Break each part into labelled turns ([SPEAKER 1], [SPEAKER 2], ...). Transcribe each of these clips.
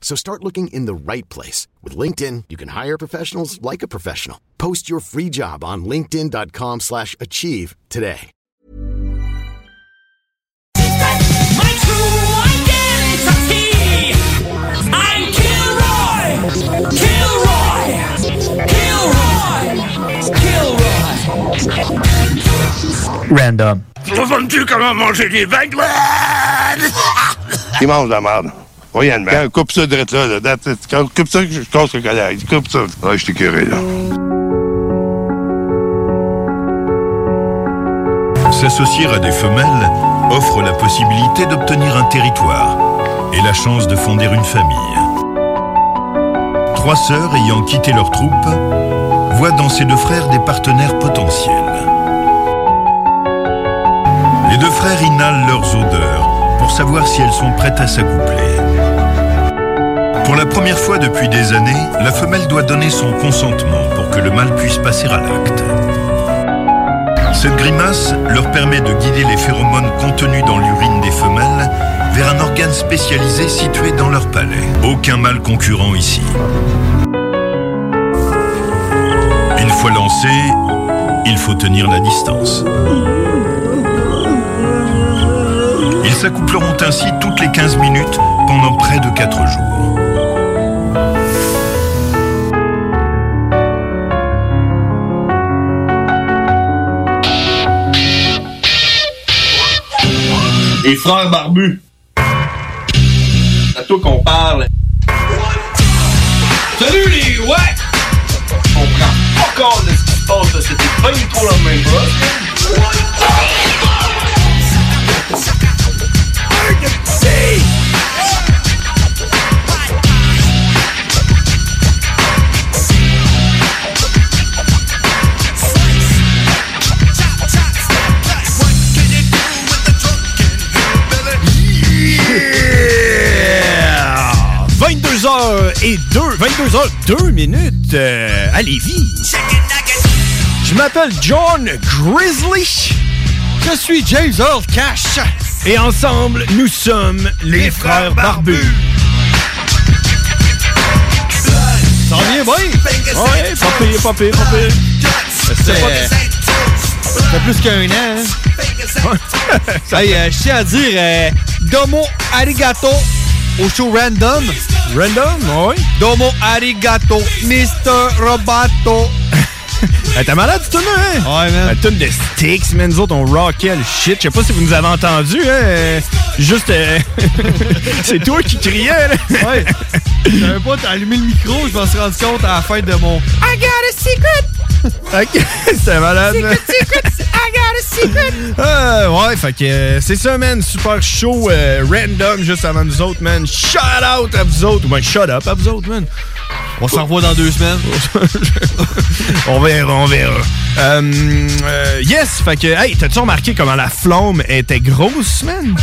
[SPEAKER 1] So start looking in the right place. With LinkedIn, you can hire professionals like a professional. Post your free job on linkedin.com/achieve slash achieve today.
[SPEAKER 2] My true identity. I'm Kilroy. Kilroy. Kilroy. Kilroy.
[SPEAKER 3] Random.
[SPEAKER 4] Trouves-tu comment manger des vagues,
[SPEAKER 5] Il mange de la merde. Voyons, man. Coupe ça direct là, là. That's it. Coupe- Coupe ça que je casse le collègue. Coupe ça. Ouais, je t'ai curé, là.
[SPEAKER 6] S'associer à des femelles offre la possibilité d'obtenir un territoire et la chance de fonder une famille. Trois sœurs ayant quitté leur troupe voient dans ces deux frères des partenaires potentiels. Les deux frères inhalent leurs odeurs pour savoir si elles sont prêtes à s'accoupler. Pour la première fois depuis des années, la femelle doit donner son consentement pour que le mâle puisse passer à l'acte. Cette grimace leur permet de guider les phéromones contenus dans l'urine des femelles vers un organe spécialisé situé dans leur palais. Aucun mâle concurrent ici. Une fois lancé, il faut tenir la distance. Ils s'accoupleront ainsi toutes les 15 minutes pendant près de 4 jours.
[SPEAKER 7] Les frères barbus. C'est à toi qu'on parle. Salut les ouais! On prend pas compte de ce qui se passe, là. c'était pas du tout la même chose.
[SPEAKER 3] Yeah! 22h et 2, 22h 2 minutes euh, à Lévis. Je m'appelle John Grizzly. Je suis James Earl Cash. Et ensemble, nous sommes les, frères, barbus. Ça en vient bien? Ouais, pas pire, pas pire, pas pire.
[SPEAKER 8] C'était-
[SPEAKER 3] Ça fait plus qu'un an.
[SPEAKER 8] Ça y est, hein. je tiens à dire euh, Domo Arigato au show Random. ah
[SPEAKER 3] Random, oui.
[SPEAKER 8] Domo Arigato, Mr. Robato.
[SPEAKER 3] Hey, T'es malade, tu hein?
[SPEAKER 8] Ouais,
[SPEAKER 3] La
[SPEAKER 8] man.
[SPEAKER 3] tune de Sticks, man, nous autres, on rockait le shit. Je sais pas si vous nous avez entendu, hein. euh, Juste. euh, c'est toi qui criais, là.
[SPEAKER 8] Ouais. J'avais pas allumé le micro, je m'en suis rendu compte à la fin de mon. I got a secret!
[SPEAKER 3] Ok, c'était malade, là.
[SPEAKER 8] I got a secret!
[SPEAKER 3] Ah, ouais, fait que euh, c'est ça, man. Super show euh, random juste avant nous autres, man. Shout out à vous autres. Ou ben, shut up à vous autres, man.
[SPEAKER 8] On se revoit dans deux semaines.
[SPEAKER 3] On verra, on verra. Euh, euh, yes, fait que, hey, t'as-tu remarqué comment la flamme était grosse, man?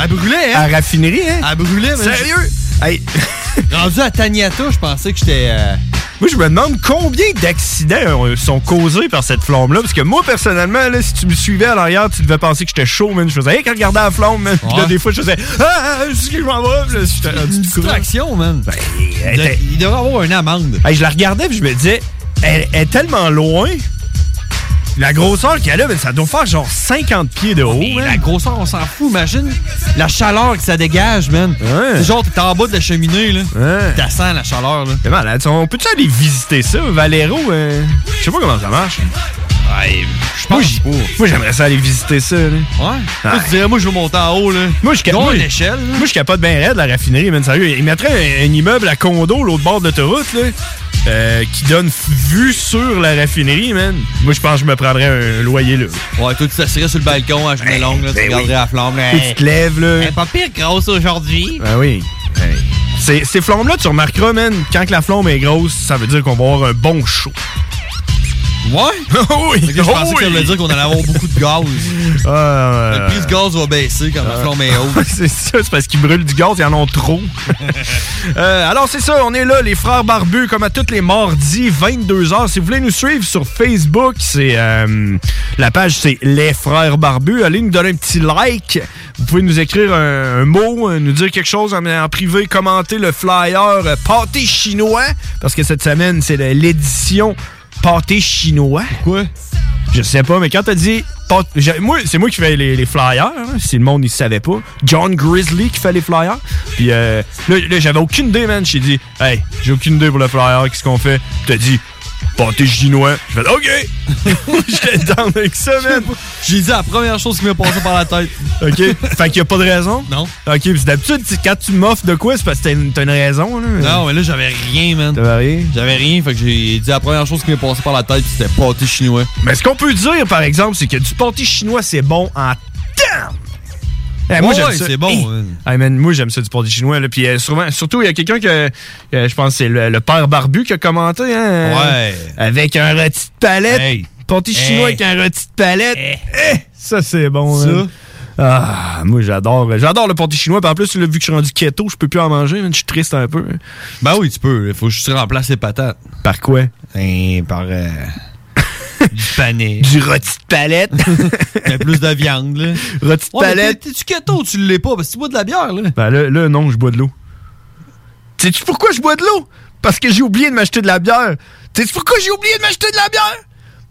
[SPEAKER 8] Elle brûlait,
[SPEAKER 3] À
[SPEAKER 8] hein?
[SPEAKER 3] raffinerie, hein?
[SPEAKER 8] Elle brûlait, man.
[SPEAKER 3] Sérieux? Hey.
[SPEAKER 8] Rendu à Taniata, je pensais que j'étais. euh,
[SPEAKER 3] Moi, je me demande combien d'accidents euh, sont causés par cette flamme-là. Parce que moi, personnellement, là, si tu me suivais à l'arrière, tu devais penser que j'étais chaud, man. Je faisais, hey, regarder la flamme, man. Puis là,
[SPEAKER 8] Ouais.
[SPEAKER 3] des fois, je faisais, ah, ah, excuse-moi, je m'en vais. Puis là, j'étais rendu
[SPEAKER 8] Une
[SPEAKER 3] tout court. Ben,
[SPEAKER 8] distraction, man.
[SPEAKER 3] Elle
[SPEAKER 8] Il de-
[SPEAKER 3] était-
[SPEAKER 8] il devrait avoir une amende.
[SPEAKER 3] Hey, je la regardais, puis je me disais, elle elle est tellement loin. La grosseur qu'elle a, ben, ça doit faire genre 50 pieds de haut,
[SPEAKER 8] Et
[SPEAKER 3] man.
[SPEAKER 8] la grosseur, on s'en fout. Imagine la chaleur que ça dégage, man.
[SPEAKER 3] Ouais.
[SPEAKER 8] C'est genre, t'es en bas de la cheminée, là.
[SPEAKER 3] Ouais.
[SPEAKER 8] T'as sens la chaleur, là.
[SPEAKER 3] C'est malade. On peut-tu aller visiter ça, Valero? euh? Je sais pas comment ça marche. Ouais, je pense pas. Moi, j'aimerais ça aller visiter ça. Là. Ouais.
[SPEAKER 8] Toi, tu dirais, moi, je veux monter en haut, là.
[SPEAKER 3] Moi, je
[SPEAKER 8] Non,
[SPEAKER 3] moi,
[SPEAKER 8] une échelle, là.
[SPEAKER 3] Moi, je suis capable bien raide, la raffinerie, man. Sérieux, ils mettraient un, un immeuble à condo, l'autre bord de l'autoroute, là. euh, qui donne f- vue sur la raffinerie, man. Moi, je pense que je me prendrais un loyer, là. Ben,
[SPEAKER 8] Ouais, toi, tu t'assirais sur le balcon à genoux longs, là, tu regarderais la flamme, là.
[SPEAKER 3] Puis tu te lèves, là.
[SPEAKER 8] Elle est pas pire grosse aujourd'hui.
[SPEAKER 3] Ben oui. Hey. Ces, ces flammes-là, tu remarqueras, man, quand que la flamme est grosse, ça veut dire qu'on va avoir un bon show.
[SPEAKER 8] Ouais?
[SPEAKER 3] Ah oui! Ah,
[SPEAKER 8] Parce que je pensais que ça voulait dire qu'on allait avoir beaucoup de gaz. Le prix du gaz va baisser quand la flamme est haute.
[SPEAKER 3] c'est ça, c'est parce qu'ils brûlent du gaz, ils en ont trop. Euh, alors, c'est ça, on est là, les frères barbus, comme à tous les mardis, 22h. Si vous voulez nous suivre sur Facebook, c'est euh, la page, c'est Les Frères Barbus. Allez nous donner un petit like. Vous pouvez nous écrire un, un mot, euh, nous dire quelque chose en, en privé, commenter le flyer euh, pâté chinois, parce que cette semaine, c'est le- l'édition pâté chinois. Pourquoi? Je sais pas, mais quand t'as dit. pâté- j'ai- Moi, c'est moi qui fais les, les flyers, hein, si le monde ne savait pas. John Grizzly qui fait les flyers. Puis euh, là, là, j'avais aucune idée, man. J'ai dit, hey, j'ai aucune idée pour le flyer, qu'est-ce qu'on fait? Puis T'as dit, pâté chinois. J'ai fait, OK! J'étais dans avec ça, man.
[SPEAKER 8] J'ai dit la première chose qui m'est passée par la tête.
[SPEAKER 3] OK? Fait qu'il y a pas de raison?
[SPEAKER 8] Non.
[SPEAKER 3] OK, puis d'habitude, tu- quand tu m'offres de quoi, c'est parce que t'as une, t'as une raison, là.
[SPEAKER 8] Non, mais là, j'avais rien, man.
[SPEAKER 3] T'avais rien.
[SPEAKER 8] J'avais rien, fait que j'ai dit la première chose qui m'est passée par la tête, puis c'était pâté chinois.
[SPEAKER 3] Mais ce qu'on peut dire, par exemple, c'est que du pâté chinois, c'est bon en terme. moi,
[SPEAKER 8] Ouais,
[SPEAKER 3] j'aime
[SPEAKER 8] ouais,
[SPEAKER 3] ça.
[SPEAKER 8] c'est bon,
[SPEAKER 3] Hey.
[SPEAKER 8] ouais.
[SPEAKER 3] Hey, man, moi, j'aime ça du pâté chinois. Là. Puis, euh, souvent- surtout, il y a quelqu'un que euh, je pense que c'est le, le père Barbu qui a commenté. Hein,
[SPEAKER 8] Ouais.
[SPEAKER 3] Avec un rôti de palette.
[SPEAKER 8] Hey. Eh.
[SPEAKER 3] Pâté chinois avec un rôti de palette. Eh, ça, c'est bon.
[SPEAKER 8] Ça.
[SPEAKER 3] man. Ah, moi, j'adore. J'adore le pâté chinois. Puis en plus, là, vu que je suis rendu keto, je peux plus en manger. man. Je suis triste un peu. hein.
[SPEAKER 8] Ben oui, tu peux. Il faut juste remplacer les patates.
[SPEAKER 3] Par quoi?
[SPEAKER 8] Et par euh, du panais.
[SPEAKER 3] Du rôti de palette.
[SPEAKER 8] Mais plus de viande, là.
[SPEAKER 3] rôti de
[SPEAKER 8] Ouais, mais
[SPEAKER 3] palette.
[SPEAKER 8] t'es- T'es-tu keto ou tu l'es pas? Parce que tu bois de la bière, là.
[SPEAKER 3] Ben là, là, non, je bois de l'eau. Sais-tu pourquoi je bois de l'eau? Parce que j'ai oublié de m'acheter de la bière. Sais-tu pourquoi j'ai oublié de m'acheter de la bière?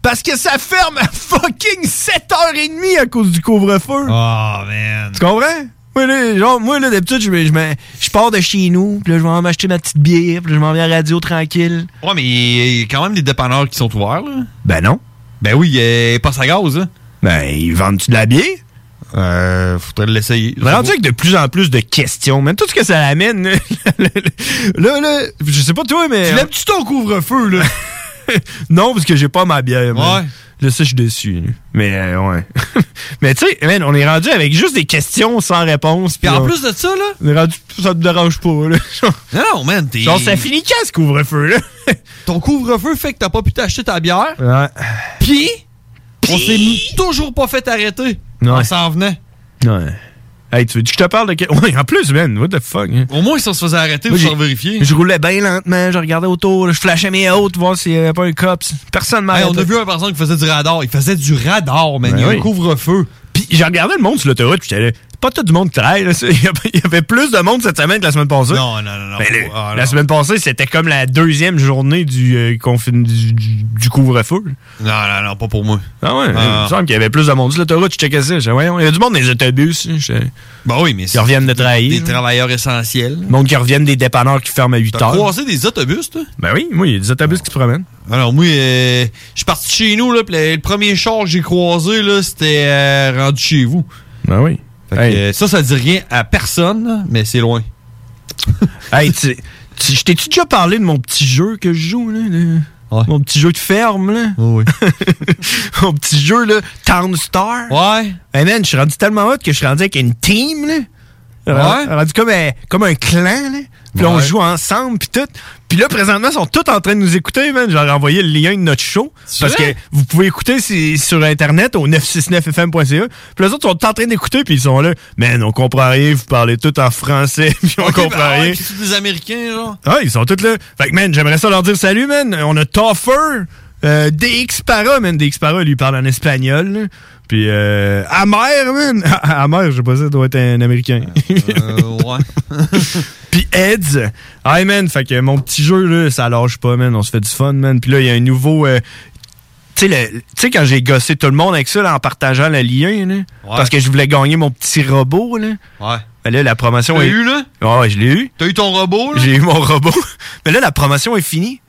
[SPEAKER 3] Parce que ça ferme à fucking 7h30 à cause du couvre-feu.
[SPEAKER 8] Oh, man.
[SPEAKER 3] Tu comprends? Moi, là, genre, moi, là, d'habitude, je, me- je me- je pars de chez nous, puis là, je vais m'acheter ma petite bière, puis là, je m'en viens à la radio tranquille.
[SPEAKER 8] Ouais, mais il y a quand même des dépanneurs qui sont ouverts, là.
[SPEAKER 3] Ben non.
[SPEAKER 8] Ben oui, il passe à gaz, hein.
[SPEAKER 3] Ben, ils vendent-tu de la bière?
[SPEAKER 8] Euh, faudrait l'essayer.
[SPEAKER 3] On est rendu avec de plus en plus de questions, même tout ce que ça amène. Là, là, là, je sais pas toi, mais...
[SPEAKER 8] Tu lèves-tu ton couvre-feu, là?
[SPEAKER 3] non, parce que j'ai pas ma bière. man.
[SPEAKER 8] Ouais.
[SPEAKER 3] Là, ça, je suis déçu. là. Mais, euh, ouais. mais, tu sais, man, on est rendu avec juste des questions sans réponse.
[SPEAKER 8] Puis en
[SPEAKER 3] on-
[SPEAKER 8] plus de ça, là.
[SPEAKER 3] On est rendu, ça me dérange pas, là. Genre,
[SPEAKER 8] Non, non, man, t'es.
[SPEAKER 3] genre, ça finit quand ce couvre-feu, là?
[SPEAKER 8] Ton couvre-feu fait que t'as pas pu t'acheter ta bière.
[SPEAKER 3] ouais.
[SPEAKER 8] Puis, on s'est toujours pas fait arrêter.
[SPEAKER 3] Non.
[SPEAKER 8] On s'en Ah, venait.
[SPEAKER 3] Ouais. Hey, tu veux que je te parle de. que- Ouais, en plus, man, what the fuck? hein?
[SPEAKER 8] Au moins, si on se faisait arrêter,
[SPEAKER 3] Moi,
[SPEAKER 8] vous
[SPEAKER 3] j'ai-
[SPEAKER 8] s'en vérifier.
[SPEAKER 3] Je roulais bien lentement, je regardais autour, là, je flashais mes hautes, voir s'il n'y avait pas un cops. Personne m'a
[SPEAKER 8] Hey, on a vu un personne qui faisait du radar. Il faisait du radar, man.
[SPEAKER 3] Ben
[SPEAKER 8] il y a
[SPEAKER 3] oui.
[SPEAKER 8] un couvre-feu.
[SPEAKER 3] Puis j'ai regardé le monde sur l'autoroute, puis j'étais là, c'est pas tout du monde qui travaille, là. ça. Il y avait- il y avait plus de monde cette semaine que la semaine passée.
[SPEAKER 8] Non, Oh, non, non, non.
[SPEAKER 3] Ben, le-
[SPEAKER 8] Ah,
[SPEAKER 3] la
[SPEAKER 8] non.
[SPEAKER 3] semaine passée, c'était comme la deuxième journée du, euh, confine- du, du- du couvre-feu.
[SPEAKER 8] non, non, non, pas pour moi.
[SPEAKER 3] Ah ouais,
[SPEAKER 8] Ah.
[SPEAKER 3] il me semble qu'il y avait plus de monde sur l'autoroute, je checkais ça. Je disais, voyons, il y a du monde dans les autobus. hein. Je disais,
[SPEAKER 8] Ben oui, mais
[SPEAKER 3] Ils
[SPEAKER 8] c'est
[SPEAKER 3] reviennent de travailler.
[SPEAKER 8] des
[SPEAKER 3] là.
[SPEAKER 8] travailleurs essentiels.
[SPEAKER 3] monde qui reviennent des dépanneurs qui ferment à 8
[SPEAKER 8] T'as
[SPEAKER 3] heures.
[SPEAKER 8] croisé des autobus, toi?
[SPEAKER 3] Ben oui, moi, il y a des autobus qui se promènent.
[SPEAKER 8] Alors, moi, euh, je suis parti de chez nous, là, pis le, le premier char que j'ai croisé, là, c'était euh, rendu chez vous.
[SPEAKER 3] Ben oui.
[SPEAKER 8] Fait que,
[SPEAKER 3] Hey.
[SPEAKER 8] euh, ça, ça dit rien à personne, là, mais c'est loin.
[SPEAKER 3] Hey, tu, tu- je t'ai-tu déjà parlé de mon petit jeu que je joue, là? le-
[SPEAKER 8] Ouais.
[SPEAKER 3] Mon petit jeu de ferme, là?
[SPEAKER 8] oui.
[SPEAKER 3] mon petit jeu, là, Town Star?
[SPEAKER 8] ouais.
[SPEAKER 3] Hey man, je suis rendu tellement hot que je suis rendu avec une team, là.
[SPEAKER 8] Ouais.
[SPEAKER 3] Rendu comme un, comme un clan, là. Puis là, on
[SPEAKER 8] Ouais.
[SPEAKER 3] joue ensemble, puis tout. Puis là, présentement, ils sont tous en train de nous écouter, man. Je leur ai envoyé le lien de notre show.
[SPEAKER 8] C'est
[SPEAKER 3] Parce
[SPEAKER 8] vrai?
[SPEAKER 3] que vous pouvez écouter si- sur Internet au 969fm.ca. E. Puis les autres sont en train d'écouter, puis ils sont là. Man, on comprend rien, vous parlez tout en français, puis on
[SPEAKER 8] Ok, ben,
[SPEAKER 3] comprend
[SPEAKER 8] ah ouais,
[SPEAKER 3] rien.
[SPEAKER 8] pis c'est des Américains, genre.
[SPEAKER 3] Ah, ils sont tous là. Fait que, man, j'aimerais ça leur dire salut, man. On a Toffer, euh, DX Para, man. DX Para, lui, il parle en espagnol. là. Puis, euh, Amer, man. Amer, je sais pas, ça doit être un Américain.
[SPEAKER 8] Euh, ouais.
[SPEAKER 3] Puis Eds. Hey, man, fait que mon petit jeu, là, ça lâche pas, man. On se fait du fun, man. Puis là, il y a un nouveau... euh, tu sais, le- tu sais, quand j'ai gossé tout le monde avec ça, là, en partageant le lien, là, parce que je voulais gagner mon petit robot, là.
[SPEAKER 8] Ouais.
[SPEAKER 3] Ben là, la promotion
[SPEAKER 8] T'as
[SPEAKER 3] est...
[SPEAKER 8] eu, là?
[SPEAKER 3] Ouais, je l'ai eu.
[SPEAKER 8] T'as eu ton robot, là?
[SPEAKER 3] J'ai eu mon robot. Mais là, la promotion est finie.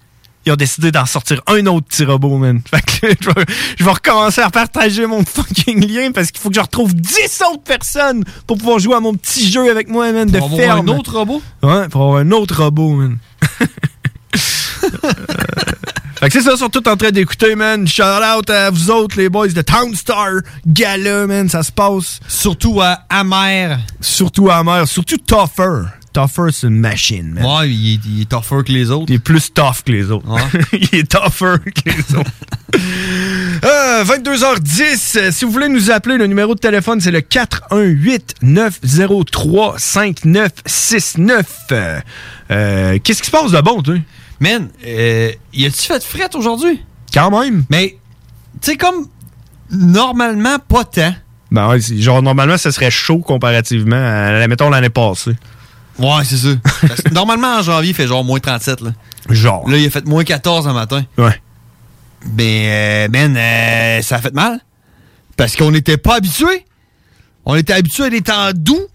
[SPEAKER 3] ils ont décidé d'en sortir un autre petit robot, man. Fait que je vais, je vais recommencer à partager mon fucking lien parce qu'il faut que je retrouve 10 autres personnes pour pouvoir jouer à mon petit jeu avec moi, man, de
[SPEAKER 8] Pour avoir
[SPEAKER 3] ferme.
[SPEAKER 8] un autre robot?
[SPEAKER 3] Ouais, pour avoir un autre robot, man. Euh, Fait que c'est ça, ils sont tous en train d'écouter, man. Shout out à vous autres, les boys de Townstar Gala, man. Ça se passe. Surtout à Amer. Surtout à Amer. Surtout Tougher. Tougher, c'est une machine, man. Ouais, il est, tougher que les autres. Il est plus tough que les autres. il est tougher que les autres. Euh, 22h10, euh, si vous voulez nous appeler, le numéro de téléphone, c'est le 418-903-5969. Euh, euh, Qu'est-ce qui se passe de bon, tu
[SPEAKER 8] Man, euh, y a-tu fait frette aujourd'hui? Quand même. Mais, tu sais, comme normalement, pas tant.
[SPEAKER 3] Ben ouais, c'est- genre, normalement, ça serait chaud comparativement à, la- mettons, l'année passée.
[SPEAKER 8] Ouais, c'est ça. Parce que normalement, en janvier, il fait genre moins 37. Là.
[SPEAKER 3] Genre.
[SPEAKER 8] Là, il a fait moins 14 un matin.
[SPEAKER 3] Ouais.
[SPEAKER 8] Ben, euh, man, euh, ça a fait mal. Parce qu'on n'était pas habitués. On était habitués à des temps doux.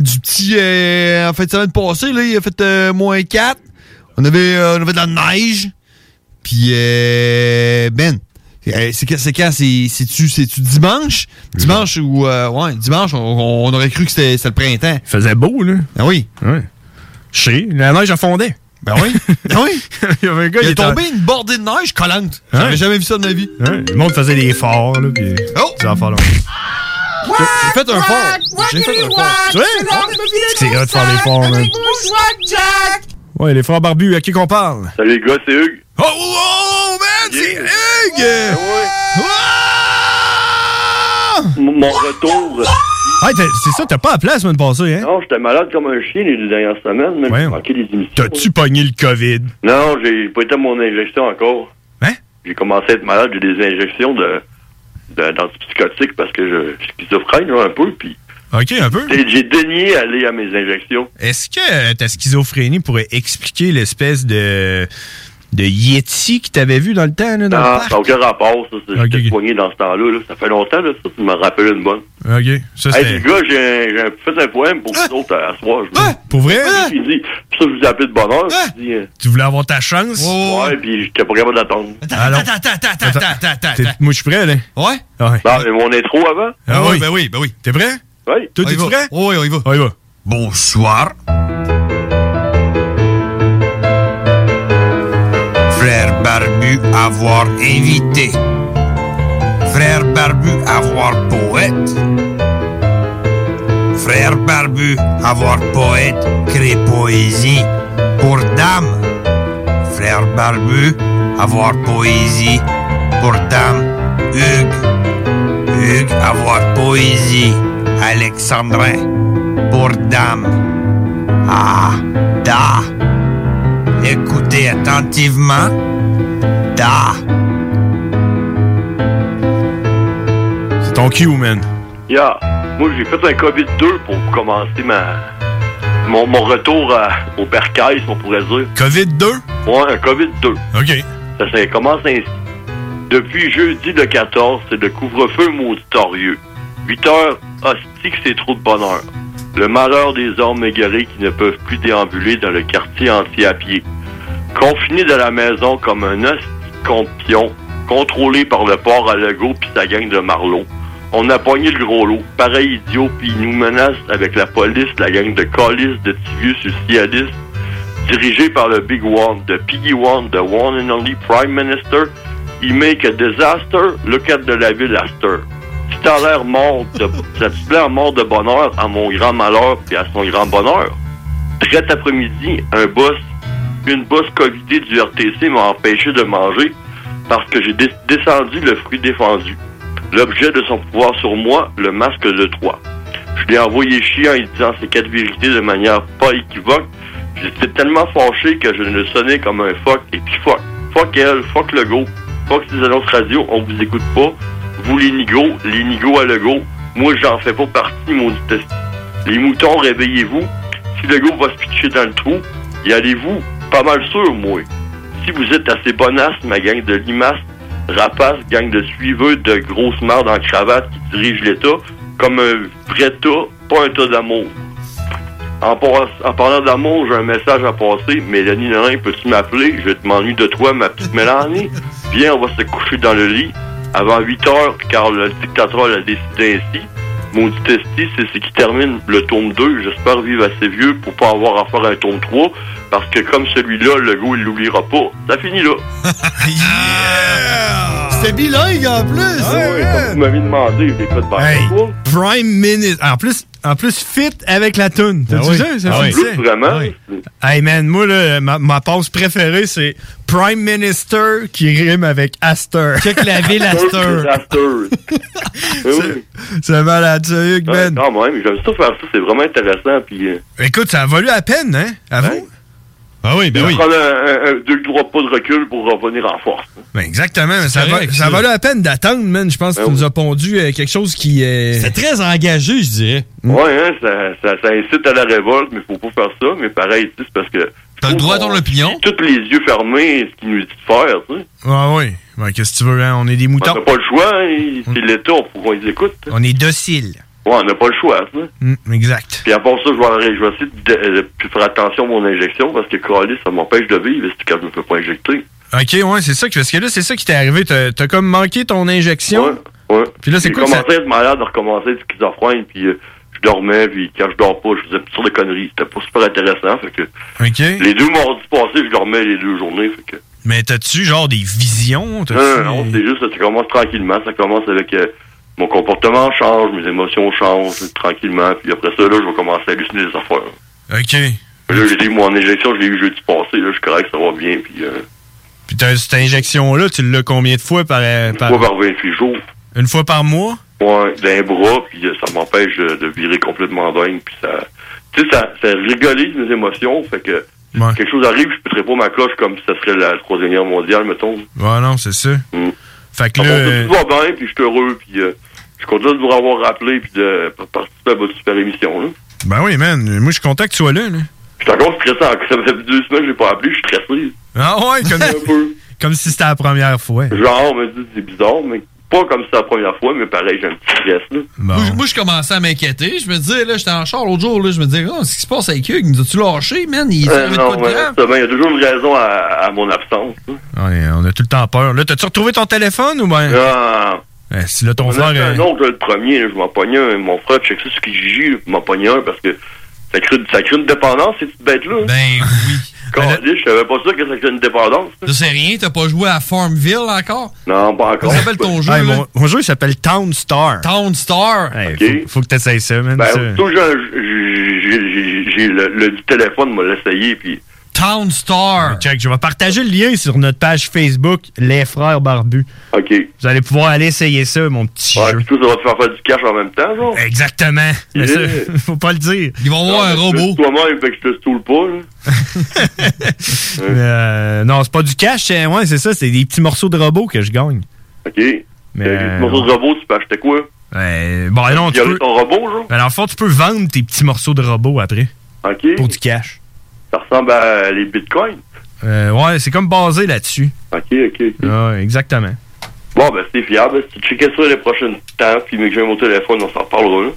[SPEAKER 8] Du petit. euh, en fin de semaine passée, là, il a fait euh, moins 4. On avait, euh, on avait de la neige. Puis, euh, ben, euh, c'est quand? C'est quand? C'est- C'est-tu c'est-tu dimanche? Dimanche ou. euh, ouais, dimanche, on, on aurait cru que c'était c'était le printemps. Il
[SPEAKER 3] faisait beau, là.
[SPEAKER 8] Ben oui.
[SPEAKER 3] Chez, la neige a fondé.
[SPEAKER 8] Ben oui. Ben oui.
[SPEAKER 3] il y avait un gars,
[SPEAKER 8] il
[SPEAKER 3] il
[SPEAKER 8] est
[SPEAKER 3] était-
[SPEAKER 8] tombé une bordée de neige collante. J'avais
[SPEAKER 3] Ouais.
[SPEAKER 8] jamais vu ça de ma vie.
[SPEAKER 3] Hein? Le monde faisait des forts, là, pis...
[SPEAKER 8] Oh!
[SPEAKER 3] Des affaires, là.
[SPEAKER 8] J'ai fait un fort. J'ai fait un fort. Hein?
[SPEAKER 3] Tu vois? C'est grave de faire des forts, man. Ouais, les frères barbus, à qui qu'on parle?
[SPEAKER 9] Salut les gars, c'est Hugues.
[SPEAKER 3] Oh, oh, man, c'est Hugues! Ah!
[SPEAKER 9] Mon retour.
[SPEAKER 3] Hey, t'as- c'est ça, t'as pas à place, semaine passée, hein?
[SPEAKER 9] Non, j'étais malade comme un chien les deux dernières semaines, mais j'ai manqué les émissions.
[SPEAKER 3] T'as-tu pogné le COVID?
[SPEAKER 9] Non, j'ai pas été à mon injection encore.
[SPEAKER 3] Hein?
[SPEAKER 9] J'ai commencé à être malade, j'ai des injections de, de d'antipsychotiques parce que je, je suis schizophrène là, un peu, puis
[SPEAKER 3] OK, un peu.
[SPEAKER 9] j'ai j'ai daigné aller à mes injections.
[SPEAKER 3] Est-ce que euh, ta schizophrénie pourrait expliquer l'espèce de de Yeti que t'avais vu dans le temps, là, dans
[SPEAKER 9] Non,
[SPEAKER 3] le
[SPEAKER 9] ça n'a aucun rapport, ça. c'est-
[SPEAKER 3] Ok,
[SPEAKER 9] J'étais
[SPEAKER 3] ok.
[SPEAKER 9] soigné dans ce temps-là. là. Ça fait longtemps, là, ça, tu m'en rappelles une bonne.
[SPEAKER 3] parc? OK, ça
[SPEAKER 9] hey,
[SPEAKER 3] c'était...
[SPEAKER 9] les gars, j'ai un- j'ai un- fait un poème pour
[SPEAKER 8] Hein?
[SPEAKER 9] vous autres euh, à, à soir.
[SPEAKER 3] Pour vrai?
[SPEAKER 9] J'ai dit, pour ça, je vous ai appelé de bonheur.
[SPEAKER 8] Hein?
[SPEAKER 3] Tu voulais avoir ta chance?
[SPEAKER 9] Ouais, puis j'étais pas capable d'attendre.
[SPEAKER 3] Alors,
[SPEAKER 8] Attends, attends, attends, attends, attends, attends,
[SPEAKER 3] t'es-
[SPEAKER 8] attends.
[SPEAKER 3] moi, je suis prêt, là.
[SPEAKER 8] Ouais?
[SPEAKER 3] Ouais.
[SPEAKER 9] Bon, mais mon intro avant?
[SPEAKER 8] Ah oui, ben oui, ben oui.
[SPEAKER 3] T'es prêt?
[SPEAKER 9] Oui.
[SPEAKER 3] Toi, t'es prêt?
[SPEAKER 8] Oui, on y va.
[SPEAKER 3] On y va.
[SPEAKER 8] Bonsoir.
[SPEAKER 10] Frère Barbu avoir invité. Frère Barbu avoir poète. Frère Barbu avoir poète crée poésie pour dame. Frère Barbu avoir poésie pour dame. Hugues. Hugues avoir poésie. Alexandrin pour dame. Ah, da. Écoutez attentivement. Da.
[SPEAKER 3] C'est ton cue, man.
[SPEAKER 9] Yeah. Moi, j'ai fait un COVID-2 pour commencer ma... mon, mon retour à- au percaise, on pourrait dire.
[SPEAKER 3] COVID-2?
[SPEAKER 9] Ouais, un COVID-2.
[SPEAKER 3] OK.
[SPEAKER 9] Ça, ça commence ainsi. Depuis jeudi le 14, c'est le couvre-feu mauditorieux. 8 heures, hostie que c'est trop de bonheur. Le malheur des hommes égarés qui ne peuvent plus déambuler dans le quartier entier à pied. Confiné de la maison comme un hostie compion, contrôlé par le port à Legault puis sa gang de Marlot. On a pogné le gros lot, pareil idiot, puis il nous menace avec la police, la gang de colis, de Tivius, Ucialis, dirigé par le Big One, the Piggy One, the one and only Prime Minister, he make a disaster, look at de la ville after. Tu t'as l'air mort de, ça te plaît à mort de bonheur à mon grand malheur puis à son grand bonheur. Traite après-midi, un boss, une bosse covidée du RTC m'a empêché de manger parce que j'ai dé- descendu le fruit défendu. L'objet de son pouvoir sur moi, le masque de Troie. Je l'ai envoyé chier en lui disant ces quatre vérités de manière pas équivoque. J'étais tellement fâché que je ne sonnais comme un fuck et puis fuck. Fuck elle, fuck le go. Fuck ces annonces radio, on vous écoute pas. Vous les nigos, les nigos à le go. Moi j'en fais pas partie, maudit testi. Les moutons, réveillez-vous. Si le go va se pitcher dans le trou, y allez-vous. Pas mal sûr, moi. Si vous êtes assez bonasse, ma gang de limaces, rapaces, gang de suiveux, de grosses mardes en cravate qui dirigent l'État, comme un vrai tas, pas un tas d'amour. En, pass- en parlant d'amour, j'ai un message à passer. Mélanie Lorrain, peux-tu m'appeler? Je m'ennuie de toi, ma petite Mélanie. Viens, on va se coucher dans le lit avant 8 heures, car le dictateur l'a décidé ainsi. Mon petit testi, c'est ce qui termine le tome 2. J'espère vivre assez vieux pour pas avoir à faire un tome 3, parce que comme celui-là, le goût, il l'oubliera pas. Ça finit là.
[SPEAKER 11] C'était bilingue en plus!
[SPEAKER 9] Comme vous m'avez demandé, j'ai pas de barre.
[SPEAKER 3] Hey, Prime Minister. En plus, en plus, fit avec la toune. T'as
[SPEAKER 9] Ah
[SPEAKER 3] vu
[SPEAKER 9] oui.
[SPEAKER 3] ça? ça
[SPEAKER 9] Ah oui.
[SPEAKER 3] finissait.
[SPEAKER 9] Vraiment?
[SPEAKER 3] Ah oui. Hey man, moi, là, ma, ma pause préférée, c'est Prime Minister qui rime avec Astor.
[SPEAKER 9] Check la ville Astor.
[SPEAKER 3] C'est malade, Ben. ça, Hugues,
[SPEAKER 9] Ouais,
[SPEAKER 3] man.
[SPEAKER 9] quand même, j'aime ça faire ça, c'est vraiment intéressant. Puis, euh,
[SPEAKER 3] Écoute, ça a valu la peine, hein? À vous? Ah oui,
[SPEAKER 9] je vais prendre un, un- un- deux, trois pas de recul pour revenir en force.
[SPEAKER 3] Ben exactement, mais ça,
[SPEAKER 9] correct,
[SPEAKER 3] va- ça
[SPEAKER 9] ça.
[SPEAKER 3] valait la peine d'attendre, man. Je
[SPEAKER 9] Ben
[SPEAKER 3] pense que tu nous as pondu euh, quelque chose qui est. C'est très engagé, je dirais.
[SPEAKER 9] Ouais, hein, ça, ça, ça incite à la révolte, mais faut pas faire ça. Mais pareil, tu sais, c'est parce que. T'as le droit à ton opinion. Toutes les yeux fermés, ce qu'il nous dit de faire, tu sais.
[SPEAKER 3] Ah oui. Ben, qu'est-ce que tu veux, hein? On est des
[SPEAKER 9] On
[SPEAKER 3] moutons.
[SPEAKER 9] n'a pas le choix, hein, il- c'est l'État, faut qu'on les écoute.
[SPEAKER 3] On est docile.
[SPEAKER 9] Ouais, on n'a pas le choix, tu sais.
[SPEAKER 3] Mm, exact.
[SPEAKER 9] Puis à part ça, je vais en ré- je vais essayer de, de- de plus faire attention à mon injection parce que, Coralie, ça m'empêche de vivre c'est quand je me fais pas injecter.
[SPEAKER 3] Ok, ouais, c'est ça. que- Parce que là, c'est ça qui t'est arrivé. T'as t'as comme manqué ton injection.
[SPEAKER 9] Ouais.
[SPEAKER 3] Puis là, c'est quoi que
[SPEAKER 9] J'ai
[SPEAKER 3] ça-
[SPEAKER 9] commencé à être malade, à recommencer à être schizophrène, puis euh, je dormais, puis quand je dors pas, je faisais sur de conneries. C'était pas super intéressant, fait que...
[SPEAKER 3] Ok.
[SPEAKER 9] Les deux mardis passés, je dormais les deux journées, fait que...
[SPEAKER 3] Mais t'as-tu genre des visions? T'as-tu-
[SPEAKER 9] Non, non, non, c'est juste que ça commence tranquillement, ça commence avec... euh, mon comportement change, mes émotions changent tranquillement, puis après ça, là, je vais commencer à halluciner des affaires.
[SPEAKER 3] Ok.
[SPEAKER 9] Là, j'ai dit, moi, en injection, je l'ai eu jeudi passé, là, je suis correct, ça va bien, puis... Euh,
[SPEAKER 3] Puis t'as- cette injection-là, tu l'as combien de fois par, euh, par-
[SPEAKER 9] Moi, par 28 jours,
[SPEAKER 3] Une fois par mois?
[SPEAKER 9] moi, d'un bras, puis euh, ça m'empêche de, de virer complètement dingue, puis ça... Tu sais, ça, ça rigolise mes émotions, fait que...
[SPEAKER 3] Ouais.
[SPEAKER 9] Quelque chose arrive, je pèterais pas ma cloche comme si ça serait la Troisième Guerre mondiale, mettons.
[SPEAKER 3] Ouais, Ben, non, c'est ça. Fait que
[SPEAKER 9] Ah
[SPEAKER 3] là.
[SPEAKER 9] bon,
[SPEAKER 3] euh,
[SPEAKER 9] tout va bien, puis je suis heureux, puis euh, je suis content de vous avoir rappelé, puis de par- participer à votre super émission. Là.
[SPEAKER 3] Ben oui, man. Moi, je suis content que tu sois là. là.
[SPEAKER 9] Je suis encore stressé, encore- ça fait deux semaines que je l'ai pas appelé, je suis stressé.
[SPEAKER 3] Ah ouais, comme,
[SPEAKER 9] Un peu.
[SPEAKER 3] comme si c'était la première fois.
[SPEAKER 9] Genre, me dit, c'est bizarre, mais pas comme si c'est la première fois, mais pareil, j'ai un petit stress. Là.
[SPEAKER 3] Moi,
[SPEAKER 8] je- moi, je commençais à m'inquiéter. Je me disais, là, j'étais en char l'autre jour, là, je me disais, oh, qu'est-ce qui se passe avec Hugues? Nous as-tu lâché, man? Il s'est
[SPEAKER 9] Euh,
[SPEAKER 8] arrivé de
[SPEAKER 9] non,
[SPEAKER 8] quoi de
[SPEAKER 9] mais
[SPEAKER 8] grave?
[SPEAKER 9] justement, il y a toujours une raison à, à mon absence. hein. là.
[SPEAKER 3] Ouais, on a tout le temps peur. Là, t'as-tu retrouvé ton téléphone ou ben.
[SPEAKER 9] Ah,
[SPEAKER 3] Eh, si là, ton
[SPEAKER 9] on a fait
[SPEAKER 3] frère.
[SPEAKER 9] un
[SPEAKER 3] euh,
[SPEAKER 9] autre, là, le premier, là, je m'en pognais un, mon frère, check ça, ce qui gigi, là, je m'en pognais un, parce que ça crée, ça crée une dépendance, ces petites bêtes-là.
[SPEAKER 8] Ben oui.
[SPEAKER 9] je savais pas ça que ça crée une dépendance.
[SPEAKER 8] Je sais rien, t'as pas joué à Farmville encore?
[SPEAKER 9] Non, pas encore.
[SPEAKER 8] Comment s'appelle ton jeu?
[SPEAKER 3] Hey,
[SPEAKER 8] là?
[SPEAKER 3] mon, mon jeu, il s'appelle Town Star.
[SPEAKER 8] Town Star.
[SPEAKER 3] Hey, faut, faut que t'essayes ça, man.
[SPEAKER 9] Ben,
[SPEAKER 3] ça.
[SPEAKER 9] aussitôt que j'ai- j'ai j'ai- j'ai le, le du téléphone, m'a l'essayé, puis
[SPEAKER 3] Town Star. Ben, Check, je vais partager le lien sur notre page Facebook, Les Frères Barbus.
[SPEAKER 9] OK.
[SPEAKER 3] Vous allez pouvoir aller essayer ça, mon petit jeu.
[SPEAKER 9] tout ça va te faire faire du cash en même temps, genre.
[SPEAKER 3] Exactement. Mais
[SPEAKER 9] Yeah.
[SPEAKER 3] ça, faut pas le dire. Ils vont
[SPEAKER 9] Non, mais tu le Toi-même, fait que je te stoule pas, là.
[SPEAKER 3] euh, non, c'est pas du cash, c'est- ouais, c'est ça, c'est des petits morceaux de robot que je gagne.
[SPEAKER 9] OK. Mais.
[SPEAKER 3] euh,
[SPEAKER 9] morceau de robot, tu peux acheter quoi?
[SPEAKER 3] Ouais, bon, non, tu
[SPEAKER 9] Violer
[SPEAKER 3] peux.
[SPEAKER 9] ton robot, genre.
[SPEAKER 3] Ben, dans le fond, tu peux vendre tes petits morceaux de robot après.
[SPEAKER 9] OK.
[SPEAKER 3] Pour du cash.
[SPEAKER 9] Ça ressemble à les bitcoins.
[SPEAKER 3] Euh, ouais, c'est comme basé là-dessus.
[SPEAKER 9] OK, OK.
[SPEAKER 3] Ouais, exactement.
[SPEAKER 9] Bon, ben, c'est fiable. Si tu checkais ça les prochains temps, puis mais que j'ai mon téléphone, on s'en reparlera, là.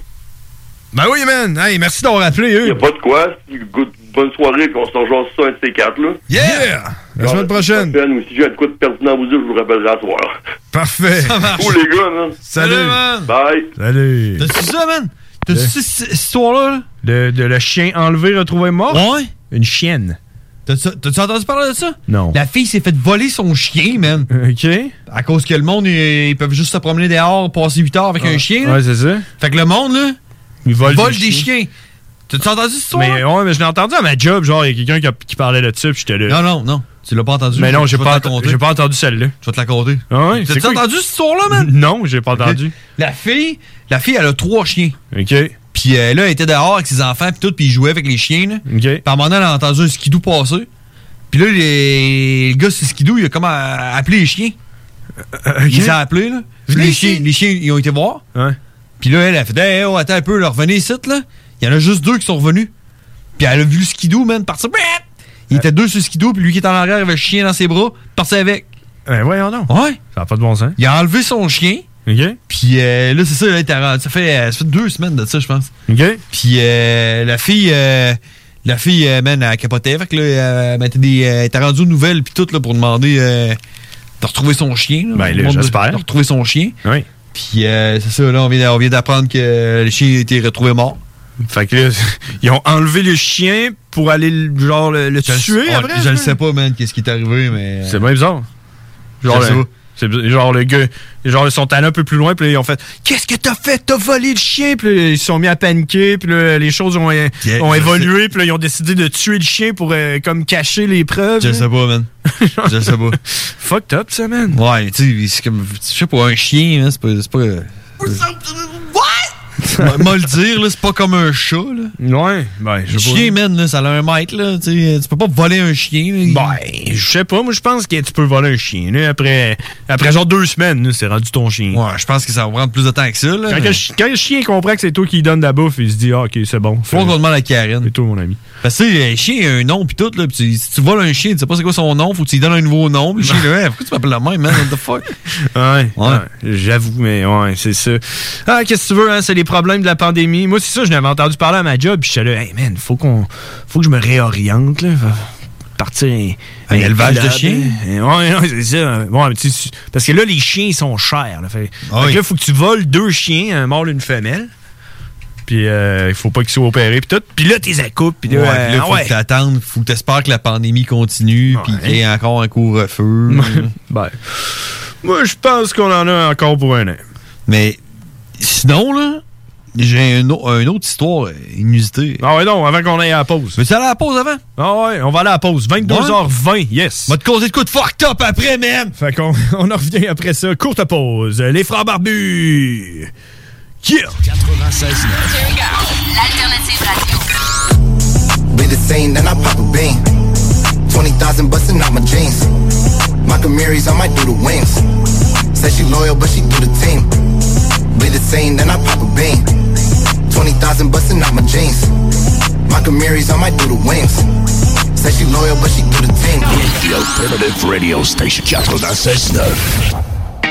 [SPEAKER 3] Ben oui, man. Hey, merci d'avoir appelé,
[SPEAKER 9] Y a
[SPEAKER 3] eux.
[SPEAKER 9] pas de quoi. Good- bonne soirée, puis on se rejoint sur ça, un de ces quatre, là.
[SPEAKER 3] Yeah! ben, La semaine prochaine.
[SPEAKER 9] Ou si j'ai un coup de pertinent à vous dire, je vous rappellerai à soir.
[SPEAKER 3] Parfait.
[SPEAKER 9] Cool, les gars, man.
[SPEAKER 3] Salut. Salut, man.
[SPEAKER 9] Bye.
[SPEAKER 3] Salut.
[SPEAKER 8] T'as-tu ça, man? T'as-tu
[SPEAKER 3] Le-
[SPEAKER 8] ça, cette histoire-là? là?
[SPEAKER 3] De, de le chien enlevé, retrouvé mort?
[SPEAKER 8] Ouais.
[SPEAKER 3] Une chienne.
[SPEAKER 8] T'as-tu t'as-tu entendu parler de ça?
[SPEAKER 3] Non.
[SPEAKER 8] La fille s'est fait voler son chien, man.
[SPEAKER 3] OK.
[SPEAKER 8] À cause que le monde, ils, ils peuvent juste se promener dehors, passer 8 heures avec un chien. là.
[SPEAKER 3] Ouais, c'est ça.
[SPEAKER 8] Fait que le monde, là,
[SPEAKER 3] Ils volent
[SPEAKER 8] vole
[SPEAKER 3] des
[SPEAKER 8] des chiens. T'as-tu entendu cette histoire?
[SPEAKER 3] Mais ouais, mais je l'ai entendu à ma job, genre, il y a quelqu'un qui, a- qui parlait là-dessus, puis j'étais là.
[SPEAKER 8] Non, non, non. Tu l'as pas entendu.
[SPEAKER 3] Mais non,
[SPEAKER 8] Je
[SPEAKER 3] j'ai
[SPEAKER 8] vais te
[SPEAKER 3] pas,
[SPEAKER 8] la
[SPEAKER 3] ent-
[SPEAKER 8] conter.
[SPEAKER 3] j'ai pas entendu celle-là.
[SPEAKER 8] Je vais te la conter.
[SPEAKER 3] Ah ouais?
[SPEAKER 8] T'as-tu entendu cette histoire-là, man?
[SPEAKER 3] Non, j'ai pas entendu.
[SPEAKER 8] La fille, la fille, elle a trois chiens.
[SPEAKER 3] OK.
[SPEAKER 8] Puis euh, là, elle était dehors avec ses enfants, puis tout, puis ils jouaient avec les chiens. Là. Puis à un moment donné, elle a entendu un skidou passer. Puis là, les... le gars, c'est skidou, il a comme euh, appelé les chiens.
[SPEAKER 3] Euh,
[SPEAKER 8] Il les a appelés, là. Les chiens, les chiens, ils ont été voir. Puis là, elle a fait, hey, oh, attends un peu, là, revenez ici, là. Il y en a juste deux qui sont revenus. Puis elle a vu le skidou, man, partir. Bah! Il
[SPEAKER 3] Euh.
[SPEAKER 8] était deux sur le skidou, puis lui qui était en arrière avait le chien dans ses bras, parti avec.
[SPEAKER 3] Ben voyons donc.
[SPEAKER 8] Ouais.
[SPEAKER 3] Ça n'a pas de bon sens.
[SPEAKER 8] Il a enlevé son chien. Puis euh, là, c'est ça, là, il était rendu- ça, fait, euh, ça fait deux semaines de ça, je pense. Puis euh, la fille, euh, la fille, euh, man, elle capotait. Fait que là, elle mettait des, euh, elle était rendue aux nouvelles, puis tout, là, pour demander euh, de retrouver son chien. là.
[SPEAKER 3] Ben, là,
[SPEAKER 8] Le monde de-
[SPEAKER 3] j'espère.
[SPEAKER 8] De retrouver son chien. Puis euh, c'est ça, là, on vient, on vient d'apprendre que le chien a été retrouvé mort.
[SPEAKER 3] Fait que là, ils ont enlevé le chien pour aller, le- genre, le, le tuer
[SPEAKER 8] on-
[SPEAKER 3] après?
[SPEAKER 8] je le sais pas, man, qu'est-ce qui est arrivé, mais. euh,
[SPEAKER 3] C'est bien bizarre.
[SPEAKER 8] Je sais
[SPEAKER 3] le-
[SPEAKER 8] pas.
[SPEAKER 3] c'est bizarre. genre le gars, genre ils sont allés un peu plus loin, puis là, ils ont fait Qu'est-ce que t'as fait T'as volé le chien Puis là, ils se sont mis à paniquer, puis là, les choses ont, euh, ont
[SPEAKER 8] je
[SPEAKER 3] évolué, puis là, ils ont décidé de tuer le chien pour euh, comme cacher les preuves.
[SPEAKER 8] Je sais pas, man. je sais pas.
[SPEAKER 3] Fucked up, ça, man.
[SPEAKER 8] Ouais, tu sais, c'est comme. Je sais pas, un chien, hein, c'est pas. C'est pas What? Moi le dire, là, c'est pas comme un chat, là.
[SPEAKER 3] Ouais, ben,
[SPEAKER 8] Le
[SPEAKER 3] je sais pas.
[SPEAKER 8] chien, man, là, ça a un mètre, là. Tu sais, tu peux pas voler un chien, là.
[SPEAKER 3] Ben, je sais pas, moi je pense que tu peux voler un chien. là, après, après genre deux semaines, là, c'est rendu ton chien.
[SPEAKER 8] Ouais, je pense que ça va prendre plus de temps que ça. Là,
[SPEAKER 3] quand,
[SPEAKER 8] mais-
[SPEAKER 3] le chi- quand le chien comprend que c'est toi qui lui donne de la bouffe, il se dit ah, ok, c'est bon.
[SPEAKER 8] Faut qu'on demande à Karen.
[SPEAKER 3] C'est toi, mon ami.
[SPEAKER 8] Parce que, tu sais, un chien a un nom, pis tout, là. Pis tu- si tu voles un chien, tu sais pas c'est quoi son nom, faut que tu lui donnes un nouveau nom. Pis le chien, là, Hey, pourquoi tu m'appelles le même, hein? man? What the fuck?
[SPEAKER 3] Ouais, ouais, j'avoue, mais ouais, c'est ça. Ah, qu'est-ce que tu veux, hein, c'est les problèmes de la pandémie. Moi, c'est ça, je n'avais entendu parler à ma job, puis j'étais là, hey man, faut qu'on, faut que je me réoriente, là. Faut Partir un,
[SPEAKER 8] Un élevage de
[SPEAKER 3] club,
[SPEAKER 8] chiens?
[SPEAKER 3] hein. Ouais, ouais, c'est ça. Ouais, mais tu sais, parce que là, les chiens, ils sont chers, là. Fait,
[SPEAKER 8] Ah
[SPEAKER 3] fait que là, faut que tu voles deux chiens, un mâle, une femelle. Puis, euh, il faut pas qu'ils soient opérés, puis tout. Puis là, t'es à coupe, puis
[SPEAKER 8] Ouais,
[SPEAKER 3] là,
[SPEAKER 8] pis là,
[SPEAKER 3] ah
[SPEAKER 8] faut
[SPEAKER 3] ouais.
[SPEAKER 8] que t'attendes, faut que t'espères que la pandémie continue, pis qu'il y ait encore un couvre-feu.
[SPEAKER 3] ben, moi, je pense qu'on en a encore pour un an.
[SPEAKER 8] Mais sinon, là, j'ai une au- une autre histoire inusitée.
[SPEAKER 3] Ah ouais, non, avant qu'on aille à la pause.
[SPEAKER 8] Mais tu aller à la pause avant?
[SPEAKER 3] Ah ouais, on va aller à la pause. 22h20, yes.
[SPEAKER 8] Va te causer de coups de fucked up après, man.
[SPEAKER 3] Fait qu'on on en revient après ça. Courte pause. Les frères barbus. Yeah.
[SPEAKER 12] 96
[SPEAKER 10] L'alternative radio.
[SPEAKER 12] Be the same, then I pop a bean. 20,000 bustin' out my jeans. My Camaries, I might do the wings. Said she loyal, but she do the team. Be the same, then I pop a bean. 20,000 bustin' out my jeans. My Camaries, I might do the wings. Said she loyal, but she do the team.
[SPEAKER 13] The Alternative Radio Station 96.9.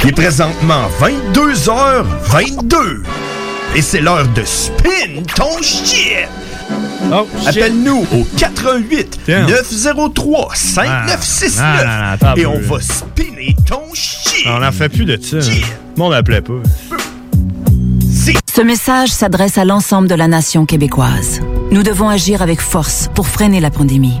[SPEAKER 10] Il est présentement 22h22 et c'est l'heure de spin
[SPEAKER 8] Oh,
[SPEAKER 10] ton shit!
[SPEAKER 3] Oh,
[SPEAKER 10] Appelle-nous au 88
[SPEAKER 3] Tiens.
[SPEAKER 10] 903 5969
[SPEAKER 3] Ah, non, non, attends un
[SPEAKER 10] et on
[SPEAKER 3] peu.
[SPEAKER 10] va spinner ton shit!
[SPEAKER 3] On en fait plus de ça. hein. Le monde appelait pas.
[SPEAKER 14] Ce message s'adresse à l'ensemble de la nation québécoise. Nous devons agir avec force pour freiner la pandémie.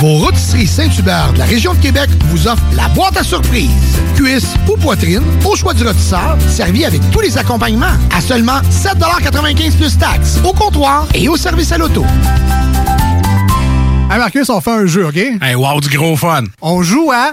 [SPEAKER 15] Vos rôtisseries Saint-Hubert de la région de Québec vous offrent la boîte à surprise. Cuisse ou poitrine, au choix du rôtisseur, servi avec tous les accompagnements à seulement 7,95 plus taxes, au comptoir et au service à l'auto. Hey Marcus, on fait un jeu, OK? Hey, wow, du gros fun! On joue à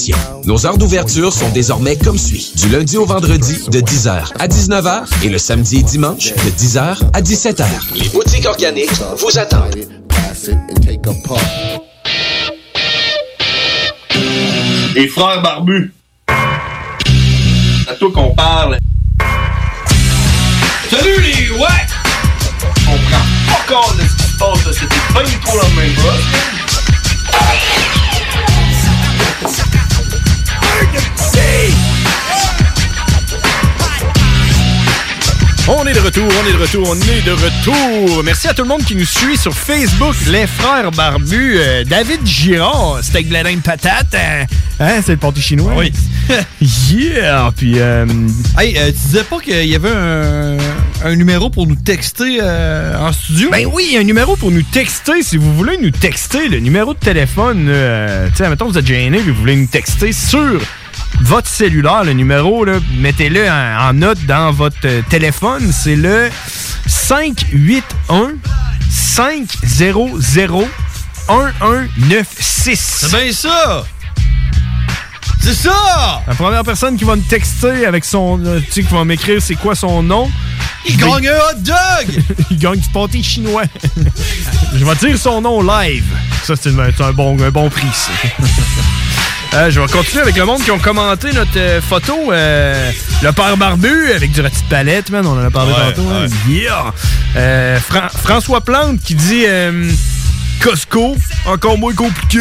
[SPEAKER 16] Nos heures d'ouverture sont désormais comme suit. Du lundi au vendredi, de 10h à 19h et le samedi et dimanche, de 10h à 17h. Les boutiques organiques vous attendent.
[SPEAKER 17] Les frères barbus. C'est à toi qu'on parle. Salut les ouais! On prend pas compte de ce qui se passe, là. c'était pas du tout la même
[SPEAKER 3] On est de retour, on est de retour, on est de retour. Merci à tout le monde qui nous suit sur Facebook, les frères barbus. Euh, David Girard, steak bledin de patate. hein. Hein, c'est le pâté chinois. Oui. yeah, puis... euh,
[SPEAKER 8] Hey, euh, tu disais pas qu'il y avait un, un numéro pour nous texter euh, en studio?
[SPEAKER 3] Ben oui, il y a un numéro pour nous texter. Si vous voulez nous texter, le numéro de téléphone, euh, tu sais, mettons, vous êtes gêné puis vous voulez nous texter sur votre cellulaire, le numéro, là, mettez-le en, en note dans votre euh, téléphone. C'est le 581 500 1196. C'est bien ça! C'est ça! La première personne qui va me texter avec son. euh, Tu sais, qui va m'écrire c'est quoi son nom.
[SPEAKER 8] Il gagne un
[SPEAKER 3] hot dog! Il gagne du pâté chinois. je vais dire son nom live. Ça, c'est un, c'est un bon, un bon prix, ça. Euh, je vais continuer avec le monde qui ont commenté notre euh, photo. euh, le père barbu avec du rôti de palette, man. On en a parlé
[SPEAKER 18] Ouais,
[SPEAKER 3] tantôt. hein.
[SPEAKER 18] ouais.
[SPEAKER 3] Yeah! Euh, Fran- François Plante qui dit euh, Costco, encore moins compliqué.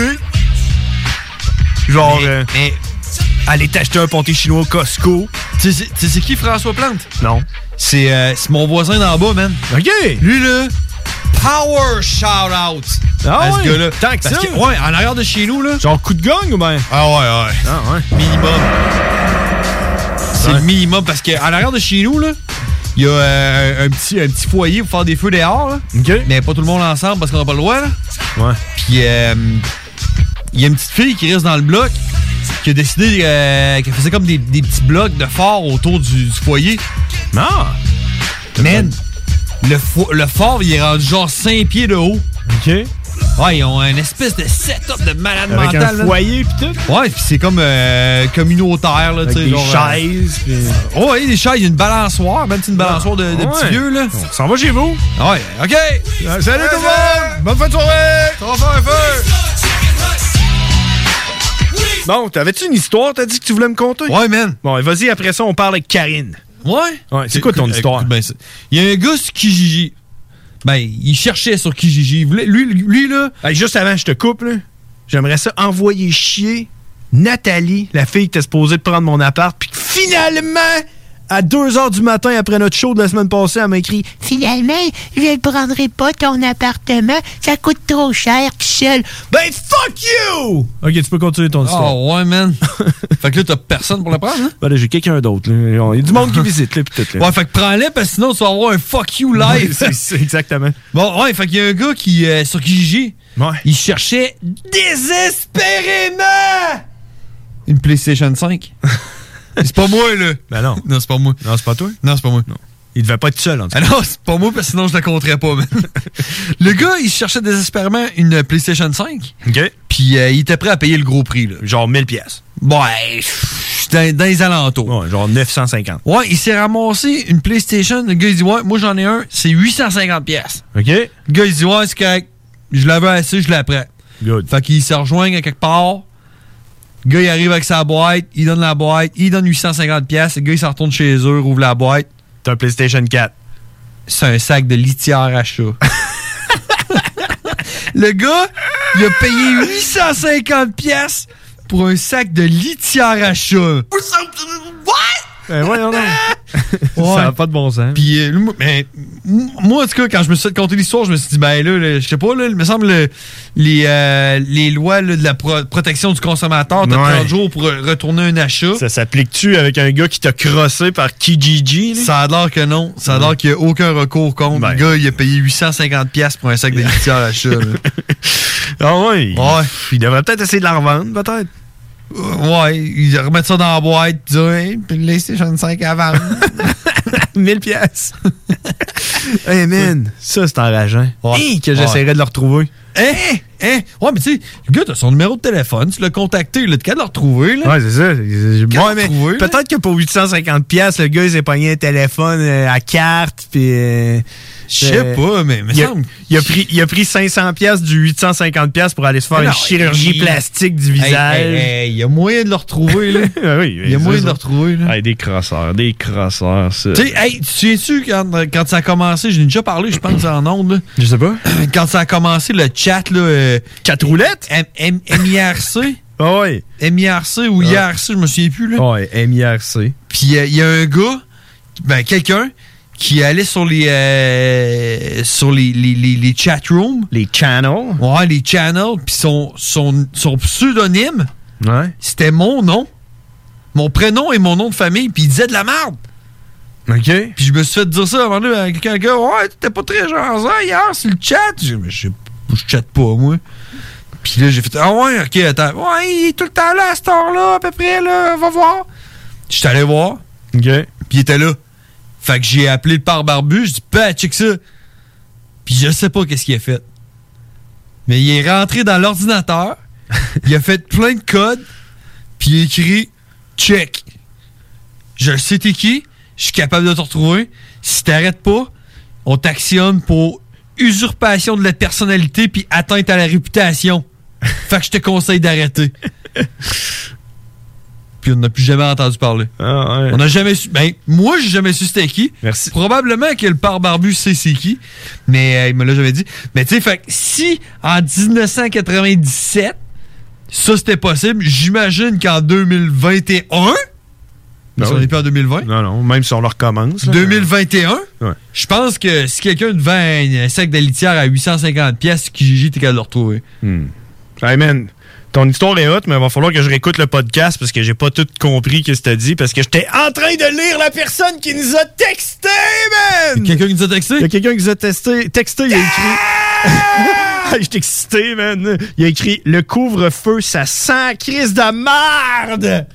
[SPEAKER 3] Genre. euh, Allez t'acheter un ponté chinois au Costco.
[SPEAKER 8] Tu sais, tu sais c'est qui François Plante?
[SPEAKER 3] Non.
[SPEAKER 8] C'est euh, c'est mon voisin d'en bas, man.
[SPEAKER 3] OK.
[SPEAKER 8] Lui, là, power shout-out
[SPEAKER 3] Ah
[SPEAKER 8] à
[SPEAKER 3] ouais,
[SPEAKER 8] ce gars-là.
[SPEAKER 3] tant que
[SPEAKER 8] Parce
[SPEAKER 3] ça.
[SPEAKER 8] que, ouais, en arrière de chez nous, là.
[SPEAKER 3] Genre coup de gang ou ben?
[SPEAKER 8] Ah ouais, ouais.
[SPEAKER 3] Ah ouais.
[SPEAKER 8] Minimum. C'est le minimum Ah, parce qu'en arrière de chez nous, là, il y a euh, un, un petit, un petit foyer pour faire des feux dehors. Là. Mais pas tout le monde ensemble parce qu'on n'a pas le droit. Là.
[SPEAKER 3] Ouais.
[SPEAKER 8] Puis euh, il y a une petite fille qui reste dans le bloc qui a décidé euh, qu'elle faisait comme des, des petits blocs de phare autour du, du foyer.
[SPEAKER 3] Non!
[SPEAKER 8] Man, le, fo- le phare, il est rendu genre 5 pieds de haut.
[SPEAKER 3] OK.
[SPEAKER 8] Ouais, ils ont une espèce de setup de malade
[SPEAKER 3] Avec
[SPEAKER 8] mental.
[SPEAKER 3] un
[SPEAKER 8] là.
[SPEAKER 3] foyer pis tout.
[SPEAKER 8] Ouais, puis c'est comme euh, communautaire, là, tu
[SPEAKER 3] Avec
[SPEAKER 8] sais.
[SPEAKER 3] des
[SPEAKER 8] genre, euh,
[SPEAKER 3] chaises. pis-
[SPEAKER 8] Oh, ouais, des chaises, il y a une balançoire, même une balançoire de, de
[SPEAKER 3] Ouais.
[SPEAKER 8] petits vieux, là.
[SPEAKER 3] On s'en va chez vous.
[SPEAKER 8] Ouais, ok.
[SPEAKER 3] Euh, salut tout le monde! Bonne fin de soirée! Ça va faire un feu! Bon, t'avais-tu une histoire, t'as dit que tu voulais me conter?
[SPEAKER 8] Ouais, man.
[SPEAKER 3] Bon, et vas-y, après ça, on parle avec Karine.
[SPEAKER 8] Ouais?
[SPEAKER 3] Ouais, ben, c'est quoi ton
[SPEAKER 8] Écoute,
[SPEAKER 3] histoire?
[SPEAKER 8] écoute bien ça. Il y a un gars sur Kijiji. Ben, il cherchait sur Kijiji. Il voulait- Lui, lui, là.
[SPEAKER 3] Hey, juste avant, je te coupe, là. J'aimerais ça envoyer chier Nathalie, la fille qui était supposée de prendre mon appart, puis finalement, à 2h du matin après notre show de la semaine passée, elle m'a écrit
[SPEAKER 7] Finalement, je ne prendrai pas ton appartement. Ça coûte trop cher, tout seul.
[SPEAKER 3] Ben, fuck you! Ok, tu peux continuer ton histoire.
[SPEAKER 8] Oh, ouais, man. fait que là, t'as personne pour le prendre, hein?
[SPEAKER 3] Ben là, j'ai quelqu'un d'autre, là. Il y a du monde qui visite, là, puis tout, là.
[SPEAKER 8] Ouais, fait que prends-le, parce que sinon, tu vas avoir un fuck you
[SPEAKER 3] Ouais,
[SPEAKER 8] live.
[SPEAKER 3] c'est- c'est exactement.
[SPEAKER 8] Bon, ouais, fait qu'il y a un gars qui, euh, sur Kijiji, il cherchait désespérément une PlayStation 5. c'est pas moi, là.
[SPEAKER 3] Ben non.
[SPEAKER 8] Non, c'est pas moi.
[SPEAKER 3] Non, c'est pas toi?
[SPEAKER 8] Non, c'est pas moi. Non.
[SPEAKER 3] Il devait pas être seul, en tout
[SPEAKER 8] Ah non, c'est pas moi, parce que sinon, je le compterais pas, man. le gars, il cherchait désespérément une PlayStation 5.
[SPEAKER 3] OK.
[SPEAKER 8] Puis euh, il était prêt à payer le gros prix, là.
[SPEAKER 3] Genre 1000 pièces.
[SPEAKER 8] Bon, hey, pff, dans, dans les alentours.
[SPEAKER 3] Ouais, genre 950.
[SPEAKER 8] Ouais, il s'est ramassé une PlayStation. Le gars, il dit, ouais, moi, j'en ai un. C'est 850 pièces.
[SPEAKER 3] OK. Le
[SPEAKER 8] gars, il dit, ouais, c'est correct. Je l'avais assez, je la prends.
[SPEAKER 3] Good.
[SPEAKER 8] Fait qu'ils se rejoignent à quelque part. Le gars, il arrive avec sa boîte. Il donne la boîte. Il donne 850 pièces. Le gars, il s'en retourne chez eux, rouvre la boîte.
[SPEAKER 3] T'as un PlayStation 4.
[SPEAKER 8] C'est un sac de litière à chat. Le gars, il a payé 850 pièces pour un sac de litière à chat.
[SPEAKER 17] What?
[SPEAKER 3] Ben voyons donc.
[SPEAKER 8] Ouais.
[SPEAKER 3] Ça n'a pas de bon sens.
[SPEAKER 8] Puis, euh, moi- mais, m- moi, en tout cas, quand je me suis fait conter l'histoire, je me suis dit, ben là, là, je sais pas, là, il me semble, euh, les, euh, les lois là, de la pro- protection du consommateur, t'as
[SPEAKER 3] Ouais.
[SPEAKER 8] 30 jours pour euh, retourner un achat.
[SPEAKER 3] Ça s'applique-tu avec un gars qui t'a crossé par Kijiji?
[SPEAKER 8] Ça a l'air que non. Ça a l'air qu'il n'y a aucun recours contre.
[SPEAKER 3] Ben.
[SPEAKER 8] Le gars, il a payé 850$ piastres pour un sac de litière à l'achat.
[SPEAKER 3] Ah oui? Ouais. Il devrait peut-être essayer de la revendre, peut-être.
[SPEAKER 8] Euh, ouais, ils remettent ça dans la boîte, puis dire, hey, PlayStation 5 à vendre.
[SPEAKER 3] 1000 pièces. hey man, ça c'est enrageant. Hi, que j'essaierais de le retrouver.
[SPEAKER 8] Hein? Hein? Ouais, mais tu sais, le gars, t'as son numéro de téléphone, tu l'as contacté, là, t'es capable de le retrouver, là.
[SPEAKER 3] Ouais, c'est ça. Ouais, mais peut-être que pour 850 pièces, le gars il s'est pogné un téléphone euh, à carte puis euh,
[SPEAKER 8] Je sais
[SPEAKER 3] euh,
[SPEAKER 8] pas, mais me
[SPEAKER 3] il a,
[SPEAKER 8] semble-
[SPEAKER 3] il a pris il a pris 500 pièces du 850 pièces pour aller se faire
[SPEAKER 8] Non,
[SPEAKER 3] une chirurgie
[SPEAKER 8] il-
[SPEAKER 3] plastique du
[SPEAKER 8] Hey,
[SPEAKER 3] visage. Ah
[SPEAKER 8] hey, hey, Il y a moyen de le retrouver, là. Il y a moyen de le retrouver.
[SPEAKER 3] des crosseurs, des crosseurs, ça.
[SPEAKER 8] Tu sais, hey, tu sais-tu quand, quand ça a commencé, je n'ai déjà parlé, je pense, en ondes. là.
[SPEAKER 3] Je sais pas.
[SPEAKER 8] Quand ça a commencé, le chat, là. euh,
[SPEAKER 3] Quatre roulettes?
[SPEAKER 8] M- M- MIRC?
[SPEAKER 3] Ah ouais. Ah.
[SPEAKER 8] MIRC ou IRC, je me souviens plus, là.
[SPEAKER 3] Ouais, MIRC.
[SPEAKER 8] Puis euh, il y a un gars, ben quelqu'un, qui allait sur les euh, sur les, les, les, les chat rooms.
[SPEAKER 3] Les channels.
[SPEAKER 8] Ouais, les channels. Puis son, son, son pseudonyme,
[SPEAKER 3] ouais.
[SPEAKER 8] c'était mon nom. Mon prénom et mon nom de famille. Puis il disait de la merde.
[SPEAKER 3] OK.
[SPEAKER 8] Puis je me suis fait dire ça à un moment donné à quelqu'un. gars, Ouais, t'étais pas très genre hier sur le chat. J'ai dit, mais je sais pas, je chatte pas, moi. Puis là, j'ai fait Ah ouais, ok, attends. Ouais, il est tout le temps là à cette heure-là, à peu près, là, va voir. J'étais allé voir.
[SPEAKER 3] OK.
[SPEAKER 8] Puis il était là. Fait que j'ai appelé le pare barbu, je dis pas check ça. Puis je sais pas qu'est-ce qu'il a fait. Mais il est rentré dans l'ordinateur, il a fait plein de codes, puis il a écrit check. Je le sais t'es qui, je suis capable de te retrouver. Si t'arrêtes pas, on t'actionne pour usurpation de la personnalité puis atteinte à la réputation. Fait que je te conseille d'arrêter. Puis on n'a plus jamais entendu parler. On n'a jamais su. Ben, moi, j'ai jamais su c'était qui. Merci. Probablement que le pare barbu sait c'est qui. Mais euh, il me l'a jamais dit. Mais tu sais, fait que si en 1997, ça c'était possible, j'imagine qu'en 2021,
[SPEAKER 3] Ben
[SPEAKER 8] si on
[SPEAKER 3] oui.
[SPEAKER 8] n'est pas en 2020,
[SPEAKER 3] Non, non, même si on le recommence. là.
[SPEAKER 8] 2021,
[SPEAKER 3] Ouais.
[SPEAKER 8] je pense que si quelqu'un te vend un sac de litière à 850 pièces, Kijiji, t'es capable de le retrouver.
[SPEAKER 3] Hmm. Hey man, ton histoire est haute, mais il va falloir que je réécoute le podcast parce que j'ai pas tout compris ce que t'as dit parce que j'étais en train de lire la personne qui nous a texté, man!
[SPEAKER 8] Quelqu'un qui nous a texté?
[SPEAKER 3] Il y a quelqu'un qui nous a testé, texté, il a écrit. J'étais excité, man. Il a écrit Le couvre-feu, ça sent crise de merde!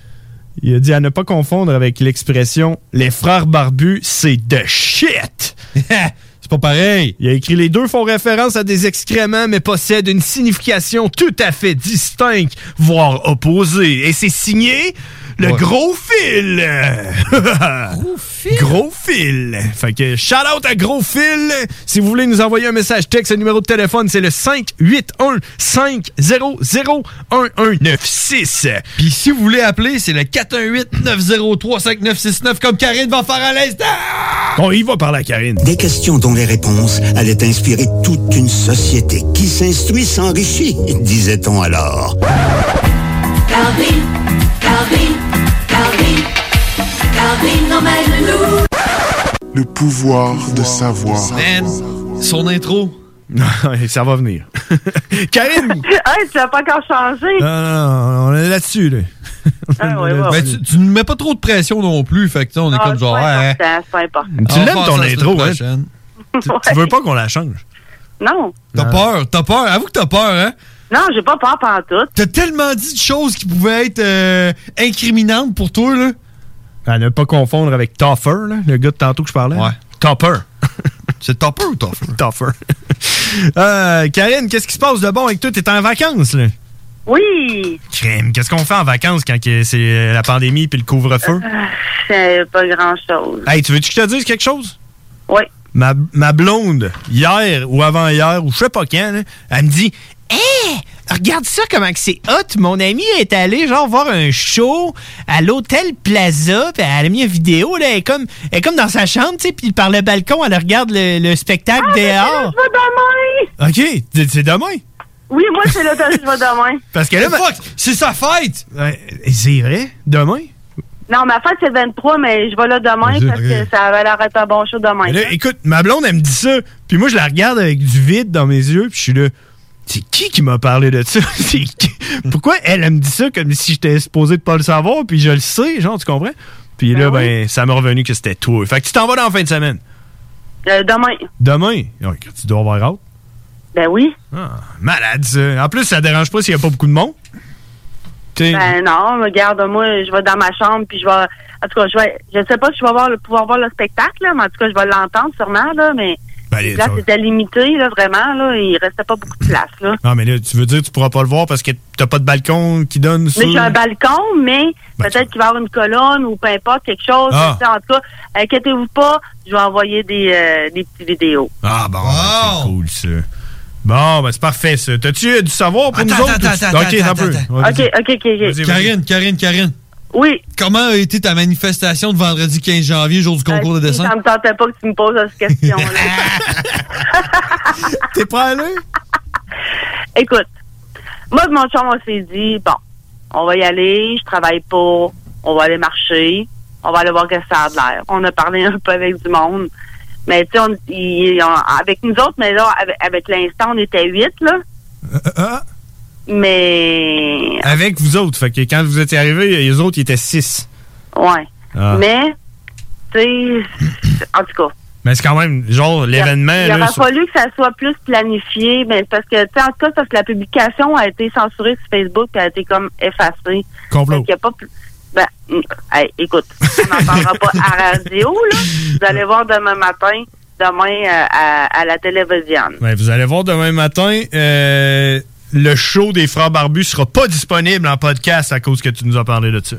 [SPEAKER 3] Il a dit à ne pas confondre avec l'expression Les frères barbus, c'est de shit!
[SPEAKER 8] c'est pas pareil!
[SPEAKER 3] Il a écrit Les deux font référence à des excréments, mais possèdent une signification tout à fait distincte, voire opposée. Et c'est signé Le
[SPEAKER 8] Ouais.
[SPEAKER 3] Gros Fil! gros Fil? Gros Fil! Fait que shout out à Gros Fil! Si vous voulez nous envoyer un message texte, le numéro de téléphone, c'est le 581 500 1196.
[SPEAKER 8] Puis si vous voulez appeler, c'est le 418-903-5969 comme Karine va faire à l'instant.
[SPEAKER 3] On y va par la Karine.
[SPEAKER 10] Des questions dont les réponses allaient inspirer toute une société qui s'instruit s'enrichit, disait-on alors.
[SPEAKER 7] Calvin, Calvin, Calvin, Calvin emmène-nous.
[SPEAKER 19] Le pouvoir de savoir.
[SPEAKER 8] Man, son intro.
[SPEAKER 3] ça va venir. Karine!
[SPEAKER 20] hey, tu l'as pas encore changé.
[SPEAKER 3] Non, non, non, on est là-dessus, là.
[SPEAKER 20] Ah, ouais, ouais, ouais.
[SPEAKER 8] Ben, tu, tu ne mets pas trop de pression non plus, fait que tu sais, on est
[SPEAKER 20] Ah,
[SPEAKER 8] comme genre.
[SPEAKER 20] c'est pas
[SPEAKER 8] ouais, hein.
[SPEAKER 20] important, c'est pas important.
[SPEAKER 3] Tu
[SPEAKER 8] On
[SPEAKER 3] l'aimes
[SPEAKER 8] passe
[SPEAKER 3] ton
[SPEAKER 8] à la
[SPEAKER 3] intro,
[SPEAKER 8] semaine
[SPEAKER 3] hein?
[SPEAKER 8] prochaine.
[SPEAKER 3] Tu veux pas qu'on la change?
[SPEAKER 20] Non.
[SPEAKER 8] T'as peur, t'as peur, avoue que t'as peur, hein?
[SPEAKER 20] Non, j'ai pas peur pantoute.
[SPEAKER 8] T'as tellement dit de choses qui pouvaient être euh, incriminantes pour toi, là.
[SPEAKER 3] À ne pas confondre avec Toffer, là, le gars de tantôt que je parlais. Ouais. Topper.
[SPEAKER 8] C'est Topper ou Toffer?
[SPEAKER 3] Toffer. Euh, Karine, qu'est-ce qui se passe de bon avec toi? T'es en vacances, là?
[SPEAKER 20] Oui.
[SPEAKER 3] Crème, qu'est-ce qu'on fait en vacances quand que c'est euh, la pandémie puis le couvre-feu?
[SPEAKER 20] Ah, C'est pas grand-chose.
[SPEAKER 3] Hey, tu veux-tu que je te dise quelque chose?
[SPEAKER 20] Oui.
[SPEAKER 3] Ma, ma blonde, hier ou avant-hier, ou je sais pas quand, là, elle me dit Hé, regarde ça comment que c'est hot. Mon amie est allée genre voir un show à l'hôtel Plaza, puis elle a mis une vidéo, là, elle, est comme, elle est comme dans sa chambre, tu sais, puis par le balcon, elle regarde le, le
[SPEAKER 7] Ah,
[SPEAKER 3] spectacle dehors.
[SPEAKER 20] Je vais demain.
[SPEAKER 3] OK, c'est c'est demain.
[SPEAKER 20] Oui, moi, c'est là que je vais demain.
[SPEAKER 3] Parce que là, c'est sa fête! c'est vrai, demain.
[SPEAKER 20] Non, ma fête, c'est le 23, mais je vais là demain
[SPEAKER 3] Vas-y,
[SPEAKER 20] parce
[SPEAKER 3] ok.
[SPEAKER 20] que ça va l'air être un bon show demain.
[SPEAKER 3] Mais là, écoute, ma blonde, elle me dit ça, puis moi, je la regarde avec du vide dans mes yeux, puis je suis là, c'est qui qui m'a parlé de ça? C'est qui? Pourquoi elle, elle me dit ça comme si j'étais supposé de pas le savoir, puis je le sais, genre, tu comprends? Puis là, ben, ça m'a revenu que c'était toi. Fait que tu t'en vas dans la fin de semaine.
[SPEAKER 20] Euh, demain.
[SPEAKER 3] Demain, Ah, tu dois avoir hâte.
[SPEAKER 20] Ben oui.
[SPEAKER 3] Ah, malade, ça. En plus, ça dérange pas s'il y a pas beaucoup de monde. T'sais,
[SPEAKER 20] Ben non, regarde, moi, je vais dans ma chambre, puis je vais. En tout cas, je vais. Je sais pas si je vais voir le, pouvoir voir le spectacle, là, mais en tout cas, je vais l'entendre sûrement, là, mais.
[SPEAKER 3] Ben, allez,
[SPEAKER 20] là,
[SPEAKER 3] ça va.
[SPEAKER 20] c'était limité, là, vraiment, là. Il restait pas beaucoup de place, là.
[SPEAKER 3] Non, mais là, tu veux dire que tu pourras pas le voir parce que t'as pas de balcon qui donne sur...
[SPEAKER 20] Mais j'ai un balcon, mais peut-être qu'il va y avoir une colonne ou peu importe, quelque chose.
[SPEAKER 3] Ben, Ah.
[SPEAKER 20] Tu sais, En tout cas, inquiétez-vous pas, je vais envoyer des, euh, des petites vidéos.
[SPEAKER 3] Ah bon, ben, c'est cool ça. Bon, ben c'est parfait ça. T'as-tu euh, du savoir pour nous autres? ou- ok, attends un peu. Ouais,
[SPEAKER 20] OK,
[SPEAKER 3] vas-y.
[SPEAKER 20] OK, OK, OK.
[SPEAKER 8] Karine, Karine, Karine.
[SPEAKER 20] Oui.
[SPEAKER 8] Comment a été ta manifestation de vendredi 15 janvier, jour du concours de
[SPEAKER 20] Si,
[SPEAKER 8] dessin?
[SPEAKER 20] Euh, Ça me tentait pas que tu me poses cette question-là.
[SPEAKER 3] T'es pas allé?
[SPEAKER 20] Écoute, moi et mon chum, on s'est dit, bon, on va y aller, je travaille pas, on va aller marcher, on va aller voir que ça a de l'air. On a parlé un peu avec du monde. Mais tu sais, on- ils- on- avec nous autres, mais là, avec, avec l'instant, on était huit, là.
[SPEAKER 3] Euh,
[SPEAKER 20] Mais,
[SPEAKER 3] Avec vous autres, fait que quand vous étiez arrivés, les autres, ils étaient six.
[SPEAKER 20] ouais.
[SPEAKER 3] Ah.
[SPEAKER 20] Mais, tu sais, en tout cas,
[SPEAKER 3] Mais c'est quand même, genre, l'événement...
[SPEAKER 20] Il
[SPEAKER 3] Ben, là,
[SPEAKER 20] aurait
[SPEAKER 3] sur-
[SPEAKER 20] fallu que ça soit plus planifié, mais parce que, tu sais, en tout cas, parce que la publication a été censurée sur Facebook puis a été comme effacée.
[SPEAKER 3] Complot.
[SPEAKER 20] Fait qu'il y a pas plus- Ben, mm, hey, écoute, on n'en parlera pas à la radio, là. Vous allez voir demain matin, demain euh, à, à la télévision.
[SPEAKER 3] Ouais, vous allez voir demain matin, euh, le show des Frères Barbus sera pas disponible en podcast à cause que tu nous as parlé de ça.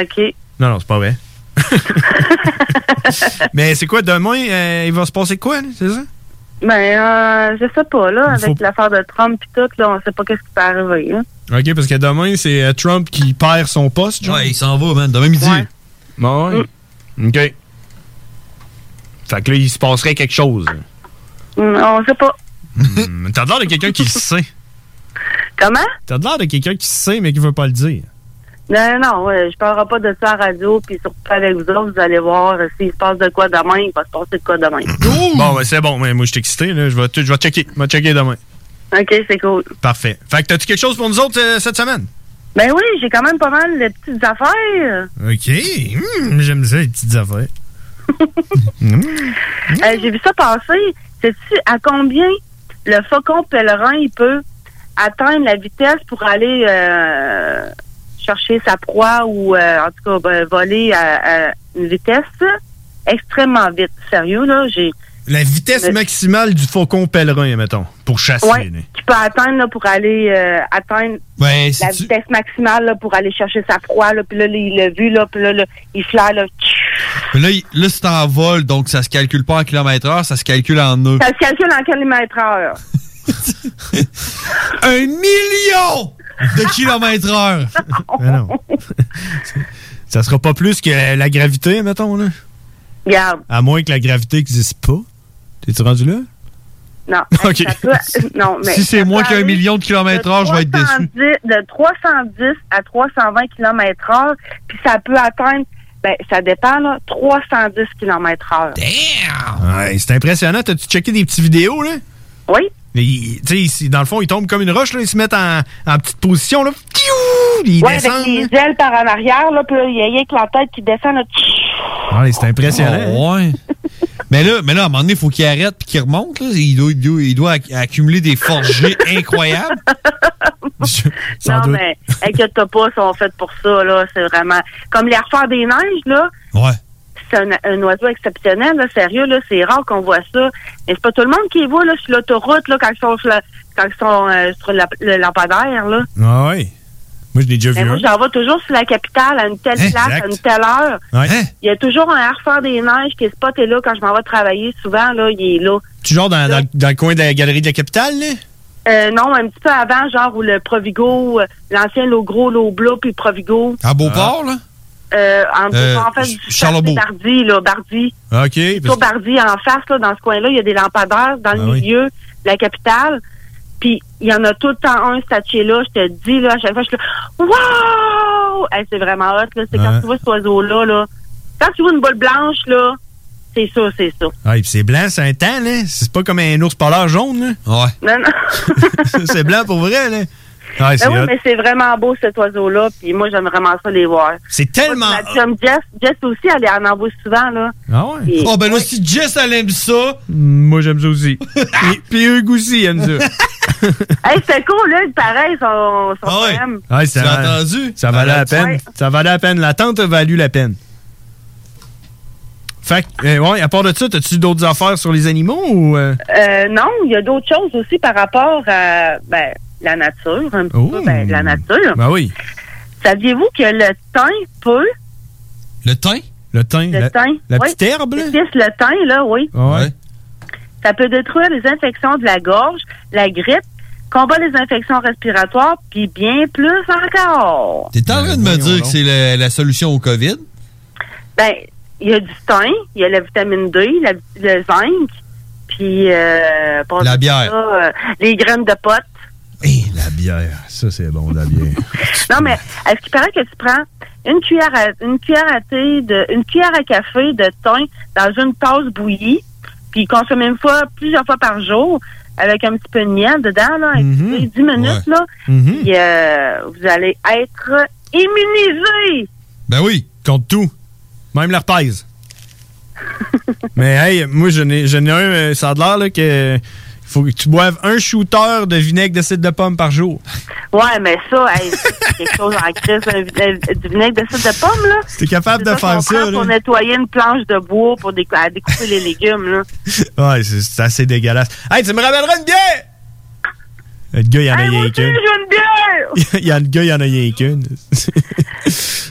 [SPEAKER 20] OK.
[SPEAKER 3] Non, non, c'est pas vrai. Mais c'est quoi, demain, euh, il va se passer quoi, là, c'est ça?
[SPEAKER 20] Ben, euh, je sais pas, là,
[SPEAKER 3] Il faut-
[SPEAKER 20] avec l'affaire de Trump et tout, là, on sait pas qu'est-ce qui peut arriver, hein.
[SPEAKER 3] OK, parce que demain, c'est euh, Trump qui perd son poste. Ouais,
[SPEAKER 8] il s'en va, man. Demain midi.
[SPEAKER 3] Ouais.
[SPEAKER 20] Mm.
[SPEAKER 3] OK. Fait que là, il se passerait quelque chose.
[SPEAKER 20] Mm, On sait pas.
[SPEAKER 3] Hmm, T'as de l'air de quelqu'un qui sait.
[SPEAKER 20] Comment?
[SPEAKER 3] T'as de l'air de quelqu'un qui sait, mais qui veut pas le dire.
[SPEAKER 20] Non, non, non, euh, je parlerai pas de ça à la radio, puis surtout pas avec vous autres, vous allez voir euh, s'il se passe de quoi demain, il va se passer de quoi demain.
[SPEAKER 3] Bon, ben c'est bon. mais moi, je suis excité. là. Je vais tout- je vais checker. Je vais checker demain.
[SPEAKER 20] OK, c'est cool.
[SPEAKER 3] Parfait. Fait que t'as-tu quelque chose pour nous autres euh, cette semaine?
[SPEAKER 20] Ben oui, j'ai quand même pas mal de petites affaires.
[SPEAKER 3] OK. Hmm, J'aime ça, les petites affaires.
[SPEAKER 20] Euh, j'ai vu ça passer. Sais-tu à combien le faucon pèlerin, il peut atteindre la vitesse pour aller euh, chercher sa proie ou, euh, en tout cas, ben, voler à, à une vitesse extrêmement vite. Sérieux, là, j'ai...
[SPEAKER 3] La vitesse maximale du faucon pèlerin, mettons, pour chasser.
[SPEAKER 20] Ouais,
[SPEAKER 3] là.
[SPEAKER 20] qui peut atteindre là, pour aller euh, atteindre
[SPEAKER 3] Ben, si
[SPEAKER 20] la
[SPEAKER 3] tu-
[SPEAKER 20] vitesse maximale là, pour aller chercher sa proie. Là, puis là, là, il l'a vu, là, puis là, là, il flaire. Là,
[SPEAKER 8] Euh. Mais Là, il- là c'est en vol, donc ça se calcule pas en kilomètres heure, ça se calcule en nœuds.
[SPEAKER 20] ça se calcule en kilomètre heure.
[SPEAKER 8] Un million de kilomètres heure!
[SPEAKER 3] Mais non. ça sera pas plus que la gravité, mettons, là.
[SPEAKER 20] Regarde,
[SPEAKER 3] À moins que la gravité n'existe pas. T'es-tu rendu là?
[SPEAKER 20] non.
[SPEAKER 3] Ok.
[SPEAKER 20] Ça peut- non, mais
[SPEAKER 8] si c'est
[SPEAKER 20] ça
[SPEAKER 8] moins
[SPEAKER 20] peut
[SPEAKER 8] qu'un
[SPEAKER 20] aller
[SPEAKER 8] million de kilomètres heure, je vais être déçu.
[SPEAKER 20] 310 De 310 à 320 km heure, puis ça peut atteindre, ben, ça dépend, là, 310 km heure.
[SPEAKER 3] Ouais, c'est impressionnant. T'as-tu checké des petites vidéos, là?
[SPEAKER 20] Oui.
[SPEAKER 3] Tu sais, ils- dans le fond, ils tombent comme une roche, là. Ils se mettent en, en petite position, là. Piou! Ils
[SPEAKER 20] ouais,
[SPEAKER 3] descendent.
[SPEAKER 20] avec les ailes par en arrière, là, puis là, il y a rien que la tête qui descend, là,
[SPEAKER 3] Ouais, Ah, c'est impressionnant. hein?
[SPEAKER 8] Oh, ouais. mais, là, mais là, à un moment donné, il faut qu'il arrête puis qu'il remonte. là. Il doit, il doit- il doit acc- accumuler des forgés incroyables.
[SPEAKER 3] Sans
[SPEAKER 20] non,
[SPEAKER 3] doute.
[SPEAKER 20] mais inquiète-toi pas, ils sont faits pour ça, là. C'est vraiment. Comme les refaire des neiges, là.
[SPEAKER 8] Ouais.
[SPEAKER 20] C'est un, un oiseau exceptionnel, là. Sérieux, là. C'est rare qu'on voit ça. Mais c'est pas tout le monde qui les voit, là, sur l'autoroute, là, quand ils sont sur, la- quand ils sont, euh, sur la- le lampadaire, là.
[SPEAKER 3] Ah ouais. Moi, je l'ai déjà vu.
[SPEAKER 20] Mais Ben, moi,
[SPEAKER 3] un.
[SPEAKER 20] j'en vais toujours sur la capitale, à une telle
[SPEAKER 3] Hein,
[SPEAKER 20] place,
[SPEAKER 3] exact.
[SPEAKER 20] à une telle heure.
[SPEAKER 3] Ouais.
[SPEAKER 20] Il y a toujours un harfeur des neiges qui est spoté là quand je m'en vais travailler. Souvent, là, il est là.
[SPEAKER 3] Tu genre dans, dans- dans le coin de la galerie de la capitale, là?
[SPEAKER 20] Euh, non, un petit peu avant, genre où le Provigo, euh, l'ancien Logro, Loblo, puis Provigo.
[SPEAKER 8] À Beauport, là?
[SPEAKER 20] Euh, en,
[SPEAKER 3] Euh,
[SPEAKER 20] en face
[SPEAKER 3] Ch-
[SPEAKER 20] du
[SPEAKER 3] Charlebourg.
[SPEAKER 20] Bardi, là, Bardi.
[SPEAKER 3] OK.
[SPEAKER 20] Sur Bardi, en face, là, dans ce coin-là, il y a des lampadaires dans le
[SPEAKER 3] Ah oui.
[SPEAKER 20] milieu de la capitale. Puis, il y en a tout le temps un statué là. Je te dis, là, à chaque fois, je suis là, wow! wow! Hey, c'est vraiment hot, là. C'est quand
[SPEAKER 3] Ouais.
[SPEAKER 20] tu vois cet oiseau-là, là. Quand tu vois une boule blanche, là, c'est ça, c'est ça.
[SPEAKER 3] Ah, et puis c'est blanc, c'est un temps, là. C'est pas comme un ours polaire jaune,
[SPEAKER 8] là.
[SPEAKER 20] Non, non.
[SPEAKER 3] Ouais. c'est blanc pour vrai, là. Ah, c'est
[SPEAKER 20] Ben oui,
[SPEAKER 3] hot.
[SPEAKER 20] mais c'est vraiment beau cet oiseau-là, puis moi j'aime vraiment ça les voir.
[SPEAKER 3] C'est tellement-
[SPEAKER 20] Moi, puis ma chum Jess, Jess aussi, elle en envoie souvent là.
[SPEAKER 3] Ah ouais?
[SPEAKER 20] Et-
[SPEAKER 8] Oh, ben là, si Jess, elle aime ça.
[SPEAKER 3] Moi, j'aime ça aussi. puis, puis Hugues aussi aime ça.
[SPEAKER 20] Hey, c'est cool là, pareil, son, son poème.
[SPEAKER 3] Ah, ça
[SPEAKER 8] Tu l'as
[SPEAKER 3] val-
[SPEAKER 8] entendu?
[SPEAKER 3] Ça valait la
[SPEAKER 20] Ouais.
[SPEAKER 3] peine. Ça valait la peine. L'attente a valu la peine. Fait que, euh, ouais, à part de ça, t'as-tu d'autres affaires sur les animaux ou. euh?
[SPEAKER 20] Euh, non, il y a d'autres choses aussi par rapport à ben, la nature, un petit peu, ben, la nature.
[SPEAKER 3] Ben oui.
[SPEAKER 20] Saviez-vous que le thym peut
[SPEAKER 8] Le thym?
[SPEAKER 3] Le thym.
[SPEAKER 20] le
[SPEAKER 3] Eh, la,
[SPEAKER 20] thym,
[SPEAKER 3] la
[SPEAKER 20] oui,
[SPEAKER 3] petite herbe, là? Oh.
[SPEAKER 20] l'épice, le thym là, oui.
[SPEAKER 3] Ouais.
[SPEAKER 20] Ça peut détruire les infections de la gorge, la grippe, combat les infections respiratoires, puis bien plus encore.
[SPEAKER 8] T'es en train de me dire que c'est la, la solution au COVID?
[SPEAKER 20] Ben, il y a du thym, il y a la vitamine D, la- le zinc, puis euh, pour
[SPEAKER 8] La
[SPEAKER 20] ça,
[SPEAKER 8] bière.
[SPEAKER 20] euh, les graines de potes.
[SPEAKER 3] La bière. Ça, c'est bon, la bière.
[SPEAKER 20] Non, mais est-ce qu'il paraît que tu prends une cuillère à, une cuillère à thé, de, une cuillère à café de thym dans une tasse bouillie, puis consomme une fois, plusieurs fois par jour, avec un petit peu de miel dedans, là, un petit peu, 10 minutes, là,
[SPEAKER 3] Mhm.
[SPEAKER 20] puis euh, vous allez être immunisé.
[SPEAKER 8] Ben oui.
[SPEAKER 3] Contre tout. Même la repaise. Mais hey, moi, j'en ai, j'en ai un, euh, ça a l'air là, que. Faut que tu boives un shooter de vinaigre d'acide de pomme par jour.
[SPEAKER 20] Ouais, mais ça, hey, c'est quelque chose en crise, un vi- un- du vinaigre de sucre de pomme, là.
[SPEAKER 3] T'es capable de
[SPEAKER 20] C'est ça
[SPEAKER 3] faire
[SPEAKER 20] qu'on
[SPEAKER 3] ça,
[SPEAKER 20] prend
[SPEAKER 3] là.
[SPEAKER 20] Pour nettoyer une planche de bois, pour décou- à découper les légumes, là.
[SPEAKER 3] Ouais, c'est c'est assez dégueulasse. Hey, tu me ramèneras une bière! Le gars, il y en a rien
[SPEAKER 20] Tu sais,
[SPEAKER 3] qu'une.
[SPEAKER 20] j'ai une bière!
[SPEAKER 3] Il y a le gars, il y en a rien qu'une. Euh,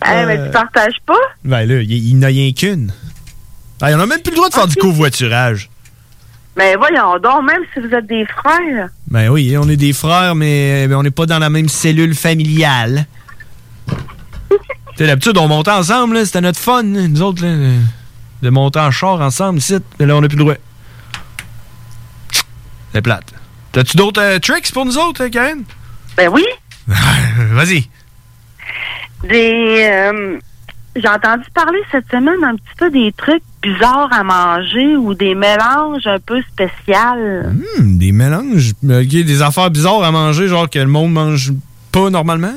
[SPEAKER 20] Hey, mais tu partages pas?
[SPEAKER 3] Ben là, il il n'y en a rien qu'une. Ah, on a même plus le droit de faire du covoiturage.
[SPEAKER 20] Mais voyons donc, même si vous êtes des frères.
[SPEAKER 3] Ben oui, on est des frères, mais mais on n'est pas dans la même cellule familiale. tu sais, d'habitude, on montait ensemble, là, c'était notre fun, là, nous autres, là, de monter en char ensemble, ici. Mais là, on n'a plus le droit. C'est plate. T'as-tu d'autres euh, tricks pour nous autres, euh, Karen?
[SPEAKER 20] Ben oui.
[SPEAKER 3] Vas-y.
[SPEAKER 20] Des. euh, j'ai entendu parler cette semaine un petit peu des trucs bizarres à manger ou des mélanges un peu spéciaux.
[SPEAKER 3] Hmm, des mélanges, euh, ok, des affaires bizarres à manger, genre que le monde mange pas normalement.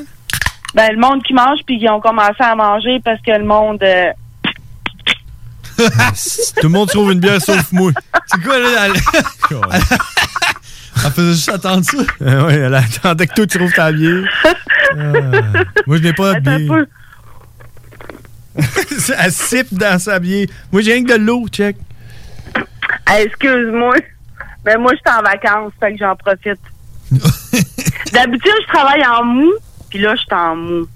[SPEAKER 20] Ben, le monde qui mange, puis ils ont commencé à manger parce que le monde. euh,
[SPEAKER 3] Ah, si Tout le monde trouve une bière sauf moi. C'est quoi, là? Elle, elle faisait juste attendre ça. oui, Ah elle attendait que toi tu trouves ta bière. Ah, moi, je n'ai pas de bière. elle sipe dans sa bière. Moi, j'ai rien que de l'eau, check.
[SPEAKER 20] Hey, Ah, Excuse-moi. Mais moi, je suis en vacances, fait que j'en profite. D'habitude, je travaille en mou, puis là, je suis en mou.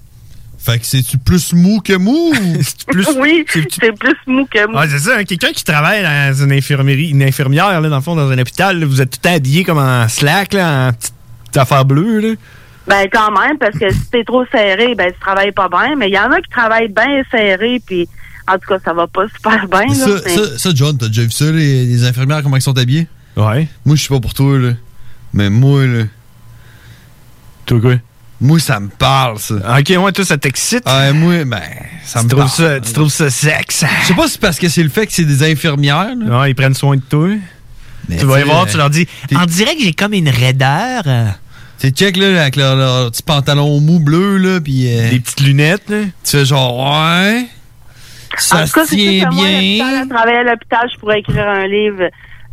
[SPEAKER 8] Fait que c'est-tu plus mou que mou? c'est
[SPEAKER 3] plus...
[SPEAKER 20] Oui, c'est plus mou que mou.
[SPEAKER 3] Ah, c'est ça, hein, quelqu'un qui travaille dans une infirmerie, une infirmière, là, dans le fond, dans un hôpital, là, vous êtes tout le temps habillé comme en slack, là, en petite affaire bleue, là.
[SPEAKER 20] Ben, quand même, parce que si t'es trop serré, ben, tu travailles pas bien. Mais il y en a qui travaillent bien serré, puis en tout cas, ça va pas super bien.
[SPEAKER 8] Mais
[SPEAKER 20] là,
[SPEAKER 8] ça,
[SPEAKER 20] mais-
[SPEAKER 8] ça, ça, John, t'as déjà vu ça, les, les infirmières, comment elles sont habillées?
[SPEAKER 3] Ouais.
[SPEAKER 8] Moi, je suis pas pour toi, là. Mais moi, là.
[SPEAKER 3] Toi, quoi? Ah,
[SPEAKER 8] Moi, ça me parle, ça.
[SPEAKER 3] Ok, ouais, toi, ça t'excite?
[SPEAKER 8] Ah, moi, ben, ça me
[SPEAKER 3] trouves
[SPEAKER 8] parle.
[SPEAKER 3] ça- tu trouves ça sexe? hein?
[SPEAKER 8] Je sais pas si c'est parce que c'est le fait que c'est des infirmières, là.
[SPEAKER 3] Non, ils prennent soin de toi.
[SPEAKER 8] Mais
[SPEAKER 3] tu vas
[SPEAKER 8] tu
[SPEAKER 3] les
[SPEAKER 8] sais,
[SPEAKER 3] voir, tu
[SPEAKER 8] euh,
[SPEAKER 3] leur dis En direct, j'ai comme une raideur. euh,
[SPEAKER 8] T'es check, là, avec leur, leur petit pantalon mou bleu, là, pis... Des
[SPEAKER 3] petites lunettes, là.
[SPEAKER 8] Tu fais genre, ouais...
[SPEAKER 20] en
[SPEAKER 8] Ça
[SPEAKER 20] tout cas,
[SPEAKER 8] se
[SPEAKER 20] c'est
[SPEAKER 8] tient
[SPEAKER 20] sûr que moi,
[SPEAKER 8] bien...
[SPEAKER 20] l'hôpital, à travailler à l'hôpital, je pourrais écrire un livre,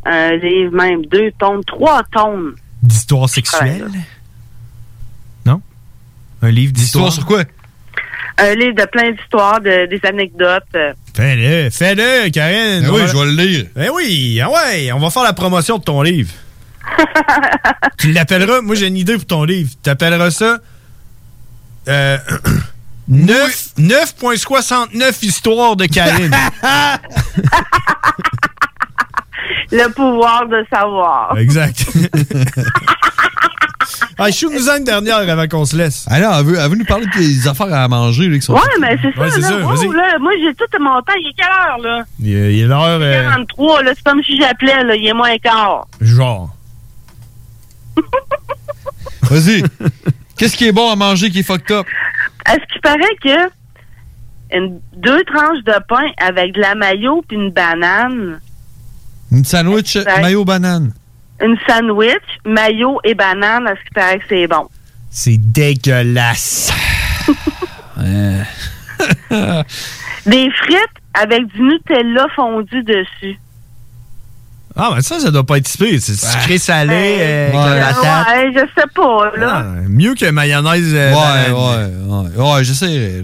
[SPEAKER 20] un livre même, deux tomes, trois tomes.
[SPEAKER 3] D'histoire sexuelle? Non? Un livre d'histoire?
[SPEAKER 8] sur quoi?
[SPEAKER 20] Un livre de plein d'histoires, de- des anecdotes. euh.
[SPEAKER 3] Fais-le, fais-le, Karine.
[SPEAKER 8] Ben oui, je vais le lire.
[SPEAKER 3] Ben oui, ah ouais, on va faire la promotion de ton livre. tu l'appelleras, moi j'ai une idée pour ton livre. Tu appelleras ça euh, 9 9.69 histoires de Karine.
[SPEAKER 20] Le pouvoir de savoir.
[SPEAKER 3] exact. ah, je suis nous en une dernière avant qu'on se laisse.
[SPEAKER 8] Alors, Ah elle veut, elle veut nous parler des affaires à manger, là, qui sont...
[SPEAKER 20] Ouais, mais c'est
[SPEAKER 3] Ouais,
[SPEAKER 20] ça,
[SPEAKER 3] c'est
[SPEAKER 20] là.
[SPEAKER 3] ça,
[SPEAKER 20] Wow,
[SPEAKER 3] vas-y.
[SPEAKER 20] là, moi, j'ai tout mon temps. Il est quelle heure, là?
[SPEAKER 3] Il, est- il est l'heure. euh,
[SPEAKER 20] 43, là. C'est comme si j'appelais, là. Il est moins quart.
[SPEAKER 3] genre.
[SPEAKER 8] Vas-y. Qu'est-ce qui est bon à manger qui est fucked up?
[SPEAKER 20] Est-ce qu'il paraît que une, deux tranches de pain avec de la mayo puis une banane,
[SPEAKER 8] Une sandwich mayo banane.
[SPEAKER 20] une sandwich, mayo et banane, est-ce qu'il paraît que c'est bon?
[SPEAKER 3] C'est dégueulasse. Euh,
[SPEAKER 20] Des frites avec du Nutella fondu dessus.
[SPEAKER 3] Ah, ben ça, ça doit pas être si pire. C'est sucré salé, euh, avec de la Ah. patate.
[SPEAKER 20] Ben, Ouais, je sais pas, là.
[SPEAKER 3] Ouais, Euh, Mieux que mayonnaise. euh,
[SPEAKER 8] Ouais,
[SPEAKER 3] ouais, ouais. Ouais, j'essaierai.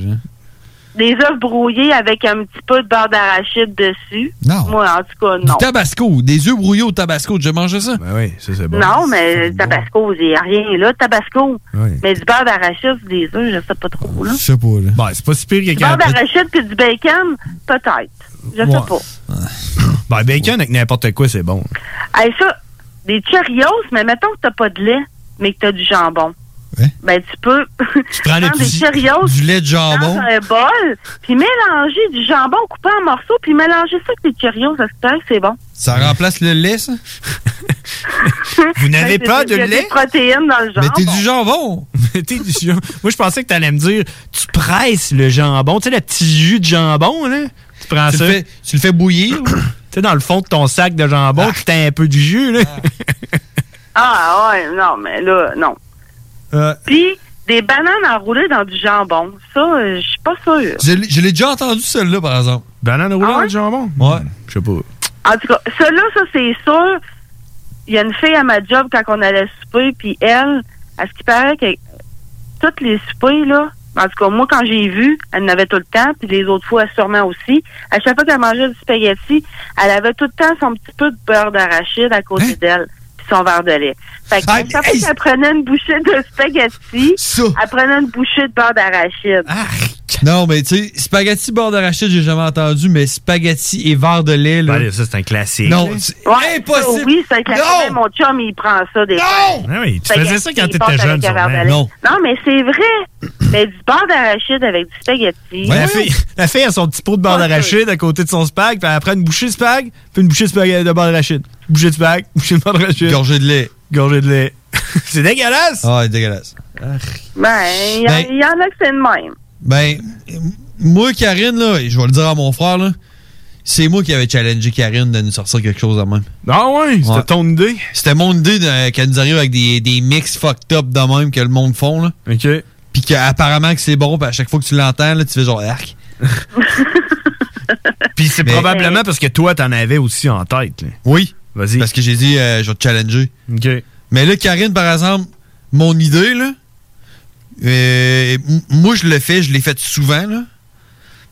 [SPEAKER 20] Des œufs brouillés avec un petit peu de beurre d'arachide dessus.
[SPEAKER 8] Non.
[SPEAKER 20] Moi, en tout cas,
[SPEAKER 8] Du
[SPEAKER 20] Euh, non.
[SPEAKER 8] tabasco, des œufs brouillés au tabasco. J'ai mangé ça?
[SPEAKER 3] Ben oui, ça c'est
[SPEAKER 20] Non, mais le tabasco, il n'y a rien là, de tabasco.
[SPEAKER 8] Oui.
[SPEAKER 20] Mais du beurre d'arachide, c'est des œufs, je sais pas trop. Là.
[SPEAKER 3] Je sais pas, là. Ben, c'est pas si pire que
[SPEAKER 20] Du beurre
[SPEAKER 3] quand.
[SPEAKER 20] d'arachide puis du bacon, peut-être. Je sais
[SPEAKER 3] Ouais.
[SPEAKER 20] pas.
[SPEAKER 3] Ben, bacon avec n'importe quoi, c'est bon.
[SPEAKER 20] Hey, ça, des Cheerios, mais mettons que t'as pas de lait, mais que t'as du jambon. Ben, tu peux tu
[SPEAKER 8] prends le
[SPEAKER 20] des
[SPEAKER 8] petit-
[SPEAKER 20] Cheerios euh,
[SPEAKER 8] du lait de jambon.
[SPEAKER 20] dans un bol, puis mélanger du jambon coupé en morceaux, puis mélanger ça avec des Cheerios, ça se paraît que c'est bon.
[SPEAKER 8] Ça remplace le lait, ça?
[SPEAKER 3] Vous n'avez
[SPEAKER 20] Ben,
[SPEAKER 3] pas
[SPEAKER 20] c'est-
[SPEAKER 3] de
[SPEAKER 20] il y a
[SPEAKER 3] lait?
[SPEAKER 20] des protéines dans le jambon.
[SPEAKER 3] du jambon! Mais t'es du jambon. Moi, je pensais que t'allais me dire, tu presses le jambon. Tu sais, le petit jus de jambon, là. Tu prends
[SPEAKER 8] Tu
[SPEAKER 3] ça.
[SPEAKER 8] le fais-
[SPEAKER 3] tu le fais bouillir. Ah. tu sais, dans le fond de ton sac de jambon, tu t'as un peu du jus, là.
[SPEAKER 20] Ah, ouais, non, mais là, non.
[SPEAKER 3] Euh,
[SPEAKER 20] Puis, des bananes enroulées dans du jambon. Ça, euh, je suis pas sûre.
[SPEAKER 8] Je l'ai je l'ai déjà entendu, celle-là, par exemple.
[SPEAKER 3] Banane roulée
[SPEAKER 20] Ah ouais?
[SPEAKER 3] avec jambon? Ouais. Je sais pas.
[SPEAKER 20] En tout cas, ça là, ça c'est sûr. Il y a une fille à ma job quand on allait souper, puis elle, à ce qui paraît que toutes les soupers, là, en tout cas, moi, quand j'ai vu, elle en avait tout le temps, puis les autres fois, sûrement aussi. À chaque fois qu'elle mangeait du spaghetti, elle avait tout le temps son petit peu de beurre d'arachide à côté d'elle, puis son verre de lait. Fait que, à chaque fois qu'elle prenait une bouchée de spaghetti, elle prenait une bouchée de beurre d'arachide.
[SPEAKER 8] Non, mais tu sais, spaghetti beurre d'arachide, j'ai jamais entendu, mais spaghetti et verre de lait, là.
[SPEAKER 3] ça, c'est un classique.
[SPEAKER 8] Non,
[SPEAKER 3] là.
[SPEAKER 8] c'est-
[SPEAKER 20] Ouais,
[SPEAKER 8] impossible.
[SPEAKER 20] ça, Oui, c'est que la
[SPEAKER 8] Non!
[SPEAKER 20] semaine, mon chum, il prend ça des fois.
[SPEAKER 3] Ah oui, tu
[SPEAKER 20] Spaghetti,
[SPEAKER 3] faisais ça quand
[SPEAKER 20] il
[SPEAKER 3] t'étais
[SPEAKER 20] passe
[SPEAKER 3] jeune,
[SPEAKER 20] avec un verre
[SPEAKER 3] sûrement.
[SPEAKER 20] de lait.
[SPEAKER 3] Non.
[SPEAKER 20] Non, mais c'est vrai. mais du beurre d'arachide avec du spaghetti.
[SPEAKER 3] Ouais, la, fille, la fille a son petit pot de beurre d'arachide à côté de son spag, puis elle prend une bouchée de spag, puis une bouchée de, spag, euh, de beurre d'arachide. Bouchée de spag, bouchée de beurre d'arachide. Gorgée de lait. Gorgée de lait. c'est dégueulasse!
[SPEAKER 8] Ah, c'est dégueulasse.
[SPEAKER 20] Ben, il y, a-
[SPEAKER 8] Ben-
[SPEAKER 20] il y en a que c'est de même.
[SPEAKER 8] Ben, euh, moi, Karine, là, et je vais le dire à mon frère, là, c'est moi qui avais challengé Karine de nous sortir quelque chose de même.
[SPEAKER 3] Ah ouais? C'était ton idée?
[SPEAKER 8] C'était mon idée de- euh, qu'elle nous arrive avec des, des mix fucked up de même que le monde font, là.
[SPEAKER 3] OK.
[SPEAKER 8] Puis qu'apparemment que c'est bon, puis à chaque fois que tu l'entends, là, tu fais genre arc.
[SPEAKER 3] Puis c'est probablement parce que toi, t'en avais aussi en tête.
[SPEAKER 8] Oui.
[SPEAKER 3] Vas-y.
[SPEAKER 8] Parce que j'ai dit, euh, je vais te challenger.
[SPEAKER 3] OK.
[SPEAKER 8] Mais là, Karine, par exemple, mon idée, là, euh, m- moi, je le fais, je l'ai fait souvent, là.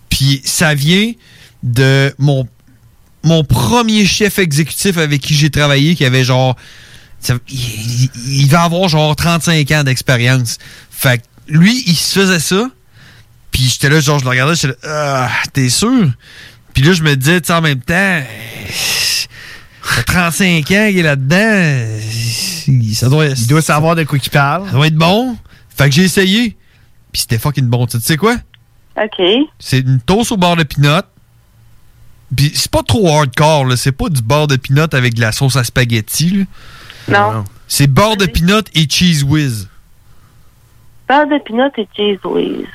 [SPEAKER 8] Puis ça vient de mon, mon premier chef exécutif avec qui j'ai travaillé, qui avait genre. ça- il, il- il va avoir genre 35 ans d'expérience. Fait que lui, il se faisait ça. Puis j'étais là, genre, je le regardais, j'étais là, Ah, t'es sûr? Puis là, je me disais, tu sais, en même temps, euh, ça fait 35 ans qu'il est là-dedans, euh, il- ça doit, il doit
[SPEAKER 3] savoir de quoi il parle.
[SPEAKER 8] Ça doit être bon. Fait que j'ai essayé. Puis c'était fucking bon. Tu sais quoi?
[SPEAKER 20] OK.
[SPEAKER 8] C'est une toast au beurre de pinot. Puis c'est pas trop hardcore, là. C'est pas du beurre de pinot avec de la sauce à spaghetti, là.
[SPEAKER 20] Non.
[SPEAKER 8] C'est beurre de pinot et cheese whiz.
[SPEAKER 20] Beurre de pinot et cheese whiz.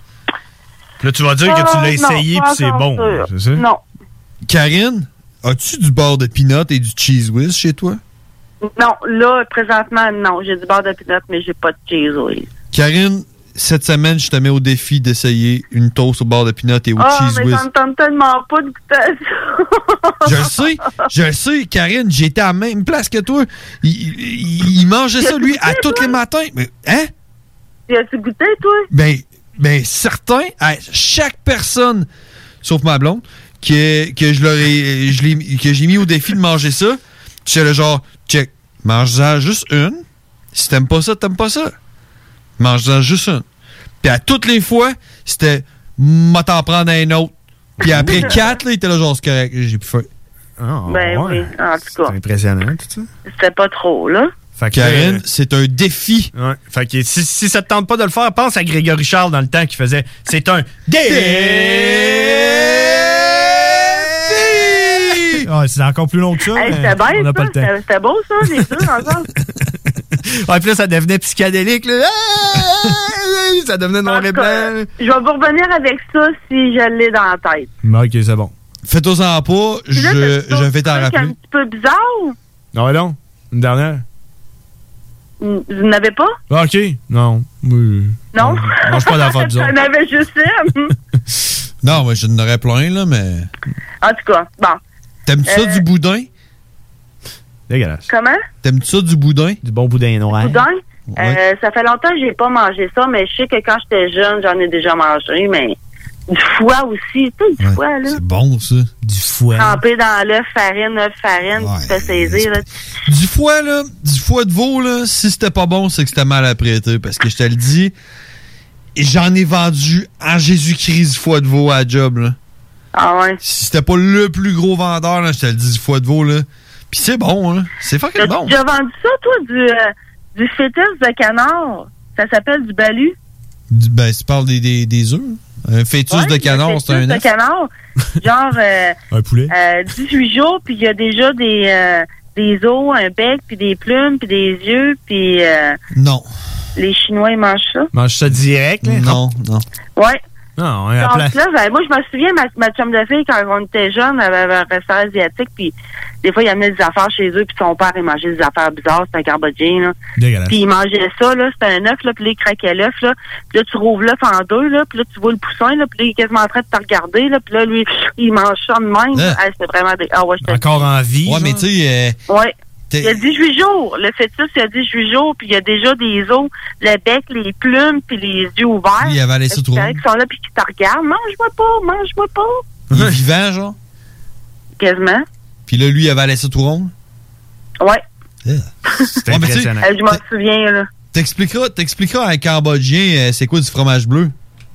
[SPEAKER 3] Là, tu vas dire que
[SPEAKER 20] Euh,
[SPEAKER 3] tu l'as essayé, puis c'est bon. c'est ça?
[SPEAKER 20] Non.
[SPEAKER 8] Karine, as-tu du beurre de pinot et du cheese whiz chez toi?
[SPEAKER 20] Non, là, présentement, non. J'ai du beurre de pinot, mais j'ai pas de cheese whiz.
[SPEAKER 8] Karine, cette semaine, je te mets au défi d'essayer une toast au beurre de pinot et au
[SPEAKER 20] Ah,
[SPEAKER 8] cheese
[SPEAKER 20] mais
[SPEAKER 8] whiz.
[SPEAKER 20] ça me tente tellement pas de goûter à ça.
[SPEAKER 8] Je le sais, je le sais, Karine, j'étais à la même place que toi. Il, il- il mangeait ça, lui, à tous les matins. Mais, hein?
[SPEAKER 20] Y a-tu goûté, toi?
[SPEAKER 8] Ben, ben, certain, à chaque personne, sauf ma blonde, que, que je leur ai- je l'ai- que j'ai mis au défi de manger ça, j'étais le genre, check, mange-en juste une. Si t'aimes pas ça, t'aimes pas ça. Mange-en juste une. Puis à toutes les fois, c'était, m'a t'en prendre un autre. Puis après quatre, là, il était là, genre, c'est correct, j'ai plus faim.
[SPEAKER 20] ben oui, en tout cas.
[SPEAKER 3] Ah, Impressionnant, tout ça.
[SPEAKER 20] C'était pas trop, là.
[SPEAKER 3] Fait que, euh,
[SPEAKER 8] Karine, c'est un défi.
[SPEAKER 3] Ouais. Fait que si, si ça te tente pas de le faire, pense à Grégory Charles dans le temps qui faisait C'est un défi! Ah, c'est encore plus long que ça.
[SPEAKER 20] Hey,
[SPEAKER 3] mais
[SPEAKER 20] c'était
[SPEAKER 3] on n'a pas le
[SPEAKER 20] bien, ça. C'était-
[SPEAKER 3] temps.
[SPEAKER 20] C'était beau, ça, les deux, ensemble.
[SPEAKER 3] Ouais, puis là, ça devenait psychédélique. là. Ça devenait noir et
[SPEAKER 8] Ben,
[SPEAKER 3] blanc.
[SPEAKER 20] Je vais vous revenir avec ça si je l'ai dans la tête.
[SPEAKER 3] Ok, c'est bon.
[SPEAKER 8] Fais-toi-en pas, je, je vais t'en
[SPEAKER 20] C'est un
[SPEAKER 8] rappeler.
[SPEAKER 20] petit peu bizarre.
[SPEAKER 3] Non, mais non. Une dernière.
[SPEAKER 20] Vous n'avez pas?
[SPEAKER 3] Ah, OK. Non. Oui.
[SPEAKER 20] Non?
[SPEAKER 3] Non, j'ai pas d'affaires
[SPEAKER 20] J'en
[SPEAKER 3] bizarres.
[SPEAKER 20] avais juste une.
[SPEAKER 8] Non, mais je n'aurais plein, là, mais.
[SPEAKER 20] En tout cas, bon.
[SPEAKER 8] T'aimes-tu ça
[SPEAKER 20] Euh,
[SPEAKER 8] du boudin?
[SPEAKER 3] Dégueulasse.
[SPEAKER 20] Comment?
[SPEAKER 8] T'aimes-tu ça du boudin? Du bon boudin noir.
[SPEAKER 20] Boudin? Euh, ça fait longtemps que j'ai pas mangé ça, mais je sais que quand j'étais jeune, j'en ai déjà mangé, mais du foie aussi, tu sais, du foie, là.
[SPEAKER 8] Bon, hein. ça. Du foie.
[SPEAKER 20] Trempé dans l'œuf, farine, œuf, farine, tu te fais saisir, là.
[SPEAKER 8] Du foie, là, du foie de veau, là, si c'était pas bon, c'est que c'était mal apprêté. Parce que je te le dis, j'en ai vendu en Jésus-Christ du foie de veau à job, là.
[SPEAKER 20] Ah ouais?
[SPEAKER 8] Si c'était pas le plus gros vendeur, là, je te le dis, du foie de veau, là. Pis c'est bon, là. C'est fucking
[SPEAKER 20] T'as-tu
[SPEAKER 8] bon.
[SPEAKER 20] déjà vendu ça, toi, du, euh, du fœtus de canard? Ça s'appelle du balu.
[SPEAKER 8] Du- Ben, tu parles des, des, des œufs. Un fœtus de canard, c'est un
[SPEAKER 20] fœtus de
[SPEAKER 8] œuf.
[SPEAKER 20] canard. Genre, euh,
[SPEAKER 8] Un poulet.
[SPEAKER 20] euh, 18 jours, puis il y a déjà des, euh, des os, un bec, puis des plumes, puis des yeux, puis euh,
[SPEAKER 8] Non.
[SPEAKER 20] les Chinois, ils mangent ça.
[SPEAKER 3] Mange ça direct, là.
[SPEAKER 8] Non, non.
[SPEAKER 20] Ouais.
[SPEAKER 3] Non, on est à
[SPEAKER 20] Donc
[SPEAKER 3] plat.
[SPEAKER 20] là, ben, moi, je me souviens, ma, ma chum de fille, quand on était jeune, elle avait un restaurant asiatique, puis des fois, il amenait des affaires chez eux, puis son père, il mangeait des affaires bizarres, c'était un cambodgien, là.
[SPEAKER 3] Dégueulasse.
[SPEAKER 20] Puis il mangeait ça, là, c'était un œuf, là, puis là, il craquait l'œuf, là. Puis là, tu rouvres l'œuf en deux, là, puis là, tu vois le poussin, là, puis là, il est quasiment en train de te regarder, là, puis là, lui, il mange ça de même.
[SPEAKER 8] Hein?
[SPEAKER 20] Ah, c'était vraiment des... Ah ouais, je te
[SPEAKER 8] Encore en vie. Ouais, mais tu sais, euh,
[SPEAKER 20] Ouais.
[SPEAKER 8] T'es-
[SPEAKER 20] Il y a 18 jours. Le fœtus, il y a 18 jours, puis il y a déjà des os, le bec, les plumes, puis les yeux ouverts.
[SPEAKER 8] Il avalait ça
[SPEAKER 20] Fait que
[SPEAKER 8] trop.
[SPEAKER 20] c'est vrai qu'ils sont là, puis qui te regardent. Mange-moi pas, mange-moi pas.
[SPEAKER 8] euh, il est vivant, genre.
[SPEAKER 20] Quasiment.
[SPEAKER 8] Puis là, lui, il avalait ça tout rond.
[SPEAKER 20] Ouais.
[SPEAKER 8] Ah, C'était
[SPEAKER 20] Euh, je m'en souviens, là.
[SPEAKER 8] T'expliqueras, t'expliqueras à un Cambodgien euh, c'est quoi du fromage bleu.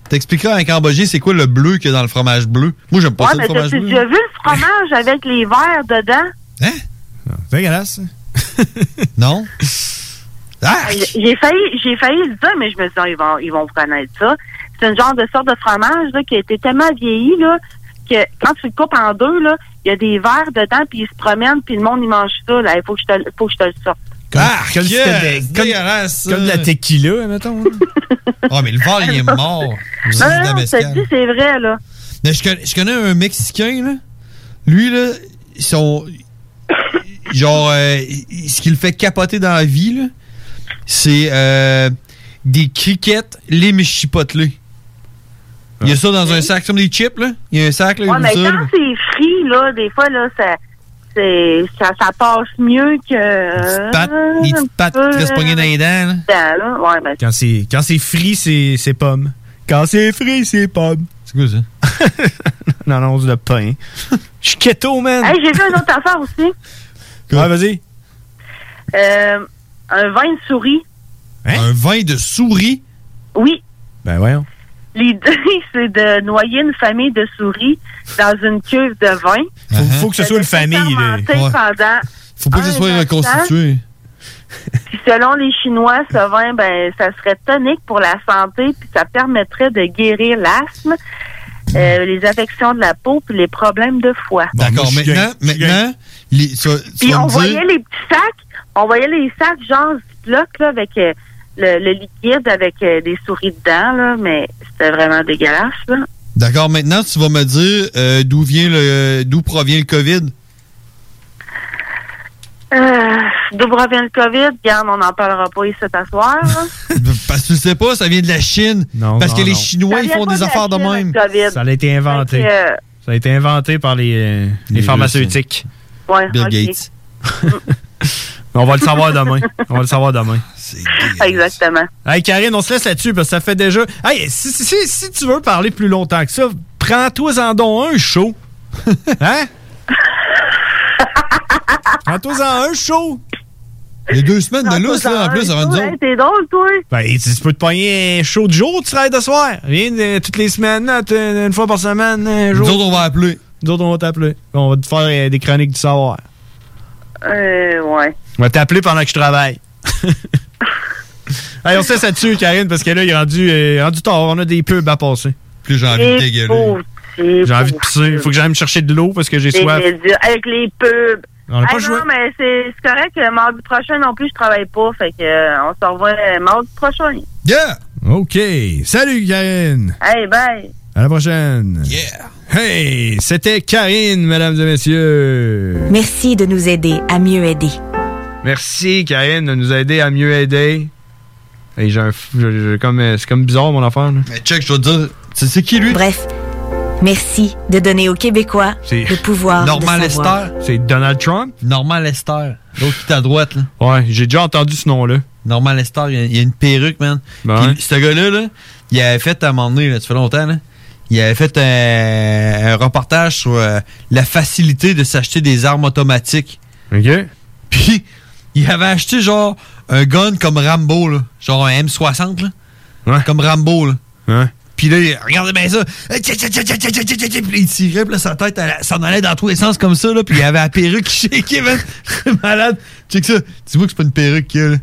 [SPEAKER 8] T'expliqueras à un Cambodgien c'est quoi le bleu qu'il y a dans le fromage bleu. Moi, j'aime pas
[SPEAKER 20] ouais,
[SPEAKER 8] ça, le
[SPEAKER 20] mais
[SPEAKER 8] fromage
[SPEAKER 20] t'as-tu
[SPEAKER 8] bleu.
[SPEAKER 20] déjà vu le fromage avec les verres dedans?
[SPEAKER 3] Dégueulasse.
[SPEAKER 8] hein? non? Ah!
[SPEAKER 20] J'ai j'ai failli, j'ai failli le dire, mais je me suis dit, Ah, ils vont, ils vont vous connaître ça. C'est une genre de sorte de fromage là, qui a été tellement vieilli là, que quand tu le coupes en deux, là, il y a des verres dedans, puis ils se promènent, puis le monde, il mange ça. Là, il faut que je te, le- faut que je te le sorte.
[SPEAKER 8] Comme,
[SPEAKER 3] comme si c'était des- comme- comme
[SPEAKER 8] hein.
[SPEAKER 3] de la
[SPEAKER 8] tequila, mettons. Ah, mais le verre, il est mort. C'est
[SPEAKER 20] Non,
[SPEAKER 8] de la
[SPEAKER 20] non, non, Ah, je te
[SPEAKER 8] mescale.
[SPEAKER 20] le dis, c'est vrai, là.
[SPEAKER 8] Mais je, connais, je connais un Mexicain, là. Lui, là, son. Genre, euh, il- ce qui le fait capoter dans la vie, là, c'est euh, des criquettes limes chipotelées. Il y a ça dans un sac, comme des chips, là. Il y a un sac, là,
[SPEAKER 20] Ouais,
[SPEAKER 8] comme
[SPEAKER 20] mais
[SPEAKER 8] ça, là.
[SPEAKER 20] quand c'est frit, là, des fois, là, ça, c'est, ça, ça passe mieux que.
[SPEAKER 8] Pattes, des petites pattes
[SPEAKER 20] un
[SPEAKER 8] qui
[SPEAKER 20] peu,
[SPEAKER 8] restent pognées dans les dents, là.
[SPEAKER 20] dedans, là. Ouais, ben,
[SPEAKER 3] Quand c'est, quand c'est frit, c'est, c'est pomme. Quand c'est frit, c'est pomme.
[SPEAKER 8] C'est quoi ça?
[SPEAKER 3] non, non, du pain. Je suis keto, man.
[SPEAKER 20] Hey, j'ai vu une autre affaire aussi.
[SPEAKER 3] Ouais, vas-y.
[SPEAKER 20] Euh, un vin de souris.
[SPEAKER 8] Un vin de souris.
[SPEAKER 20] Oui,
[SPEAKER 3] Ben voyons.
[SPEAKER 20] l'idée, c'est de noyer une famille de souris dans une cuve de vin.
[SPEAKER 3] Faut, faut que ce soit une famille, là.
[SPEAKER 20] fermentée pendant.
[SPEAKER 8] Uh-huh. Faut pas que ce
[SPEAKER 20] un
[SPEAKER 8] soit euh,
[SPEAKER 20] an de temps.
[SPEAKER 8] reconstitué.
[SPEAKER 20] Puis selon les Chinois, ce vin, ben, ça serait tonique pour la santé, puis ça permettrait de guérir l'asthme,
[SPEAKER 8] Hmm.
[SPEAKER 20] euh, les affections de la peau, puis les problèmes de foie.
[SPEAKER 8] D'accord, maintenant, maintenant, les, ça, Ben, tu
[SPEAKER 20] Puis
[SPEAKER 8] vas
[SPEAKER 20] on
[SPEAKER 8] me dire-
[SPEAKER 20] voyait les petits sacs, on voyait les sacs genre Ziploc, là, avec euh, le, le liquide, avec euh, des souris dedans, là, mais c'était vraiment dégueulasse, là.
[SPEAKER 8] D'accord, maintenant, tu vas me dire euh, d'où vient le, d'où provient le COVID.
[SPEAKER 20] Euh, D'où provient le COVID? Garde, on n'en parlera pas ici ce soir. là.
[SPEAKER 8] Parce que tu le sais pas, ça vient de la Chine. Parce
[SPEAKER 3] non,
[SPEAKER 8] que les
[SPEAKER 3] non.
[SPEAKER 8] Chinois,
[SPEAKER 20] Ça
[SPEAKER 8] ils
[SPEAKER 20] vient
[SPEAKER 8] font
[SPEAKER 20] pas
[SPEAKER 8] des
[SPEAKER 20] de la
[SPEAKER 8] affaires de
[SPEAKER 20] Chine,
[SPEAKER 8] même.
[SPEAKER 20] le COVID.
[SPEAKER 3] Ça a été inventé.
[SPEAKER 20] Fait que, euh,
[SPEAKER 3] Ça a été inventé par les, euh, les
[SPEAKER 8] Russes, hein.
[SPEAKER 3] pharmaceutiques.
[SPEAKER 20] ouais, ok.
[SPEAKER 3] On va le savoir demain. On va le savoir demain.
[SPEAKER 20] Exactement.
[SPEAKER 3] Hein? Hey Karine, on se laisse là-dessus parce que ça fait déjà. Hey, si, si- si- si tu veux parler plus longtemps que ça, prends-toi-en donc un show. Hein? prends-toi-en un show.
[SPEAKER 8] Il y a deux semaines de lousse, là, en plus, avant nous
[SPEAKER 20] Hey, T'es drôle, toi!
[SPEAKER 3] Ben, tu, tu peux te pogner un show de jour, tu travailles de soir. Viens euh, toutes les semaines, là, t- une fois par semaine, un jour. Nous
[SPEAKER 8] autres, on va appeler.
[SPEAKER 3] Nous autres, on va t'appeler. On va te faire euh, des chroniques du savoir.
[SPEAKER 20] Euh, ouais.
[SPEAKER 3] On va t'appeler pendant que je travaille. Hey, on se laisse là-dessus, Karine, parce que là, il est rendu, euh, rendu tard. On a des pubs à passer.
[SPEAKER 8] Plus j'ai
[SPEAKER 20] envie Ah, de Et dégueuler. pauvre
[SPEAKER 3] J'ai envie de pisser. Il faut que j'aille me chercher de l'eau parce que j'ai
[SPEAKER 20] Les
[SPEAKER 3] soif.
[SPEAKER 20] médias, avec les pubs.
[SPEAKER 3] On n'a
[SPEAKER 20] Ah
[SPEAKER 3] pas
[SPEAKER 20] non,
[SPEAKER 3] joué.
[SPEAKER 20] mais c'est c'est correct. euh, Mardi prochain non plus, je travaille pas. Fait que euh, on se revoit euh, mardi prochain.
[SPEAKER 8] Yeah!
[SPEAKER 3] OK. Salut, Karine.
[SPEAKER 21] Hey, bye!
[SPEAKER 3] À la prochaine. Yeah. Hey, c'était Karine, mesdames et messieurs.
[SPEAKER 20] Merci de nous aider à mieux aider.
[SPEAKER 3] Merci, Karine, de nous aider à mieux aider. Et j'ai un. f- j'ai- j'ai comme, euh, c'est comme bizarre, mon affaire. Mais check, je dois te dire. C'est qui, lui?
[SPEAKER 20] Bref, merci de donner aux Québécois
[SPEAKER 3] C'est-
[SPEAKER 20] le pouvoir
[SPEAKER 3] Normal
[SPEAKER 20] de savoir.
[SPEAKER 3] C'est Donald Trump? Normal Lester. L'autre qui est à droite, là. Ouais, j'ai déjà entendu ce nom-là.
[SPEAKER 8] Normal Lester, il y a- il y, a une perruque, man.
[SPEAKER 3] Ben
[SPEAKER 8] Puis ce gars-là, là, il avait fait à un moment donné, là, ça fait longtemps, là, il avait fait un, un reportage sur euh, la facilité de s'acheter des armes automatiques.
[SPEAKER 3] OK.
[SPEAKER 8] Puis il avait acheté genre un gun comme Rambo, là, genre un M60, là, comme Rambo. Là. Puis là, il- regardez bien ça. Eh, Tcha, tcha, tcha, tcha, tcha, tcha, tcha, tcha. Puis il tirait, puis là, sa tête elle s'en allait dans tous les sens comme ça, là, puis il avait la perruque qui shakeait, man. Malade. Check ça. Tu vois que c'est pas une perruque qu'il y a, là.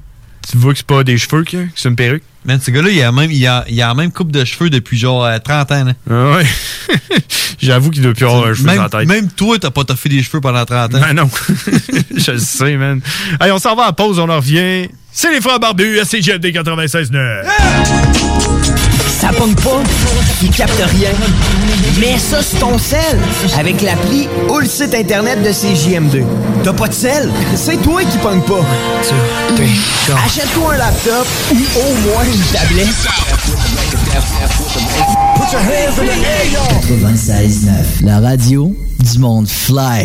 [SPEAKER 3] Tu vois que c'est pas des cheveux qu'il y a, que c'est une perruque?
[SPEAKER 8] Man, ce gars-là, il a, même, il, a, il a la même coupe de cheveux depuis genre euh, 30 ans. Là.
[SPEAKER 3] Ah ouais. J'avoue qu'il doit plus avoir un cheveu
[SPEAKER 8] même,
[SPEAKER 3] sur la tête.
[SPEAKER 8] Même toi, t'as pas toffé des cheveux pendant 30 ans.
[SPEAKER 3] Ben non. Je le sais, man. Allez, on s'en va à pause, on en revient. C'est les frères barbus à CGMD 96.9.
[SPEAKER 22] Ça pogne pas, il capte rien. Mets ça sur ton sel avec l'appli ou le site internet de CJM2. T'as pas de sel? C'est toi qui pogne pas. Achète-toi un laptop ou au moins une tablette.
[SPEAKER 13] 96.9, la radio du monde fly.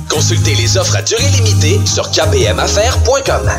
[SPEAKER 16] Consultez les offres à durée limitée sur kpmaffaires.com.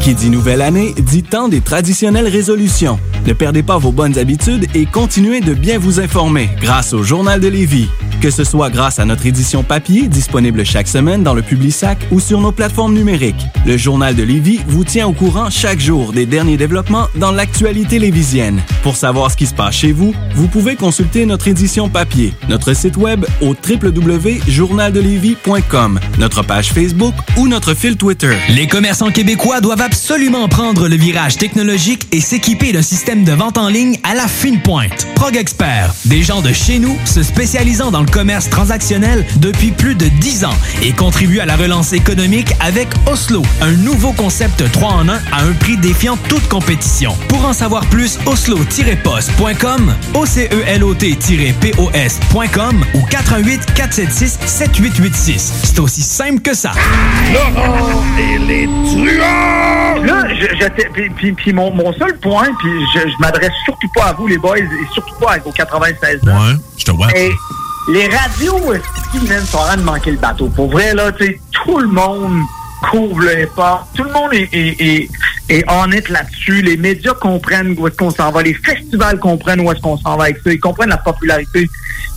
[SPEAKER 23] Qui dit nouvelle année dit temps des traditionnelles résolutions. Ne perdez pas vos bonnes habitudes et continuez de bien vous informer grâce au Journal de Lévis. Que ce soit grâce à notre édition papier disponible chaque semaine dans le Publisac ou sur nos plateformes numériques, le Journal de Lévis vous tient au courant chaque jour des derniers développements dans l'actualité lévisienne. Pour savoir ce qui se passe chez vous, vous pouvez consulter notre édition papier, notre site web au www.journaldelévis.com, notre page Facebook ou notre fil Twitter.
[SPEAKER 24] Les commerçants québécois doivent absolument prendre le virage technologique et s'équiper d'un système de vente en ligne à la fine pointe. ProgExpert, des gens de chez nous se spécialisant dans le commerce transactionnel depuis plus de 10 ans et contribuent à la relance économique avec Oslo, un nouveau concept 3 en 1 à un prix défiant toute compétition. Pour en savoir plus, oslo-post.com, E OCELOT-POS.com ou 418 476 7886. C'est aussi simple que ça.
[SPEAKER 25] Laurent et les truands!
[SPEAKER 7] Là, je, je t'ai- puis, puis- puis mon, mon seul point, puis je, je m'adresse surtout pas à vous, les boys, et surtout pas aux 96 ans.
[SPEAKER 18] Ouais, je te vois.
[SPEAKER 7] Et les radios, qui viennent sont en train de manquer le bateau. Pour vrai, là, tu sais, tout le monde couvre le pas. Tout le monde est, est, est, est honnête là-dessus. Les médias comprennent où est-ce qu'on s'en va. Les festivals comprennent où est-ce qu'on s'en va avec ça. Ils comprennent la popularité.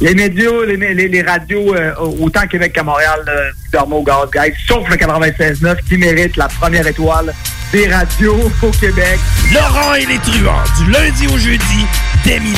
[SPEAKER 7] Les médias, les, mé- les, les radios, euh, autant à Québec qu'à Montréal, euh, dorment au gaz, guys, sauf le 96.9 qui mérite la première étoile des radios au Québec.
[SPEAKER 18] Laurent et les truands, du lundi au jeudi, dès midi.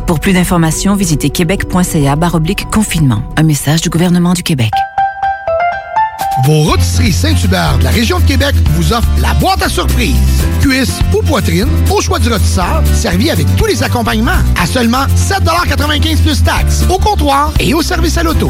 [SPEAKER 14] Pour plus d'informations, visitez québec.ca baroblique confinement. Un message du gouvernement du Québec.
[SPEAKER 15] Vos rôtisseries Saint-Hubert de la région de Québec vous offrent la boîte à surprise. Cuisse ou poitrine, au choix du rôtisseur, servi avec tous les accompagnements à seulement 7,95 plus taxes, au comptoir et au service à l'auto.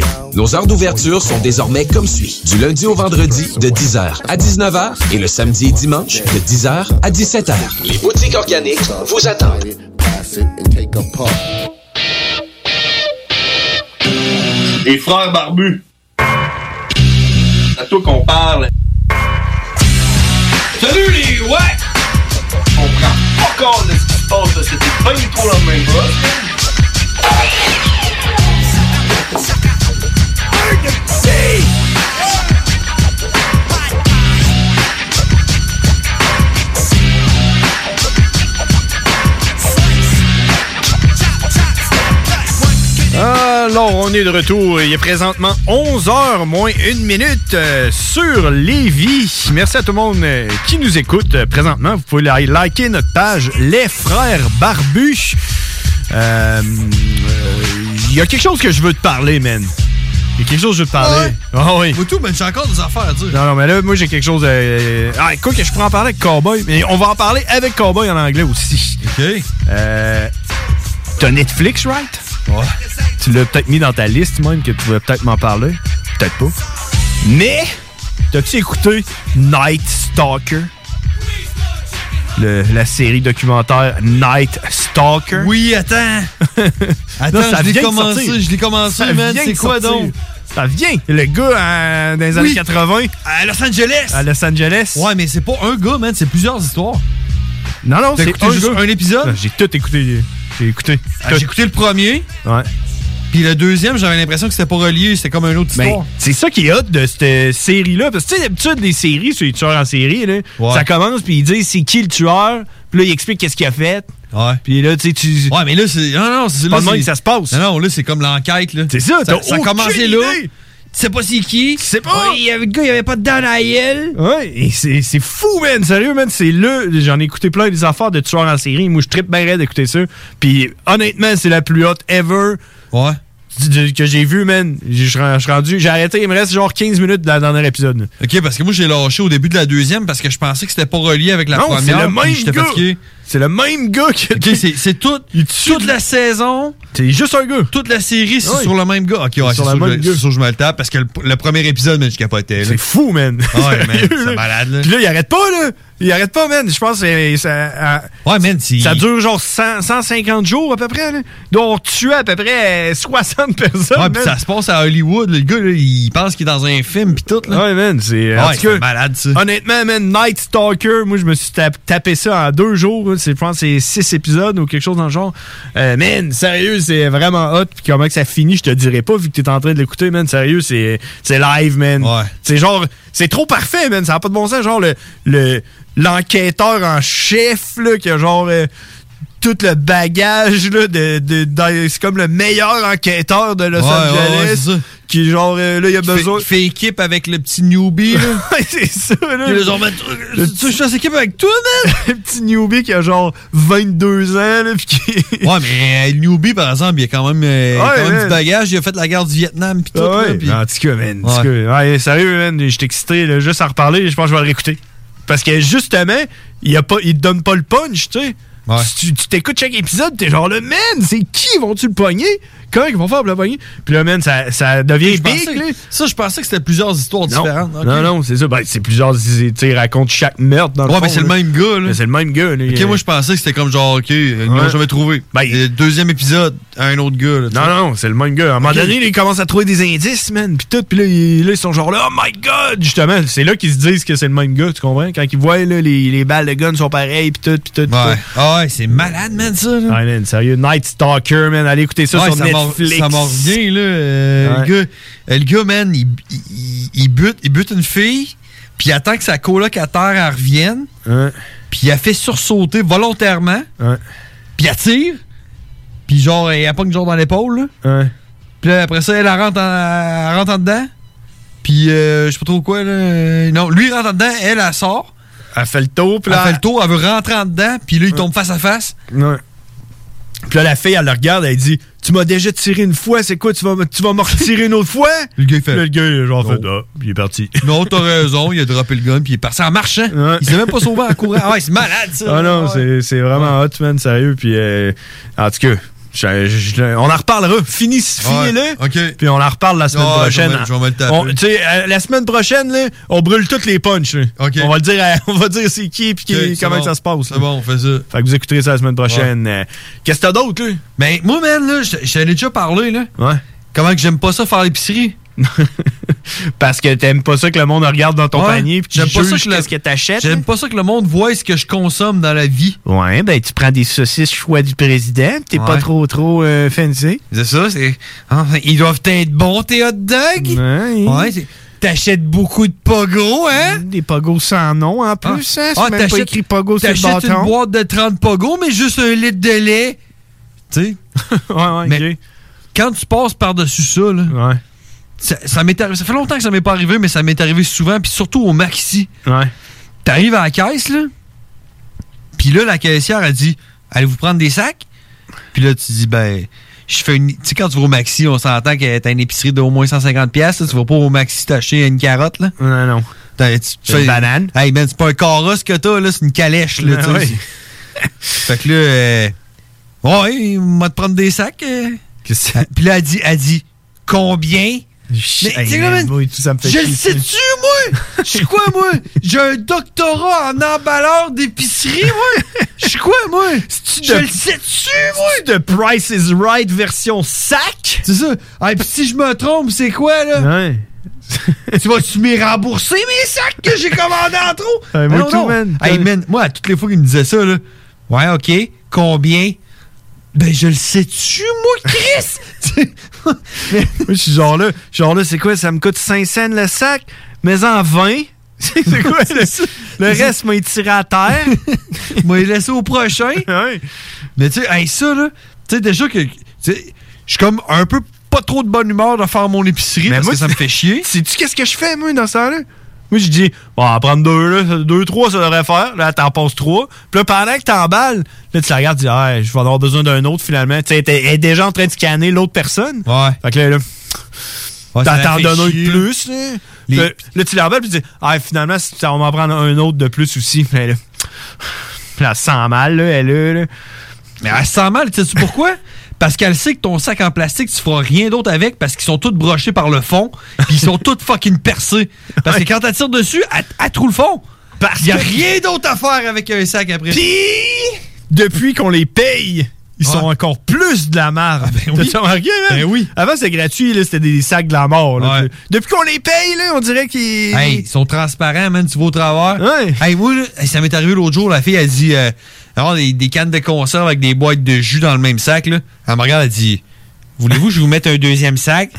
[SPEAKER 16] Nos heures d'ouverture sont désormais comme suit. Du lundi au vendredi, de 10h à 19h et le samedi et dimanche, de 10h à 17h. Les boutiques organiques vous attendent.
[SPEAKER 26] Les frères barbus. C'est à toi qu'on parle.
[SPEAKER 27] Salut les ouais! On prend pas compte de ce qui se passe, là. c'était pas du tout la même chose.
[SPEAKER 3] Alors, on est de retour. Il est présentement 11h moins une minute euh, sur Lévis. Merci à tout le monde euh, qui nous écoute euh, présentement. Vous pouvez aller liker notre page Les Frères Barbus. Euh, euh, Il y a quelque chose que je veux te parler, man. Il y a quelque chose que je veux te parler. Ah oui.
[SPEAKER 8] Tout, mais j'ai encore des affaires à dire.
[SPEAKER 3] Non, non, mais là, moi, j'ai quelque chose. euh, Ah, écoute, que je pourrais en parler avec Cowboy. Mais on va en parler avec Cowboy en anglais aussi. OK. Euh, T'as Netflix, right? Ouais. Tu l'as peut-être mis dans ta liste, même, que tu voulais peut-être m'en parler. Peut-être pas. Mais, t'as-tu écouté Night Stalker? Le- la série documentaire Night Stalker.
[SPEAKER 8] Oui, attends. Attends,
[SPEAKER 3] Non, ça
[SPEAKER 8] je l'ai
[SPEAKER 3] vient de
[SPEAKER 8] commencé,
[SPEAKER 3] sortir.
[SPEAKER 8] je l'ai commencé,
[SPEAKER 3] Ça
[SPEAKER 8] man,
[SPEAKER 3] vient
[SPEAKER 8] c'est
[SPEAKER 3] de
[SPEAKER 8] quoi
[SPEAKER 3] sortir.
[SPEAKER 8] donc?
[SPEAKER 3] Ça vient. Le gars, euh, dans les années
[SPEAKER 8] Oui.
[SPEAKER 3] 80.
[SPEAKER 8] À Los Angeles.
[SPEAKER 3] À Los Angeles.
[SPEAKER 8] Ouais, mais c'est pas un gars, man, c'est plusieurs histoires.
[SPEAKER 3] Non, non,
[SPEAKER 8] T'as
[SPEAKER 3] c'est
[SPEAKER 8] écouté
[SPEAKER 3] un
[SPEAKER 8] juste
[SPEAKER 3] gars.
[SPEAKER 8] un épisode?
[SPEAKER 3] Ah, J'ai tout écouté. J'ai écouté.
[SPEAKER 8] Ah, J'ai écouté le premier.
[SPEAKER 3] Ouais.
[SPEAKER 8] Puis le deuxième, j'avais l'impression que c'était pas relié, c'était comme un autre
[SPEAKER 3] Ben,
[SPEAKER 8] histoire.
[SPEAKER 3] c'est ça qui est hot de cette série-là. Parce que, tu sais, d'habitude, les séries sur les tueurs en série, là, ça commence, puis ils disent c'est qui le tueur, puis là, ils expliquent qu'est-ce qu'il a fait.
[SPEAKER 8] Ouais.
[SPEAKER 3] Puis là, tu sais, tu.
[SPEAKER 8] Ouais, mais là, c'est. Non, non, c'est.
[SPEAKER 3] Pas
[SPEAKER 8] là,
[SPEAKER 3] de
[SPEAKER 8] c'est-
[SPEAKER 3] même que ça se passe.
[SPEAKER 8] Non, non, là, c'est comme l'enquête, là.
[SPEAKER 3] C'est ça, t'as
[SPEAKER 8] ça, ça a
[SPEAKER 3] aucune
[SPEAKER 8] commencé là.
[SPEAKER 3] idée.
[SPEAKER 8] Tu sais pas c'est qui. Tu sais
[SPEAKER 3] pas.
[SPEAKER 8] Il y avait le gars, il y avait pas de dents dans la gueule.
[SPEAKER 3] Ouais, et c'est c'est fou, man. Sérieux, man. C'est le. J'en ai écouté plein des affaires de tueurs en série. Moi, je trippe bien raide d'écouter ça. Puis, honnêtement, c'est la plus haute ever.
[SPEAKER 8] Ouais.
[SPEAKER 3] Que j'ai vu, man. Je suis ren- je suis rendu. J'ai arrêté. Il me reste genre 15 minutes dans le dernier épisode.
[SPEAKER 8] Ok, parce que moi, j'ai lâché au début de la deuxième parce que je pensais que c'était pas relié avec la
[SPEAKER 3] Non, c'est
[SPEAKER 8] première.
[SPEAKER 3] le
[SPEAKER 8] puis
[SPEAKER 3] même
[SPEAKER 8] j'étais
[SPEAKER 3] gars.
[SPEAKER 8] fatigué.
[SPEAKER 3] C'est le même gars qui.
[SPEAKER 8] Ok, c'est- c'est tout. Toute la saison.
[SPEAKER 3] C'est juste un gars.
[SPEAKER 8] Toute la série, c'est
[SPEAKER 3] Ouais.
[SPEAKER 8] sur le même gars. Ok, ouais,
[SPEAKER 3] C'est
[SPEAKER 8] c'est
[SPEAKER 3] sur
[SPEAKER 8] sûr,
[SPEAKER 3] le même
[SPEAKER 8] que je-
[SPEAKER 3] gars.
[SPEAKER 8] c'est sûr que je me le tape parce que le, le premier épisode, man, je capotais.
[SPEAKER 3] C'est fou, man.
[SPEAKER 8] Ouais, man,
[SPEAKER 3] Sérieux,
[SPEAKER 8] c'est malade, là.
[SPEAKER 3] Puis là, il arrête pas, là. Il arrête pas, man. Je pense que c'est- ça.
[SPEAKER 8] Ouais, man,
[SPEAKER 3] Ça dure genre 100 150 jours à peu près, là. Donc, tu à peu près euh, 60 personnes.
[SPEAKER 8] Ouais, puis
[SPEAKER 3] man.
[SPEAKER 8] ça se passe à Hollywood. là. Le gars, là, il pense qu'il est dans un film, pis tout. Là.
[SPEAKER 3] Ouais, man, c'est. euh, en
[SPEAKER 8] Ouais,
[SPEAKER 3] tout cas,
[SPEAKER 8] c'est malade, ça.
[SPEAKER 3] Honnêtement, man, Night Stalker, moi, je me suis tap- tapé ça en deux jours. là. C'est- Je pense que c'est six épisodes ou quelque chose dans le genre. Euh, man, sérieux, c'est vraiment hot. Puis comment que ça finit, je te dirai pas, vu que t'es en train de l'écouter, man. Sérieux, c'est c'est live, man. C'est genre, c'est trop parfait, man. Ça n'a pas de bon sens. Genre, le- le l'enquêteur en chef, là, qui a genre. euh, tout le bagage là, de, de- dans- c'est comme le meilleur enquêteur de Los
[SPEAKER 8] Ouais, ouais, ouais,
[SPEAKER 3] Angeles
[SPEAKER 8] c'est ça.
[SPEAKER 3] qui genre euh, là il a
[SPEAKER 8] Qui fait-
[SPEAKER 3] besoin
[SPEAKER 8] qui fait équipe avec le petit newbie là.
[SPEAKER 3] c'est ça là
[SPEAKER 8] Ils les ont mis-
[SPEAKER 3] le
[SPEAKER 8] je suis équipe avec toi, man!
[SPEAKER 3] le petit newbie qui a genre 22 ans, là, pis qui...
[SPEAKER 8] ouais, mais euh, le newbie, par exemple, il a quand même, euh,
[SPEAKER 3] Ouais,
[SPEAKER 8] quand même
[SPEAKER 3] man.
[SPEAKER 8] du bagage. Il a fait la guerre du Vietnam, pis tout.
[SPEAKER 3] Ah
[SPEAKER 8] là,
[SPEAKER 3] ouais.
[SPEAKER 8] pis-
[SPEAKER 3] En tout cas, man. en tout cas, ouais, sérieux, man, j'étais excité, là, juste à reparler, je pense que je vais le réécouter. Parce que justement, il, a pas, il te donne pas le punch, tu sais. Tu tu t'écoutes chaque épisode, t'es genre le man, c'est qui vont-tu le pogner? Comment ils vont faire pour le pogner? Puis là, man, ça, ça devient
[SPEAKER 8] Je
[SPEAKER 3] big,
[SPEAKER 8] pensais-
[SPEAKER 3] là.
[SPEAKER 8] ça, je pensais que c'était plusieurs histoires
[SPEAKER 3] Non,
[SPEAKER 8] différentes. ok.
[SPEAKER 3] non, non, c'est ça. Ben, c'est plusieurs. Tu sais, ils racontent chaque meurtre dans le
[SPEAKER 8] Ouais,
[SPEAKER 3] fond,
[SPEAKER 8] mais c'est le
[SPEAKER 3] là.
[SPEAKER 8] même gars, là.
[SPEAKER 3] Mais C'est le même gars, là.
[SPEAKER 8] Ok,
[SPEAKER 3] Il-
[SPEAKER 8] moi, je pensais que c'était comme genre, ok, euh, ils l'ont
[SPEAKER 3] Ouais. Ben,
[SPEAKER 8] jamais trouvé. Et Deuxième épisode, un autre gars, là, tu
[SPEAKER 3] Non,
[SPEAKER 8] sais.
[SPEAKER 3] non, c'est le même gars. À un moment
[SPEAKER 8] Ok.
[SPEAKER 3] donné, là, ils commencent à trouver des indices, man. Puis tout. Puis là, ils, là, ils sont genre là, oh my god, justement. C'est là qu'ils se disent que c'est le même gars, tu comprends? Quand ils voient, là, les, les balles de gun sont pareilles, puis tout, puis tout.
[SPEAKER 8] Ouais. Ah ouais, c'est malade, man, ça. là.
[SPEAKER 3] Ouais, man, sérieux. Night Stalker, man. Allez écouter ça
[SPEAKER 8] Ouais,
[SPEAKER 3] sur
[SPEAKER 8] ça m'en-
[SPEAKER 3] Netflix.
[SPEAKER 8] ça m'en revient, là. euh,
[SPEAKER 3] Ouais.
[SPEAKER 8] le, gars, euh, le gars, man, il, il- il bute, il bute une fille, puis il attend que sa colocataire elle revienne, puis il a fait sursauter volontairement,
[SPEAKER 3] Ouais.
[SPEAKER 8] puis il attire, puis genre, il appogne genre dans l'épaule, là. Puis là, après ça, elle, elle rentre, en, elle rentre en dedans. Puis euh, je sais pas trop quoi. Là. euh, Non, lui il rentre en dedans, elle, elle sort.
[SPEAKER 3] Elle fait le tour.
[SPEAKER 8] Elle fait le tour, elle veut rentrer en dedans. Puis Hein? là, il tombe face à face.
[SPEAKER 3] Ouais. Puis là, la fille, elle le regarde, elle dit Tu m'as déjà tiré une fois, c'est quoi Tu vas, me- tu vas me retirer une autre fois
[SPEAKER 8] Le gars, il fait.
[SPEAKER 3] Là, le gars, il est genre,
[SPEAKER 8] Non.
[SPEAKER 3] fait, Ah, puis il est parti.
[SPEAKER 8] Non, t'as raison, il a droppé le gun, puis il est parti en marchant. Il s'est même pas sauvé en courant. Ah ouais, c'est malade, ça.
[SPEAKER 3] Ah non, c'est- c'est vraiment hot, man, sérieux. Puis, euh, en tout cas, je- je- on en reparlera. Finis, finissez-le. Puis on en reparle la semaine
[SPEAKER 8] Ouais,
[SPEAKER 3] prochaine.
[SPEAKER 8] Ah, je vais me- je vais me le taper.
[SPEAKER 3] On- tu sais, euh, la semaine prochaine, là, on brûle toutes les punches. là. On va le dire, à- on va dire c'est qui et
[SPEAKER 8] Ok, c'est
[SPEAKER 3] comment
[SPEAKER 8] bon.
[SPEAKER 3] que ça se passe.
[SPEAKER 8] C'est bon, on fait ça.
[SPEAKER 3] Fait que vous écouterez ça la semaine prochaine. Euh, Qu'est-ce que t'as d'autre, là?
[SPEAKER 8] Ben, moi, man, là, je je t'en ai déjà parlé, là.
[SPEAKER 3] Ouais.
[SPEAKER 8] Comment que j'aime pas ça faire l'épicerie?
[SPEAKER 3] Parce que t'aimes pas ça que le monde regarde dans ton
[SPEAKER 8] Ouais.
[SPEAKER 3] panier puis qu'il
[SPEAKER 8] J'aime pas ça
[SPEAKER 3] juge
[SPEAKER 8] que le-
[SPEAKER 3] qu'est-ce que t'achètes.
[SPEAKER 8] J'aime pas ça que le monde voit ce que je consomme dans la vie.
[SPEAKER 3] Ouais, ben tu prends des saucisses choix du président, Hein? t'es
[SPEAKER 8] Ouais.
[SPEAKER 3] pas trop trop euh, fancy.
[SPEAKER 8] Hein? C'est ça, c'est. Ah, Ils doivent être bons, tes hot dogs.
[SPEAKER 3] Ouais.
[SPEAKER 8] c'est- T'achètes beaucoup de pogos, hein? Ah.
[SPEAKER 3] Des pogos sans nom, en plus, hein? C'est même pas
[SPEAKER 8] t'achètes-
[SPEAKER 3] écrit pogo sur le
[SPEAKER 8] t'achètes
[SPEAKER 3] bâton.
[SPEAKER 8] une boîte de 30 pogos, mais juste un litre de lait. Tu sais? Mais Quand tu passes par-dessus ça, là. Ça, ça m'est arri- ça fait longtemps que ça m'est pas arrivé, mais ça m'est arrivé souvent, puis surtout au maxi.
[SPEAKER 3] Ouais.
[SPEAKER 8] T'arrives à la caisse, là. Puis là, la caissière a dit Allez-vous prendre des sacs Puis là, tu dis Ben, je fais une. Tu sais, quand tu vas au maxi, on s'entend que t'as une épicerie d'au moins 150$. piastres, là. tu vas pas au maxi t'acheter une carotte, là.
[SPEAKER 3] Non, non.
[SPEAKER 8] Tu, tu
[SPEAKER 3] Une
[SPEAKER 8] fais-
[SPEAKER 3] banane.
[SPEAKER 8] Hey, man, c'est pas un carrosse que t'as, là, c'est une calèche, là. tu
[SPEAKER 3] Ah
[SPEAKER 8] sais.
[SPEAKER 3] ouais.
[SPEAKER 8] fait que là, euh, ouais, m'a te prendre des sacs. euh. Puis là, elle dit, elle dit Combien Mais, tu sais, là, man,
[SPEAKER 3] ça me fait
[SPEAKER 8] je le
[SPEAKER 3] chier, ça.
[SPEAKER 8] sais-tu, moi? Je suis quoi, moi? J'ai un doctorat en emballeur d'épicerie, moi? Je suis quoi, moi? Je le sais-tu, moi?
[SPEAKER 3] De Price is Right version sac?
[SPEAKER 8] C'est ça. Hey, puis si je me trompe, c'est quoi, là? tu vas-tu me rembourser mes sacs que j'ai commandés en trop? Mais
[SPEAKER 3] Hey, moi
[SPEAKER 8] non,
[SPEAKER 3] tout,
[SPEAKER 8] non.
[SPEAKER 3] man.
[SPEAKER 8] Hey, man, moi, à toutes les fois qu'il me disait ça, là, ouais, OK, combien? Ben, je le sais-tu, moi, Chris?
[SPEAKER 3] Moi, je suis genre là, je suis genre là, c'est quoi, ça me coûte 5 cents le sac, mais en 20. C'est quoi, le, le reste m'a étiré à terre.
[SPEAKER 8] m'a laissé au prochain. Mais tu sais, hey, ça, là, tu sais, déjà que. tu sais, Je suis comme un peu pas trop de bonne humeur de faire mon épicerie parce que ça me fait chier.
[SPEAKER 3] Sais-tu qu'est-ce que je fais, moi, dans ça, là? Moi, je dis, bon, on va prendre deux, là, ça- deux, trois, ça devrait faire. Là, t'en passes trois. Puis là, pendant que t'emballes, là, tu la regardes, tu dis, ah, je vais en avoir besoin d'un autre, finalement. Tu sais, t'es- elle est déjà en train de scanner l'autre personne.
[SPEAKER 8] Ouais.
[SPEAKER 3] Fait que là, là,
[SPEAKER 8] Ouais, ça
[SPEAKER 3] t'en- t'en
[SPEAKER 8] fait
[SPEAKER 3] donnes un de
[SPEAKER 8] chier.
[SPEAKER 3] plus, là.
[SPEAKER 8] Les-
[SPEAKER 3] Là, Euh, là, tu la rebelles, puis tu dis, ah, finalement, si- on va en prendre un autre de plus aussi. Mais là, elle sent mal, là, elle, là, là.
[SPEAKER 8] Mais elle se sent mal, tu sais pourquoi? Parce qu'elle sait que ton sac en plastique, tu feras rien d'autre avec parce qu'ils sont tous brochés par le fond, puis ils sont tous fucking percés. Parce que quand elle tire dessus, elle, elle trouve le fond.
[SPEAKER 3] Parce
[SPEAKER 8] qu'il y a
[SPEAKER 3] que-
[SPEAKER 8] rien d'autre à faire avec un sac après.
[SPEAKER 3] Puis, depuis qu'on les paye, ils sont encore plus de la merde.
[SPEAKER 8] Ah, oui.
[SPEAKER 3] T'as remarqué, man?
[SPEAKER 8] Ben oui.
[SPEAKER 3] Avant, c'était gratuit, là, c'était des sacs de la mort. là.
[SPEAKER 8] Ouais.
[SPEAKER 3] Depuis qu'on les paye, là, on dirait qu'ils.
[SPEAKER 8] Hey, ils sont transparents, man, tu vas au travers. Hey, moi, là, hey, ça m'est arrivé l'autre jour, la fille, elle dit euh, alors, des, des cannes de conserve avec des boîtes de jus dans le même sac, là. Elle me regarde, elle dit Voulez-vous que je vous mette un deuxième sac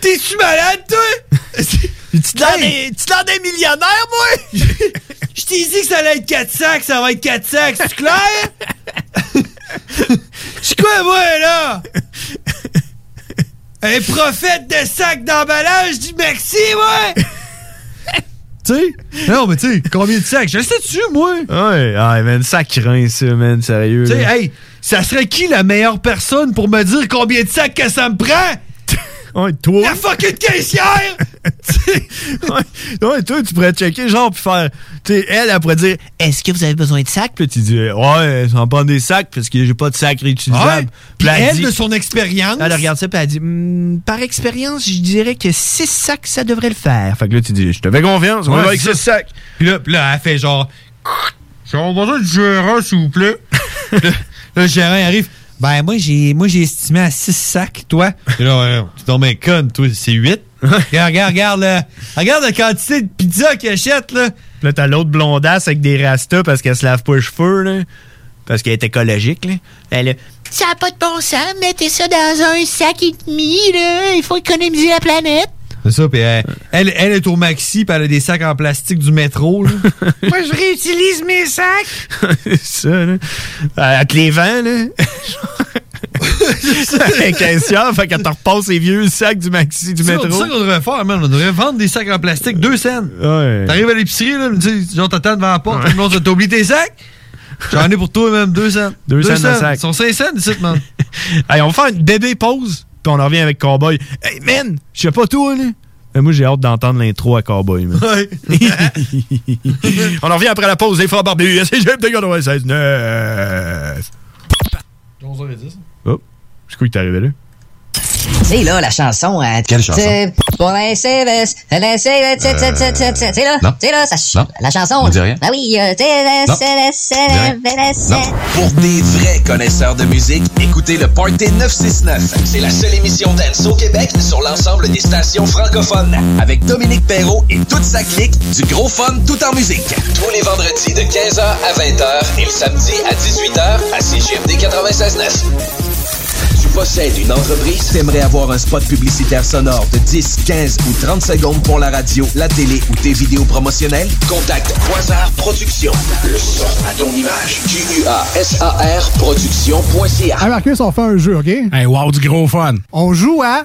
[SPEAKER 8] T'es-tu malade, toi Tu te l'air des millionnaires, moi Je t'ai dit que ça allait être 4 sacs, ça va être 4 sacs, c'est clair Je suis quoi, moi, là Un prophète de sacs d'emballage du Maxi, ouais Tu sais Non, mais tu sais, combien de sacs Je le sais-tu, moi
[SPEAKER 3] Ouais, ouais, man, ça craint, ça, man, sérieux.
[SPEAKER 8] Tu sais,
[SPEAKER 3] là.
[SPEAKER 8] hey, ça serait qui la meilleure personne pour me dire combien de sacs que ça me prend?
[SPEAKER 3] Ouais, toi.
[SPEAKER 8] La fucking caissière!
[SPEAKER 3] ouais, ouais, toi, tu pourrais checker, genre, puis faire. Tu sais, elle, elle pourrait dire Est-ce que vous avez besoin de sacs Puis là, tu dis Ouais, ça en prend des sacs, parce que j'ai pas de sacs réutilisables.
[SPEAKER 8] Puis
[SPEAKER 3] là,
[SPEAKER 8] elle,
[SPEAKER 3] dit-
[SPEAKER 8] de son expérience.
[SPEAKER 3] Elle regarde ça, puis elle dit Hmm, Par expérience, je dirais que 6 sacs, ça devrait le faire. Fait que là, tu dis Je te fais confiance, on
[SPEAKER 8] Ouais,
[SPEAKER 3] va avec
[SPEAKER 8] c'est
[SPEAKER 3] ce sac.
[SPEAKER 8] Puis là, puis là, elle fait genre. J'ai besoin du gérant, s'il vous plaît. Puis là, le gérant il arrive. Ben, moi, j'ai moi j'ai estimé à 6 sacs, toi. Puis là, ouais, tu tombes un con, toi, c'est 8. regarde, regarde, regarde, là. regarde la quantité de pizza qu'elle achète, là.
[SPEAKER 3] Puis là, t'as l'autre blondasse avec des rastas parce qu'elle se lave pas les cheveux, là. Parce qu'elle est écologique, là. Elle est-
[SPEAKER 7] Ça n'a pas de bon sens, mettez ça dans un sac et demi, là. Il faut économiser la planète.
[SPEAKER 8] C'est ça, puis elle, elle, elle est au maxi, puis elle a des sacs en plastique du métro, là.
[SPEAKER 7] Moi, je réutilise mes sacs.
[SPEAKER 3] Euh, ça, là. Elle te les vend, là. un caissière, fait qu'elle te repasse les vieux sacs du maxi, du
[SPEAKER 28] C'est ça
[SPEAKER 3] métro.
[SPEAKER 28] qu'on devrait faire, man. On devrait vendre des sacs en plastique, deux cents.
[SPEAKER 3] Ouais.
[SPEAKER 28] T'arrives à l'épicerie, là, me dis, genre, t'attends devant la porte, tout le monde dit, t'as oublié tes sacs? J'en ai pour toi, même, deux cents.
[SPEAKER 3] Deux cents de sac.
[SPEAKER 28] Ils sont cinq cents, ici, man.
[SPEAKER 3] Hey, on va faire une bébé pause, puis on en revient avec Cowboy. Hey, man, je sais pas toi, là. Mais moi, j'ai hâte d'entendre l'intro à Cowboy, man. on en revient après la pause, les frères barbus. C'est Jeb de 96 9.
[SPEAKER 28] 11h10.
[SPEAKER 3] Oh, je crois que t'es arrivé là.
[SPEAKER 7] C'est là la chanson. hein.
[SPEAKER 3] Quelle chanson?
[SPEAKER 7] C'est Pour les services, c'est les services, c'est c'est- c'est- c'est- c'est- c'est là, Non. c'est là, ça ch- la chanson. On dit rien. Ah oui, euh, c'est les Non. services, c'est On les services.
[SPEAKER 16] Pour des vrais connaisseurs de musique, écoutez le Party 969. C'est la seule émission dance au Québec sur l'ensemble des stations francophones. Avec Dominique Perrault et toute sa clique, du gros fun tout en musique. Tous les vendredis de 15h à 20h et le samedi à 18h à CGMD 96.9. Tu possèdes une entreprise, t'aimerais avoir un spot publicitaire sonore de 10, 15 ou 30 secondes pour la radio, la télé ou tes vidéos promotionnelles? Contacte Quasar Productions. Le son à ton image. Q-U-A-S-A-R Productions.ca
[SPEAKER 29] Hey Marcus, on fait un jeu, OK? Hey, wow, du gros fun. On joue à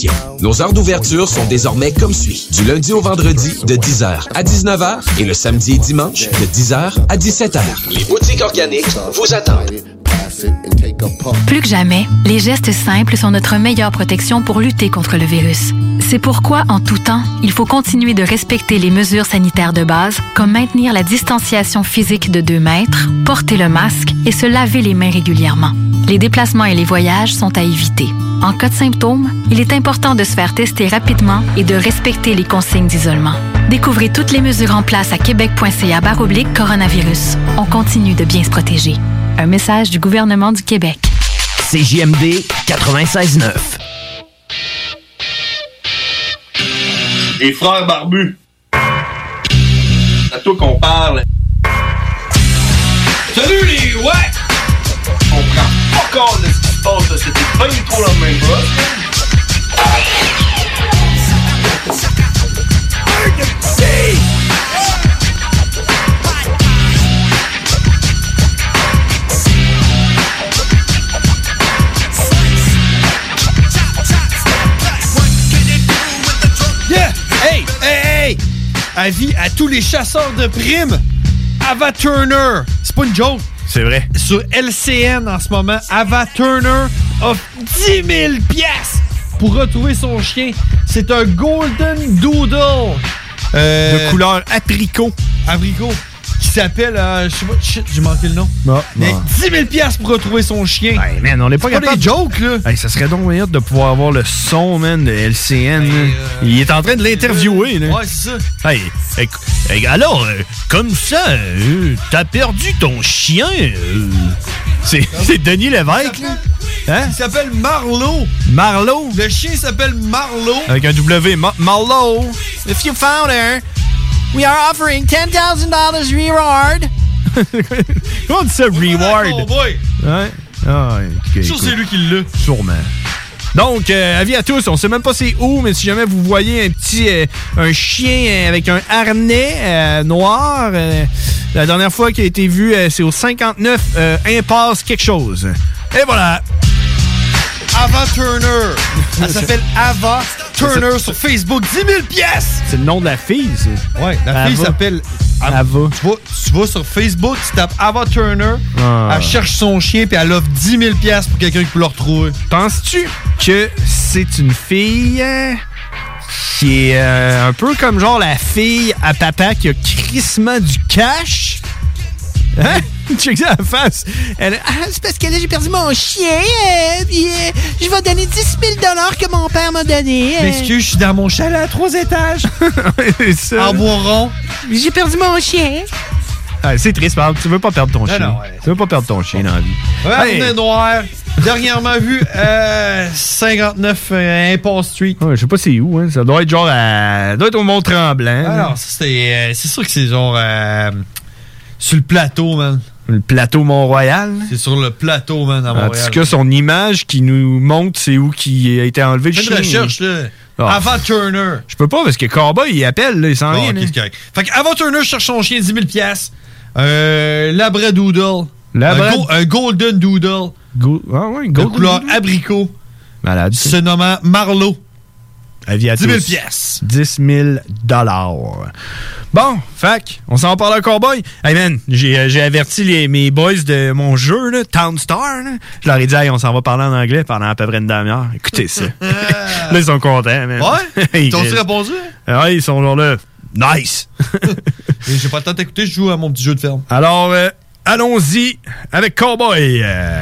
[SPEAKER 16] Nos heures d'ouverture sont désormais comme suit. Du lundi au vendredi, de 10h à 19h et le samedi et dimanche, de 10h à 17h. Les boutiques organiques vous attendent.
[SPEAKER 30] Plus que jamais, les gestes simples sont notre meilleure protection pour lutter contre le virus. C'est pourquoi, en tout temps, il faut continuer de respecter les mesures sanitaires de base, comme maintenir la distanciation physique de 2 mètres, porter le masque et se laver les mains régulièrement. Les déplacements et les voyages sont à éviter. En cas de symptômes, il est important de se faire tester rapidement et de respecter les consignes d'isolement. Découvrez toutes les mesures en place à québec.ca baroblique coronavirus. On continue de bien se protéger. Un message du gouvernement du Québec.
[SPEAKER 24] CJMD 96.9.
[SPEAKER 31] Les frères barbus. C'est à toi qu'on parle.
[SPEAKER 32] Salut les ouais! On prend pas compte de ce qui se passe, là. c'était pas du tout la même chose.
[SPEAKER 8] Yeah! Hey! Hey! Hey! Avis à tous les chasseurs de primes, Ava Turner, c'est pas une joke.
[SPEAKER 3] C'est vrai.
[SPEAKER 8] Sur LCN en ce moment, Ava Turner offre 10 000 piastres pour retrouver son chien. C'est un Golden Doodle. Euh,
[SPEAKER 3] De couleur apricot.
[SPEAKER 8] Abricot. Qui s'appelle, euh, je sais pas, shit, j'ai manqué le nom. Mais 10 000 piastres pour retrouver son chien.
[SPEAKER 3] Man, on n'est pas
[SPEAKER 8] Bah, C'est pas
[SPEAKER 3] capable.
[SPEAKER 8] des jokes, là.
[SPEAKER 3] Hey, ça serait donc hot de pouvoir avoir le son, man, de LCN. là. Il est en train de l'interviewer, là.
[SPEAKER 8] Ben, euh, Ouais, c'est ça.
[SPEAKER 3] Hey, éc- hey, alors, euh, comme ça, euh, t'as perdu ton chien. euh. C'est c'est Denis Lévesque, là. Hein?
[SPEAKER 8] Il s'appelle Marlowe.
[SPEAKER 3] Marlowe?
[SPEAKER 8] Le chien s'appelle Marlowe.
[SPEAKER 3] Avec un W, Ma- Marlowe.
[SPEAKER 33] If you found her, we are offering $10,000 reward.
[SPEAKER 3] Comment on dit ça, reward?
[SPEAKER 8] Cowboy.
[SPEAKER 3] Ouais. Ah, ouais, ok,
[SPEAKER 8] Sûr,
[SPEAKER 3] cool.
[SPEAKER 8] c'est lui qui l'a.
[SPEAKER 3] Sûrement. Donc, euh, avis à tous, on sait même pas c'est où, mais si jamais vous voyez un petit euh, un chien euh, avec un harnais euh, noir, euh, la dernière fois qu'il a été vu, euh, c'est au 59 euh, Impasse quelque chose. Et voilà.
[SPEAKER 8] Ava Turner. Elle s'appelle Ava Turner sur Facebook. 10 000 pièces!
[SPEAKER 3] C'est le nom de la fille, c'est.
[SPEAKER 8] Ouais, la fille
[SPEAKER 3] Ava.
[SPEAKER 8] s'appelle
[SPEAKER 3] Ava.
[SPEAKER 8] Ah, Tu vas, tu vas sur Facebook, tu tapes Ava Turner,
[SPEAKER 3] Ah.
[SPEAKER 8] elle cherche son chien, puis elle offre 10 000 pièces pour quelqu'un qui peut le retrouver.
[SPEAKER 3] Penses-tu que c'est une fille euh, qui est euh, un peu comme genre la fille à papa qui a crissement du cash? Hein? Check ça la face. Elle,
[SPEAKER 7] Ah, c'est parce que là, j'ai perdu mon chien, euh, puis euh, je vais donner 10 000 que mon père m'a donné. euh.
[SPEAKER 8] M'excuse, je suis dans mon chalet à trois étages.
[SPEAKER 3] en
[SPEAKER 8] boiron.
[SPEAKER 7] J'ai perdu mon chien.
[SPEAKER 3] Ah, c'est triste, par exemple. Tu veux pas perdre ton chien.
[SPEAKER 8] non,
[SPEAKER 3] Tu veux pas perdre ton chien dans la vie.
[SPEAKER 8] Ouais,
[SPEAKER 3] Hey!
[SPEAKER 8] on est noir. Dernièrement vu, euh, 59 euh, Impulse Street.
[SPEAKER 3] Ouais, je sais pas c'est où, hein. Ça doit être genre à. ça doit être au Mont-Tremblant. hein.
[SPEAKER 8] Alors, ça, c'était. euh, Ah c'est sûr que c'est genre. euh, sur le plateau, man.
[SPEAKER 3] Le plateau Mont-Royal. hein?
[SPEAKER 8] C'est sur le plateau, man, à
[SPEAKER 3] En
[SPEAKER 8] Montréal.
[SPEAKER 3] tout cas, son image qui nous montre c'est où qui a été enlevé le
[SPEAKER 8] Fais une
[SPEAKER 3] chien.
[SPEAKER 8] recherche, là.
[SPEAKER 3] Ah.
[SPEAKER 8] Avant Turner.
[SPEAKER 3] Je peux pas parce que Cowboy, il appelle, là, il s'en
[SPEAKER 8] Bon,
[SPEAKER 3] vient.
[SPEAKER 8] ok,
[SPEAKER 3] là.
[SPEAKER 8] c'est correct. Fait que avant Turner, je cherche son chien, 10 000 piastres. Euh, Labradoodle.
[SPEAKER 3] Labra-
[SPEAKER 8] Un, go- un Golden Doodle.
[SPEAKER 3] ah ouais,
[SPEAKER 8] De couleur abricot.
[SPEAKER 3] Malade.
[SPEAKER 8] Se nommant Marlowe.
[SPEAKER 3] Avis à
[SPEAKER 8] 10 000
[SPEAKER 3] tous.
[SPEAKER 8] piastres.
[SPEAKER 3] 10 000 dollars. Bon, fac, on s'en parle à Cowboy. Hey man, j'ai euh, j'ai averti les, mes boys de mon jeu, là, Town Star. là. Je leur ai dit, hey, on s'en va parler en anglais pendant à peu près une demi-heure. Écoutez ça. là, ils sont contents, man.
[SPEAKER 8] Ouais?
[SPEAKER 3] Ils
[SPEAKER 8] T'as-tu
[SPEAKER 3] restent-
[SPEAKER 8] répondu?
[SPEAKER 3] Ouais, Ah ils sont genre là. Nice!
[SPEAKER 8] Et J'ai pas le temps d'écouter, je joue à mon petit jeu de ferme.
[SPEAKER 3] Alors, euh, allons-y avec Cowboy. Euh,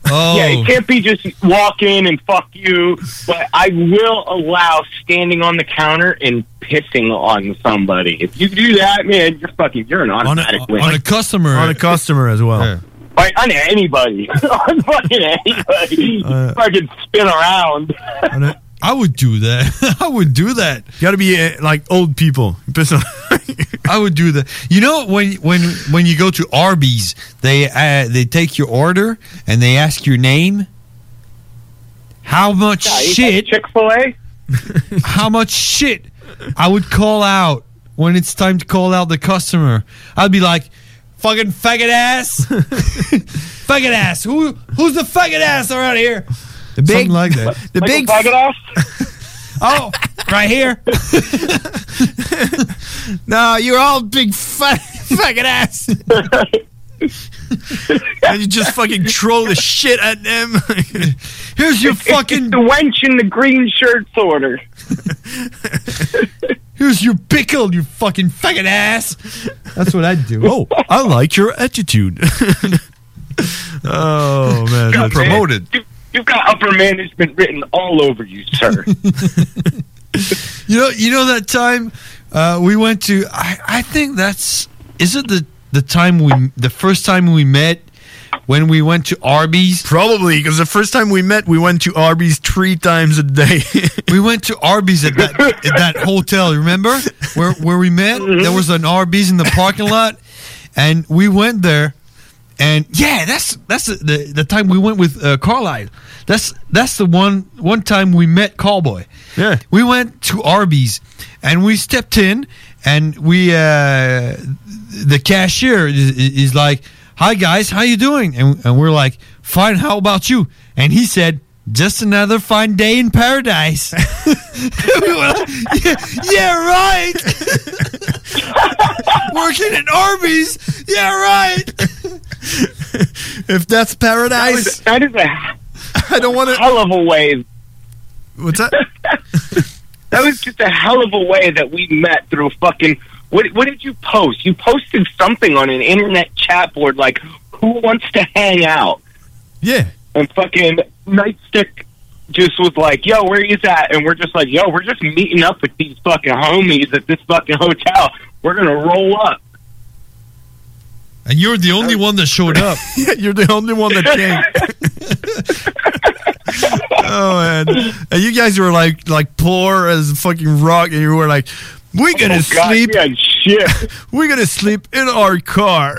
[SPEAKER 8] Oh.
[SPEAKER 27] Yeah, it can't be just walk in and fuck you, but I will allow standing on the counter and pissing on somebody. If you do that, man, you're fucking you're an automatic winner.
[SPEAKER 8] on a customer
[SPEAKER 3] on a customer as well.
[SPEAKER 27] Like, on anybody. on fucking anybody.
[SPEAKER 8] Uh,
[SPEAKER 27] fucking spin around.
[SPEAKER 8] I would do that. I would do that. You got to be uh, like old people. I would do that. You know when when when you go to Arby's, they uh, they take your order and they ask your name. How much shit? Chick
[SPEAKER 27] Fil A.
[SPEAKER 8] how much shit I would call out when it's time to call out the customer. I'd be like, "Fucking faggot ass, faggot ass. Who who's the faggot ass around here?" The big, Something like that.
[SPEAKER 27] The Like a big- faggot ass?
[SPEAKER 8] oh, right here.
[SPEAKER 7] no, you're all big fat fucking ass.
[SPEAKER 3] and you just fucking troll the shit out of them.
[SPEAKER 8] Here's your
[SPEAKER 27] fucking the wench in the green shirts order.
[SPEAKER 8] Here's your pickle, you fucking faggot ass. That's what I'd do.
[SPEAKER 3] Oh, I like your attitude. oh
[SPEAKER 27] Got
[SPEAKER 3] man, that's- promoted.
[SPEAKER 27] You, you've got upper management written all over you, sir.
[SPEAKER 8] You know, you know that time uh, we went to. I, I think that's is it the the time we the first time we met when we went to Arby's.
[SPEAKER 3] Probably because the first time we met, we went to Arby's three times a day.
[SPEAKER 8] we went to Arby's at that at that hotel. Remember where where we met? There was an Arby's in the parking lot, and we went there. And yeah, that's that's the the, the time we went with uh, Carlisle. That's that's the one one time we met Cowboy. Yeah, we went to Arby's, and we stepped in, and we uh, the cashier is, is like, "Hi guys, how you doing?" And, and we're like, "Fine. How about you?" And he said, "Just another fine day in paradise." We were like, yeah, yeah, right. Working at Arby's. Yeah, right.
[SPEAKER 3] if that's paradise,
[SPEAKER 27] that is,
[SPEAKER 3] a. I don't want to.
[SPEAKER 27] Hell of a wave.
[SPEAKER 3] What's that?
[SPEAKER 27] that was just a hell of a way that we met through fucking. What, what did you post? You posted something on an internet chat board like, "Who wants to hang out?"
[SPEAKER 3] Yeah.
[SPEAKER 27] And fucking nightstick just was like, "Yo, where you at?" And we're just like, "Yo, we're just meeting up with these fucking homies at this fucking hotel. We're gonna roll up."
[SPEAKER 8] And you're the only one that showed up.
[SPEAKER 3] you're the only one that came. oh man, and you guys were like like poor as a fucking rock, and you were like, "We're gonna
[SPEAKER 27] Oh, God,
[SPEAKER 3] sleep,
[SPEAKER 27] yeah, shit.
[SPEAKER 3] we're gonna sleep in our car,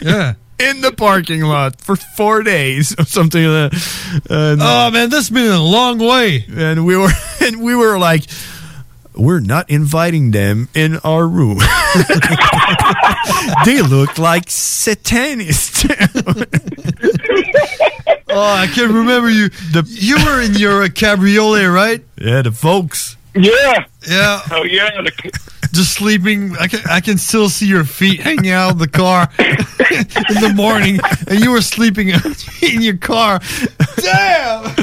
[SPEAKER 8] yeah,
[SPEAKER 3] in the parking lot for four days or something." Like that. And, uh,
[SPEAKER 8] oh man, this has been a long way,
[SPEAKER 3] and we were and we were like. We're not inviting them in our room. they look like satanists.
[SPEAKER 8] oh, I can remember you. you were in your uh, cabriolet, right?
[SPEAKER 3] Yeah, the folks.
[SPEAKER 27] Yeah.
[SPEAKER 8] Yeah.
[SPEAKER 27] Oh yeah.
[SPEAKER 8] Just sleeping. I can, I can still see your feet hanging out of the car in the morning, and you were sleeping in your car. Damn.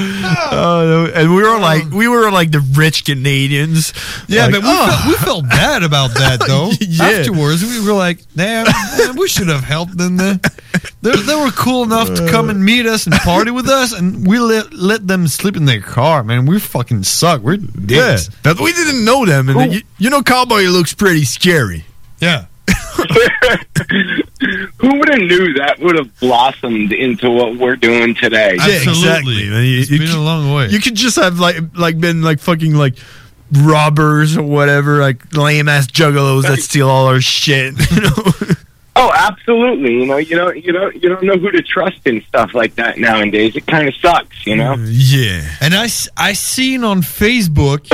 [SPEAKER 3] Oh, no. and we were like we were like the rich Canadians.
[SPEAKER 8] Yeah,
[SPEAKER 3] Like,
[SPEAKER 8] but we,
[SPEAKER 3] oh.
[SPEAKER 8] felt, we felt bad about that though.
[SPEAKER 3] Yeah.
[SPEAKER 8] Afterwards, we were like, "Damn, man, we should have helped them." Then they, they were cool enough to come and meet us and party with us, and we let let them sleep in their car. Man, we fucking suck. We're
[SPEAKER 3] yeah,
[SPEAKER 8] dicks.
[SPEAKER 3] but we didn't know them, and
[SPEAKER 8] Cool.
[SPEAKER 3] you, you know, cowboy looks pretty scary.
[SPEAKER 8] Yeah.
[SPEAKER 27] Who would have knew that would have blossomed into what we're doing today?
[SPEAKER 3] exactly. man. You, you
[SPEAKER 8] been
[SPEAKER 3] could-
[SPEAKER 8] a long way.
[SPEAKER 3] You could just have like like been like fucking like robbers or whatever, like lame ass juggalos that steal all our shit.
[SPEAKER 27] Oh, absolutely. You know, you don't, you don't, you don't know who to trust in stuff like that nowadays. It kind of sucks, you know.
[SPEAKER 3] yeah.
[SPEAKER 8] And I, s- I seen on Facebook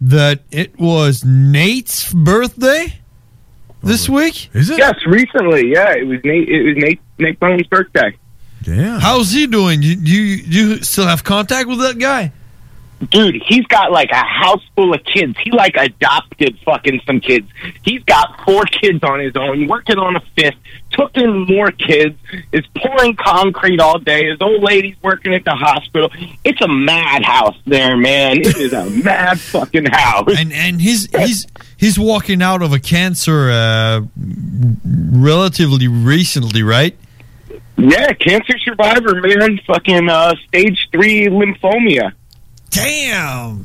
[SPEAKER 8] that it was Nate's birthday this week.
[SPEAKER 3] Oh, Is it?
[SPEAKER 27] Yes, recently. Yeah, it was Nate. It was Nate Nate Bone's birthday.
[SPEAKER 3] Yeah.
[SPEAKER 8] How's he doing? You, you you still have contact with that guy?
[SPEAKER 27] Dude, he's got like a house full of kids. He like adopted fucking some kids. He's got four kids on his own, working on a fifth, took in more kids, is pouring concrete all day. His old lady's working at the hospital. It's a madhouse there, man. It is a mad fucking house.
[SPEAKER 8] And and he's he's he's walking out of a cancer uh, relatively recently, right?
[SPEAKER 27] Yeah, cancer survivor, man. Fucking uh, stage three lymphomia.
[SPEAKER 8] Damn.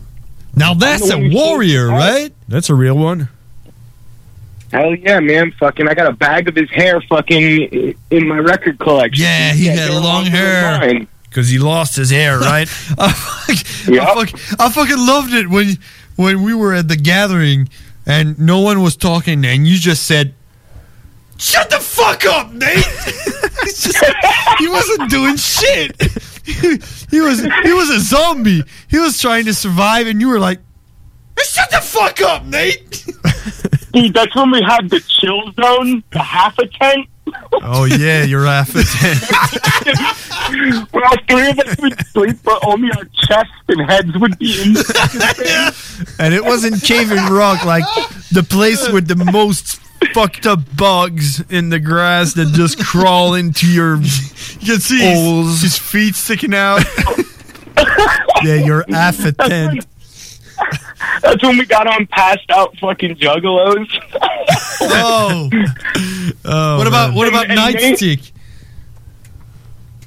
[SPEAKER 8] Now that's a warrior, right?
[SPEAKER 3] That's a real one.
[SPEAKER 34] Hell yeah, man! Fucking, I got a bag of his hair, fucking, i- in my record collection. Yeah,
[SPEAKER 35] he had long hair.
[SPEAKER 36] Because he lost his hair, right?
[SPEAKER 8] Oh. I, fuck, I fucking loved it when when we were at the gathering and no one was talking and you just said, "Shut the fuck up, Nate." It's just- he wasn't doing shit. he was he was a zombie. He was trying to survive, and you were like, "Shut the fuck up, Nate."
[SPEAKER 27] Dude, that's when we had the chill zone, the half a tent.
[SPEAKER 8] Oh yeah, you're right.
[SPEAKER 27] Where all three of us would sleep, but only our chests and heads would be in.
[SPEAKER 3] And it wasn't Cave and Rock, like the place with the most fucked up bugs in the grass that just crawl into your
[SPEAKER 8] you can see his-
[SPEAKER 3] holes.
[SPEAKER 8] His feet sticking out.
[SPEAKER 3] yeah, you're half a tent.
[SPEAKER 27] That's when we got on passed out fucking juggalos.
[SPEAKER 8] oh.
[SPEAKER 27] What
[SPEAKER 8] about- what about Nightstick?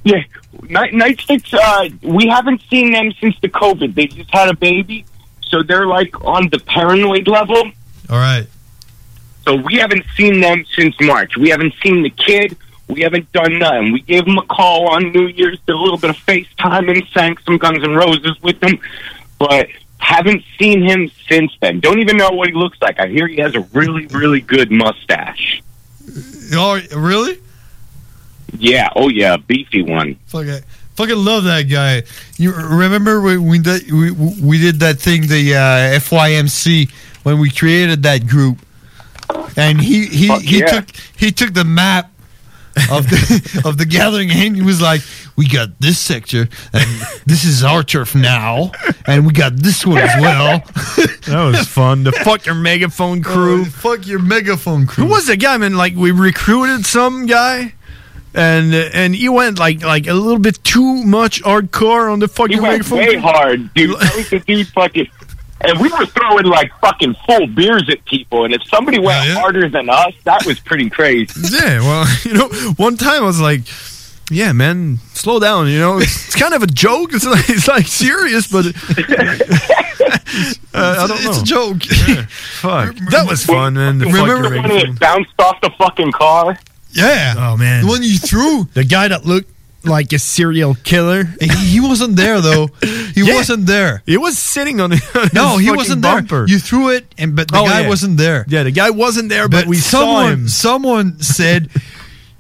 [SPEAKER 27] Yeah, Night Nightsticks. Uh, we haven't seen them since the COVID. They just had a baby, so they're like on the paranoid level.
[SPEAKER 8] All right.
[SPEAKER 27] So we haven't seen them since March. We haven't seen the kid. We haven't done nothing. We gave them a call on New Year's, did a little bit of FaceTime, and sang some Guns N' Roses with them, but haven't seen him since then. Don't even know what he looks like. I hear he has a really, really good mustache.
[SPEAKER 8] Oh, really?
[SPEAKER 27] Yeah, oh yeah, beefy one.
[SPEAKER 8] Fucking, fucking love that guy. You remember when we did, we, we did that thing, the uh, FYMC, when we created that group, and he he, he
[SPEAKER 27] yeah.
[SPEAKER 8] took he took the map of the of the gathering and he was like, we got this sector and this is our turf now, and we got this one as well.
[SPEAKER 3] That was fun. The fuck your megaphone crew.
[SPEAKER 8] Oh, fuck your megaphone crew.
[SPEAKER 3] Who was the guy, man? Like we recruited some guy, and and he went like like a little bit too much hardcore on the fucking
[SPEAKER 27] He went
[SPEAKER 3] megaphone.
[SPEAKER 27] way hard, dude. That was the dude fucking. And we were throwing like fucking full beers at people, and if somebody went harder than us, that was pretty crazy.
[SPEAKER 3] Yeah, well, you know, one time I was like, "Yeah, man, slow down." You know, it's, it's kind of a joke. It's like, it's like serious, but uh,
[SPEAKER 27] Uh,
[SPEAKER 3] I don't know. It's a
[SPEAKER 8] joke.
[SPEAKER 3] Fuck, that was fun, man. The fuck
[SPEAKER 27] Remember
[SPEAKER 3] your
[SPEAKER 27] when it bounced off the fucking car?
[SPEAKER 8] Yeah.
[SPEAKER 3] Oh man. The
[SPEAKER 8] one you threw.
[SPEAKER 3] The guy that looked like a serial killer.
[SPEAKER 8] He, he wasn't there though. He wasn't there.
[SPEAKER 3] He was sitting on. The,
[SPEAKER 8] No, he wasn't there. You threw it, and but the guy wasn't there.
[SPEAKER 3] Oh, Yeah, the guy wasn't there, but, we
[SPEAKER 8] someone,
[SPEAKER 3] saw him.
[SPEAKER 8] Someone said,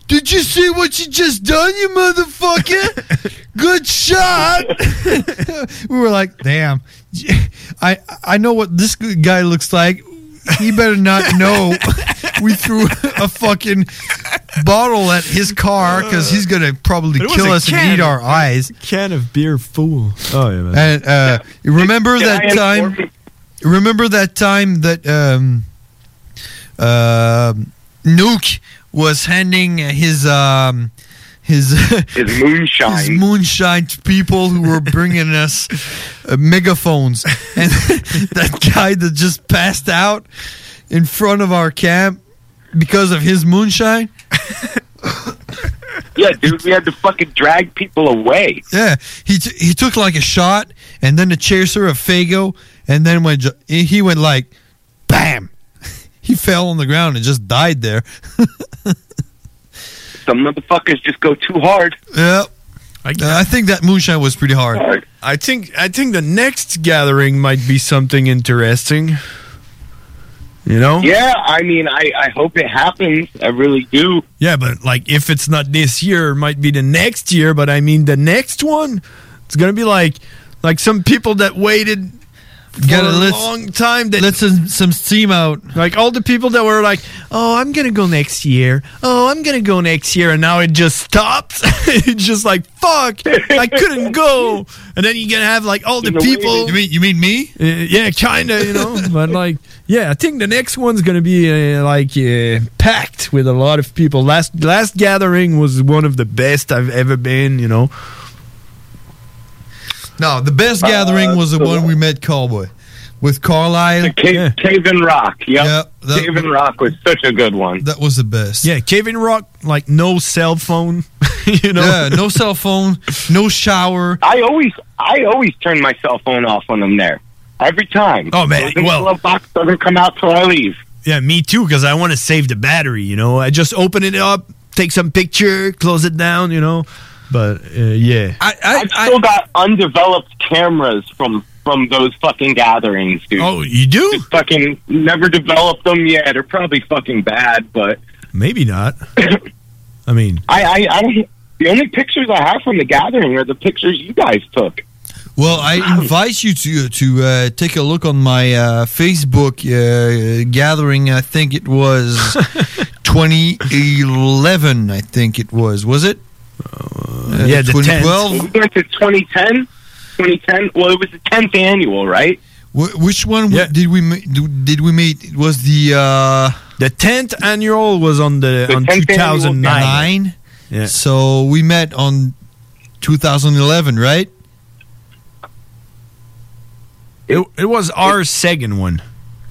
[SPEAKER 8] "Did you see what you just done, you motherfucker? Good shot." we were like, "Damn, I I know what this guy looks like. He better not know." we threw a fucking bottle at his car because he's gonna probably
[SPEAKER 3] It was
[SPEAKER 8] kill
[SPEAKER 3] a
[SPEAKER 8] us E
[SPEAKER 3] can.
[SPEAKER 8] and eat our eyes.
[SPEAKER 3] Can of beer, fool. Oh yeah, man.
[SPEAKER 8] And uh, remember that time. Remember that time that um, uh, Nuke was handing his um, his
[SPEAKER 27] his moonshine
[SPEAKER 8] his moonshine to people who were bringing us uh, megaphones, and that guy that just passed out in front of our camp because of his moonshine.
[SPEAKER 27] Yeah, dude, we had to fucking drag people away.
[SPEAKER 8] Yeah, he t- he took like a shot, and then the chaser of Fago, and then when ju- he went like, bam, he fell on the ground and just died there.
[SPEAKER 27] Some motherfuckers just go too hard.
[SPEAKER 8] yeah, I, I think that moonshine was pretty hard.
[SPEAKER 3] I think I think the next gathering might be something interesting. You know?
[SPEAKER 27] Yeah, I mean, I, I hope it happens. I really do.
[SPEAKER 3] Yeah, but like if it's not this year, it might be the next year, but I mean the next one, it's going to be like like some people that waited
[SPEAKER 8] Gotta
[SPEAKER 3] for a
[SPEAKER 8] let's-
[SPEAKER 3] long time that
[SPEAKER 8] let some, some steam out.
[SPEAKER 3] Like all the people that were like, "Oh, I'm going to go next year. Oh, I'm going to go next year." And now it just stops. it's just like, "Fuck, I couldn't go." And then you're going to have like all the people
[SPEAKER 8] You mean you mean me?
[SPEAKER 3] Uh, yeah, kind of, you know. but like, yeah, I think the next one's gonna be uh, like uh, packed with a lot of people. Last last gathering was one of the best I've ever been, you know.
[SPEAKER 8] No, the best gathering was the one we met Cowboy with Carlisle.
[SPEAKER 27] Cave, Cave and Rock. Yep. Cave and Rock was such a good one.
[SPEAKER 8] That was the best.
[SPEAKER 3] Yeah, Cave and Rock, like no cell phone, you know.
[SPEAKER 8] Yeah, no cell phone, no shower.
[SPEAKER 27] I always I always turn my cell phone off when I'm there. Every time.
[SPEAKER 3] Oh man,
[SPEAKER 27] well, box doesn't come out till I leave.
[SPEAKER 3] Yeah, me too, because I want to save the battery, you know. I just open it up, take some picture, close it down, you know. But uh, yeah.
[SPEAKER 37] I,
[SPEAKER 27] have still got undeveloped cameras from from those fucking gatherings, dude.
[SPEAKER 3] Oh, you do?
[SPEAKER 27] Just fucking never developed them yet. They're probably fucking bad, but
[SPEAKER 3] Maybe not. I mean,
[SPEAKER 27] I, I, I don't. The only pictures I have from the gathering are the pictures you guys took.
[SPEAKER 8] Well, I invite you to to uh, take a look on my uh, Facebook uh, gathering. I think it was 2011. I think it was. Was it? Uh,
[SPEAKER 27] Uh, 2012? We went to 2010. 2010. Well, it was the 10th annual, right?
[SPEAKER 8] Wh- which one w- did we ma- do- did we meet? It was the uh,
[SPEAKER 3] the tenth annual was on the,
[SPEAKER 8] on
[SPEAKER 3] 10th annual
[SPEAKER 8] 2009. So we met on 2011, right?
[SPEAKER 3] It, it was our second one,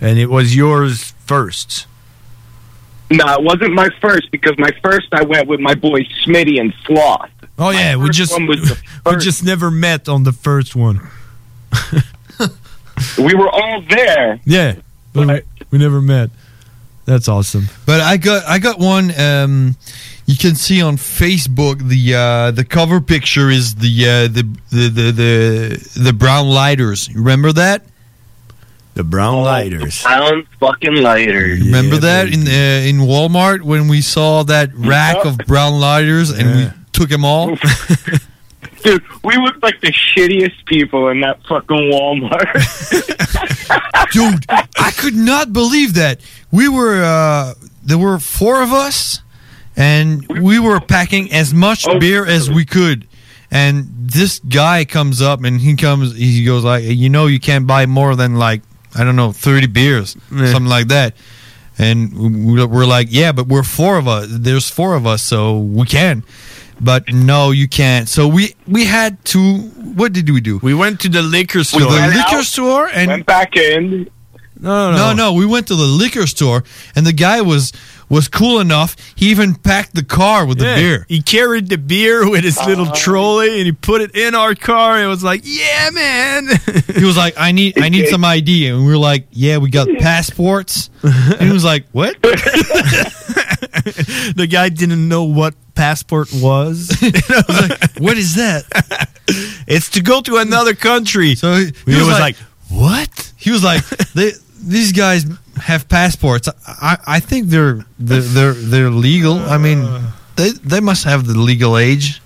[SPEAKER 3] and it was yours first.
[SPEAKER 27] No, it wasn't my first because my first I went with my boy Smitty and Sloth.
[SPEAKER 3] Oh yeah, we
[SPEAKER 27] first
[SPEAKER 3] just
[SPEAKER 27] one was the
[SPEAKER 3] we just never met on the first one.
[SPEAKER 27] We were all there.
[SPEAKER 3] Yeah, but we, we never met. That's awesome.
[SPEAKER 8] But I got I got one. Um, you can see on Facebook the uh, the cover picture is the, uh, the the the the the brown lighters. You Remember that?
[SPEAKER 3] The
[SPEAKER 27] Oh,
[SPEAKER 3] brown lighters.
[SPEAKER 27] Brown fucking lighters.
[SPEAKER 8] Remember that in uh, in Walmart when we saw that rack of brown lighters and we took them all.
[SPEAKER 27] Dude, we looked like the shittiest people in that fucking Walmart.
[SPEAKER 8] dude i could not believe that we were uh there were four of us and we were packing as much beer as we could and this guy comes up and he comes he goes like you know you can't buy more than like i don't know 30 beers something like that and we- we're like yeah but we're four of us there's four of us so we can but no you can't so we we had to what did we do
[SPEAKER 3] we went to the liquor store
[SPEAKER 8] the
[SPEAKER 3] Went
[SPEAKER 8] liquor
[SPEAKER 3] out,
[SPEAKER 8] store and
[SPEAKER 27] went back in
[SPEAKER 3] no,
[SPEAKER 8] no, no. We went to the liquor store, and the guy was was cool enough. He even packed the car with
[SPEAKER 3] Yeah.
[SPEAKER 8] the beer.
[SPEAKER 3] He carried the beer with his little
[SPEAKER 8] Oh.
[SPEAKER 3] trolley and he put it in our car. And it was like, yeah, man.
[SPEAKER 8] He was like, "I need, I need some ID," and we were like, "Yeah, we got passports." And he was like, "What?"
[SPEAKER 3] the guy didn't know what passport was. And I was like,
[SPEAKER 8] what is that?
[SPEAKER 3] it's to go to another country.
[SPEAKER 8] So he,
[SPEAKER 3] he was, like,
[SPEAKER 8] "What?" He was like, they, "These guys have passports. I, I think they're they're they're, they're legal. I mean, they they must have the legal age."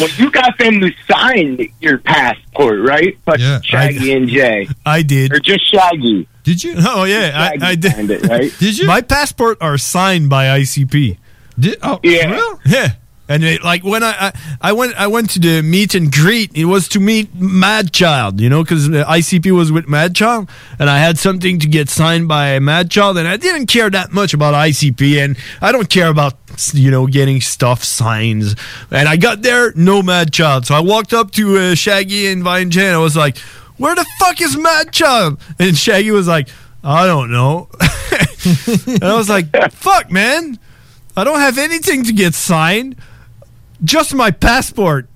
[SPEAKER 27] well, you got them to sign your passport, right? But Shaggy and Jay.
[SPEAKER 3] I did.
[SPEAKER 27] Or just Shaggy.
[SPEAKER 8] Did you?
[SPEAKER 3] Oh yeah, I, I did.
[SPEAKER 27] It, right?
[SPEAKER 8] Did you?
[SPEAKER 3] My passport are signed by ICP.
[SPEAKER 8] Did, oh,
[SPEAKER 3] yeah, yeah. And it, like when I, I I went I went to the meet and greet. It was to meet Mad Child, you know, because ICP was with Mad Child, and I had something to get signed by Mad Child, and I didn't care that much about ICP, and I don't care about you know getting stuff signs. And I got there, no Mad Child, so I walked up to uh, Shaggy and Vine Jan. I was like, "Where the fuck is Mad Child?" And Shaggy was like, "I don't know." and I was like, "Fuck, man, I don't have anything to get signed, just my passport.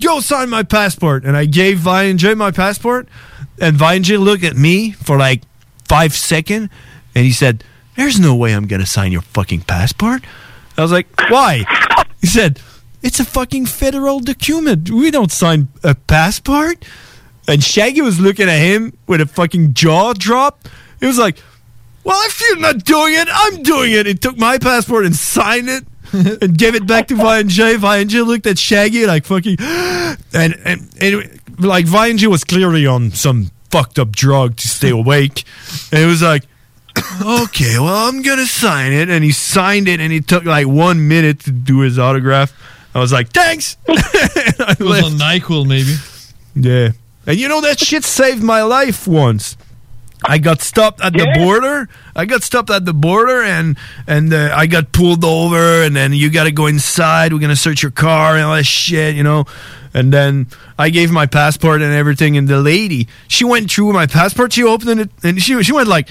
[SPEAKER 3] Yo, sign my passport." And I gave Vijay my passport, and Vijay looked at me for like five seconds, and he said, "There's no way I'm gonna sign your fucking passport." I was like, "Why?" He said, "It's a fucking federal document. We don't sign a passport." And Shaggy was looking at him with a fucking jaw drop. He was like, well, if you're not doing it, I'm doing it. He took my passport and signed it and gave it back to Vijay. Vijay looked at Shaggy like fucking, and and anyway, like Vijay was clearly on some fucked up drug to stay awake, and it was like. okay, well, I'm gonna sign it, and he signed it, and he took like one minute to do his autograph. I was like, "Thanks." it
[SPEAKER 8] was on Nyquil, maybe.
[SPEAKER 3] Yeah. And you know that shit saved my life once. I got stopped at the border. I got stopped at the border and and uh, I got pulled over and then you got to go inside. We're going to search your car and all that shit, you know. And then I gave my passport and everything and the lady, she went through my passport, she opened it and she she went like,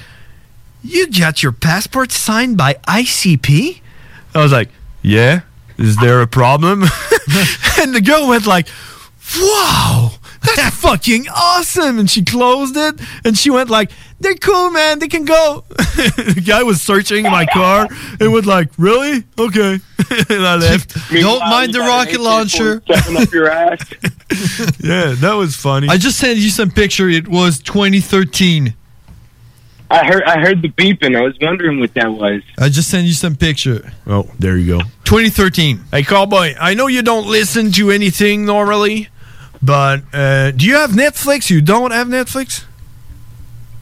[SPEAKER 3] "You got your passport signed by ICP?" I was like, "Yeah. Is there a problem?" and the girl went like, "Wow, that's fucking awesome!" And she closed it, and she went like, They're cool, man. They can go. the guy was searching my car and was like, really? Okay. and I left.
[SPEAKER 8] Don't mind the rocket launcher.
[SPEAKER 27] up your ass.
[SPEAKER 3] yeah, that was funny.
[SPEAKER 8] I just sent you some picture. It was 2013.
[SPEAKER 27] I heard I heard the beeping. I was wondering what that was.
[SPEAKER 8] I just sent you some picture.
[SPEAKER 3] Oh, there you go.
[SPEAKER 8] 2013.
[SPEAKER 3] Hey, Cowboy, I know you don't listen to anything normally, but uh, do you have Netflix? You don't have Netflix?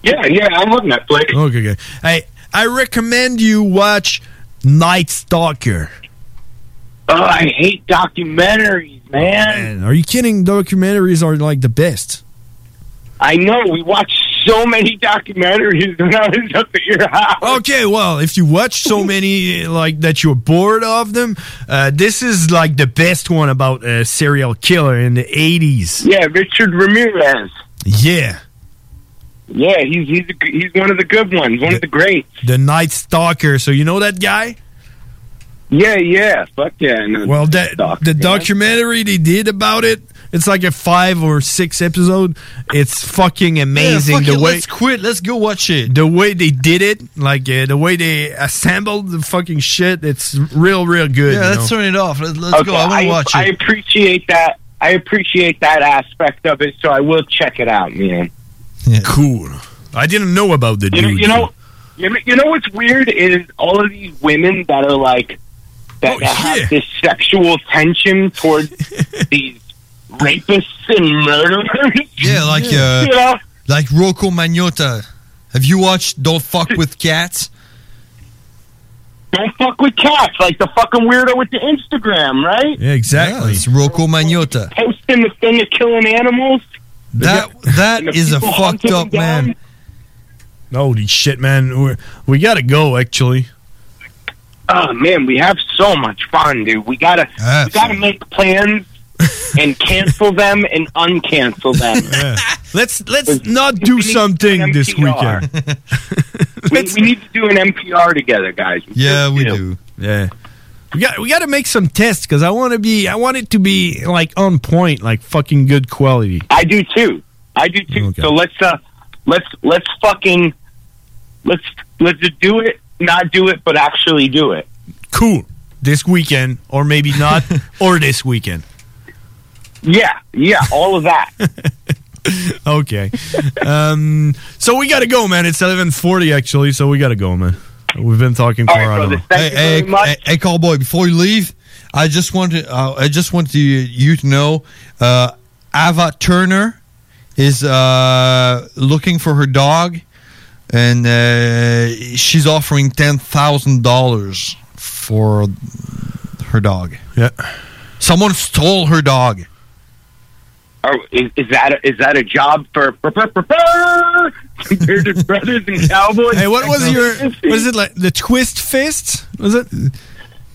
[SPEAKER 27] Yeah, yeah, I have Netflix.
[SPEAKER 3] Okay, okay. Hey, I recommend you watch Night Stalker.
[SPEAKER 27] Oh, I hate documentaries, man.
[SPEAKER 3] Are you kidding? Documentaries are like the best.
[SPEAKER 27] I know we watched so many documentaries when I was up at your house.
[SPEAKER 3] Okay, well, if you watch so many uh, like that you're bored of them, uh, this is like the best one about a serial killer in the 80s.
[SPEAKER 27] Yeah, Richard Ramirez.
[SPEAKER 3] Yeah.
[SPEAKER 27] Yeah, he's he's a g- he's one of the good ones, one of the greats.
[SPEAKER 3] The Night Stalker. So you know that guy?
[SPEAKER 27] Yeah, yeah, fuck yeah. I know
[SPEAKER 3] Well, that the documentary they did about it, it's like a five or six episode. It's fucking amazing
[SPEAKER 8] Yeah, fuck
[SPEAKER 3] the
[SPEAKER 8] it,
[SPEAKER 3] way.
[SPEAKER 8] let's quit. Let's go watch it.
[SPEAKER 3] The way they did it, like uh, the way they assembled the fucking shit, it's real, real good.
[SPEAKER 8] Yeah,
[SPEAKER 3] you
[SPEAKER 8] let's
[SPEAKER 3] know?
[SPEAKER 8] turn it off. Let's, let's go. I want to watch
[SPEAKER 27] I
[SPEAKER 8] it.
[SPEAKER 27] appreciate that. I appreciate that aspect of it, so I will check it out, man.
[SPEAKER 3] Cool. I didn't know about the
[SPEAKER 27] You know,
[SPEAKER 3] dude.
[SPEAKER 27] you know, you know, you know what's weird is all of these women that are like that,
[SPEAKER 3] Oh,
[SPEAKER 27] that have this sexual tension towards these rapists and murderers.
[SPEAKER 8] Yeah, like uh,
[SPEAKER 27] You know?
[SPEAKER 8] like Rocco Magnotta. Have you watched Don't Fuck with Cats?
[SPEAKER 27] Don't fuck with cats, like the fucking weirdo with the Instagram, right?
[SPEAKER 3] Yeah, exactly.
[SPEAKER 8] it's Rocco Magnotta.
[SPEAKER 27] Posting the thing of killing animals.
[SPEAKER 8] That that
[SPEAKER 27] And the
[SPEAKER 8] is a
[SPEAKER 27] people
[SPEAKER 8] fucked
[SPEAKER 27] hunting
[SPEAKER 8] up
[SPEAKER 27] them down.
[SPEAKER 8] man.
[SPEAKER 3] Holy shit, man. We're, we got to go, actually.
[SPEAKER 27] Oh man, we have so much fun, dude. We gotta we gotta make plans and cancel them and uncancel them.
[SPEAKER 3] Let's let's not do something this weekend.
[SPEAKER 27] we, we need to do an NPR together, guys.
[SPEAKER 3] Yeah, we do. Yeah. We got we got to make some tests because I want to be I want it to be like on point, like fucking good quality.
[SPEAKER 27] I do too. I do too. So let's uh let's let's fucking let's let's do it, not do it, but actually do it.
[SPEAKER 3] Cool. This weekend, or maybe not, or this weekend.
[SPEAKER 27] Yeah, yeah, all of that.
[SPEAKER 3] Okay. um. So we got to go, man. It's eleven forty actually, so we got to go, man. We've been talking for I don't know.
[SPEAKER 8] Hey, hey, hey, hey, cowboy! Before you leave, I just want to uh, I just want to, you to know, uh, Ava Turner is uh, looking for her dog, and uh, she's offering ten thousand dollars for her dog.
[SPEAKER 3] Yeah,
[SPEAKER 8] someone stole her dog.
[SPEAKER 27] Or is, is that a, is that a job for Bearded Brothers and Cowboys?
[SPEAKER 3] Hey, what was your? Was it like the twist fist? Was it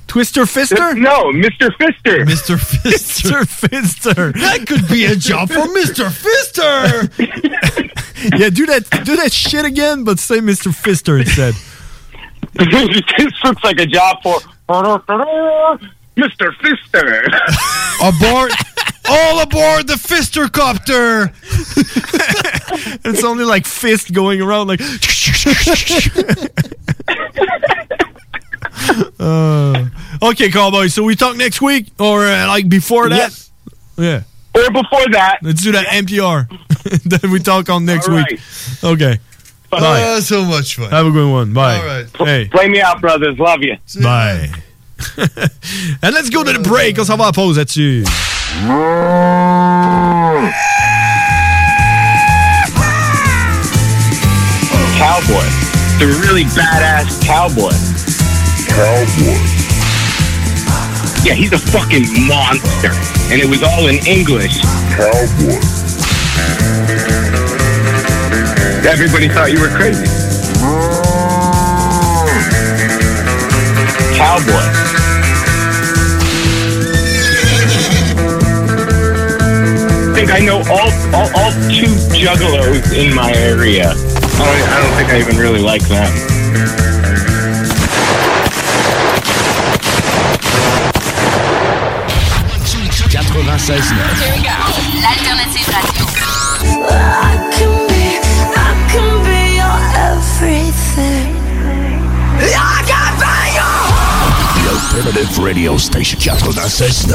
[SPEAKER 3] Twister Fister?
[SPEAKER 27] No, Mister Fister.
[SPEAKER 8] Mister Fister.
[SPEAKER 3] Fister.
[SPEAKER 8] That could be a job for Mister Fister.
[SPEAKER 3] yeah, do that do that shit again, but say Mr. Fister instead.
[SPEAKER 27] this looks like a job for Mister Fister.
[SPEAKER 8] Abort! All aboard the Fister copter!
[SPEAKER 3] it's only like fist going around, like. Uh, okay, cowboy. So we talk next week, or uh, like before that.
[SPEAKER 27] Yes.
[SPEAKER 3] Yeah.
[SPEAKER 27] Or before that.
[SPEAKER 3] Let's do that NPR. then we talk on next week. Okay. Bye.
[SPEAKER 8] Oh, so much fun.
[SPEAKER 3] Have a good one. Bye.
[SPEAKER 8] All right.
[SPEAKER 3] Hey.
[SPEAKER 27] Play me out, brothers. Love you.
[SPEAKER 3] Bye. And Ben. let's go to the break. On s'en va à la pause là-dessus.
[SPEAKER 27] Cowboy. The really badass cowboy. Cowboy. Yeah, he's a fucking monster. And it was all in English. Cowboy. Everybody thought you were crazy. Cowboy. I think I know all, all, all two juggalos in my area. I don't, I don't think I even really like them.
[SPEAKER 7] L'alternative radio. I can be, I can be your
[SPEAKER 1] alternative radio station 969.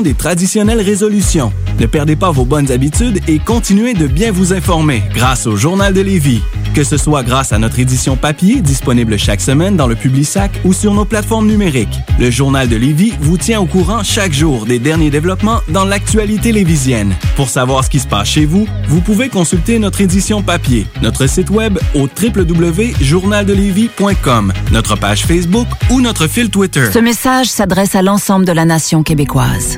[SPEAKER 23] des traditionnelles résolutions. Ne perdez pas vos bonnes habitudes et continuez de bien vous informer grâce au Journal de Lévis. Que ce soit grâce à notre édition papier disponible chaque semaine dans le Publisac ou sur nos plateformes numériques, le Journal de Lévis vous tient au courant chaque jour des derniers développements dans l'actualité lévisienne. Pour savoir ce qui se passe chez vous, vous pouvez consulter notre édition papier, notre site web au www.journaldelévis.com, notre page Facebook ou notre fil Twitter.
[SPEAKER 14] Ce message s'adresse à l'ensemble de la nation québécoise.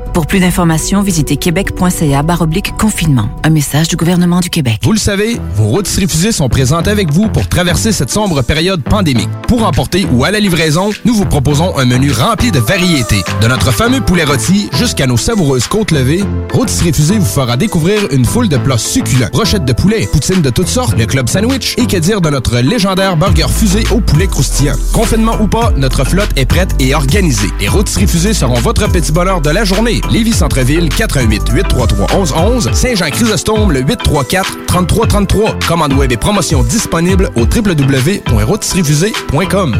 [SPEAKER 14] Pour plus d'informations, visitez québec.ca baroblique confinement. Un message du gouvernement du Québec.
[SPEAKER 38] Vous le savez, vos rôtisseries fusées sont présentes avec vous pour traverser cette sombre période pandémique. Pour emporter ou à la livraison, nous vous proposons un menu rempli de variétés. De notre fameux poulet rôti jusqu'à nos savoureuses côtes levées, Rôtisserie Fusée vous fera découvrir une foule de plats succulents. Rochettes de poulet, poutines de toutes sortes, le club sandwich et que dire de notre légendaire burger fusée au poulet croustillant. Confinement ou pas, notre flotte est prête et organisée. Les Rôtisseries Fusées seront votre petit bonheur de la journée. Lévis Centreville 418 833 1111, Saint-Jean-Chrysostome le 834 3333. Commande web et promotion disponible au www.rôtisseriefusée.com.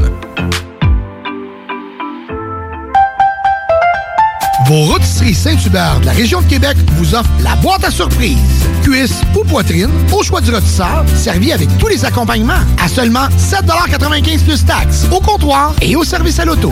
[SPEAKER 15] Vos rôtisseries Saint-Hubert de la région de Québec vous offrent la boîte à surprise. Cuisses ou poitrine, au choix du rôtisseur, servi avec tous les accompagnements à seulement 7,95 plus taxes, au comptoir et au service à l'auto.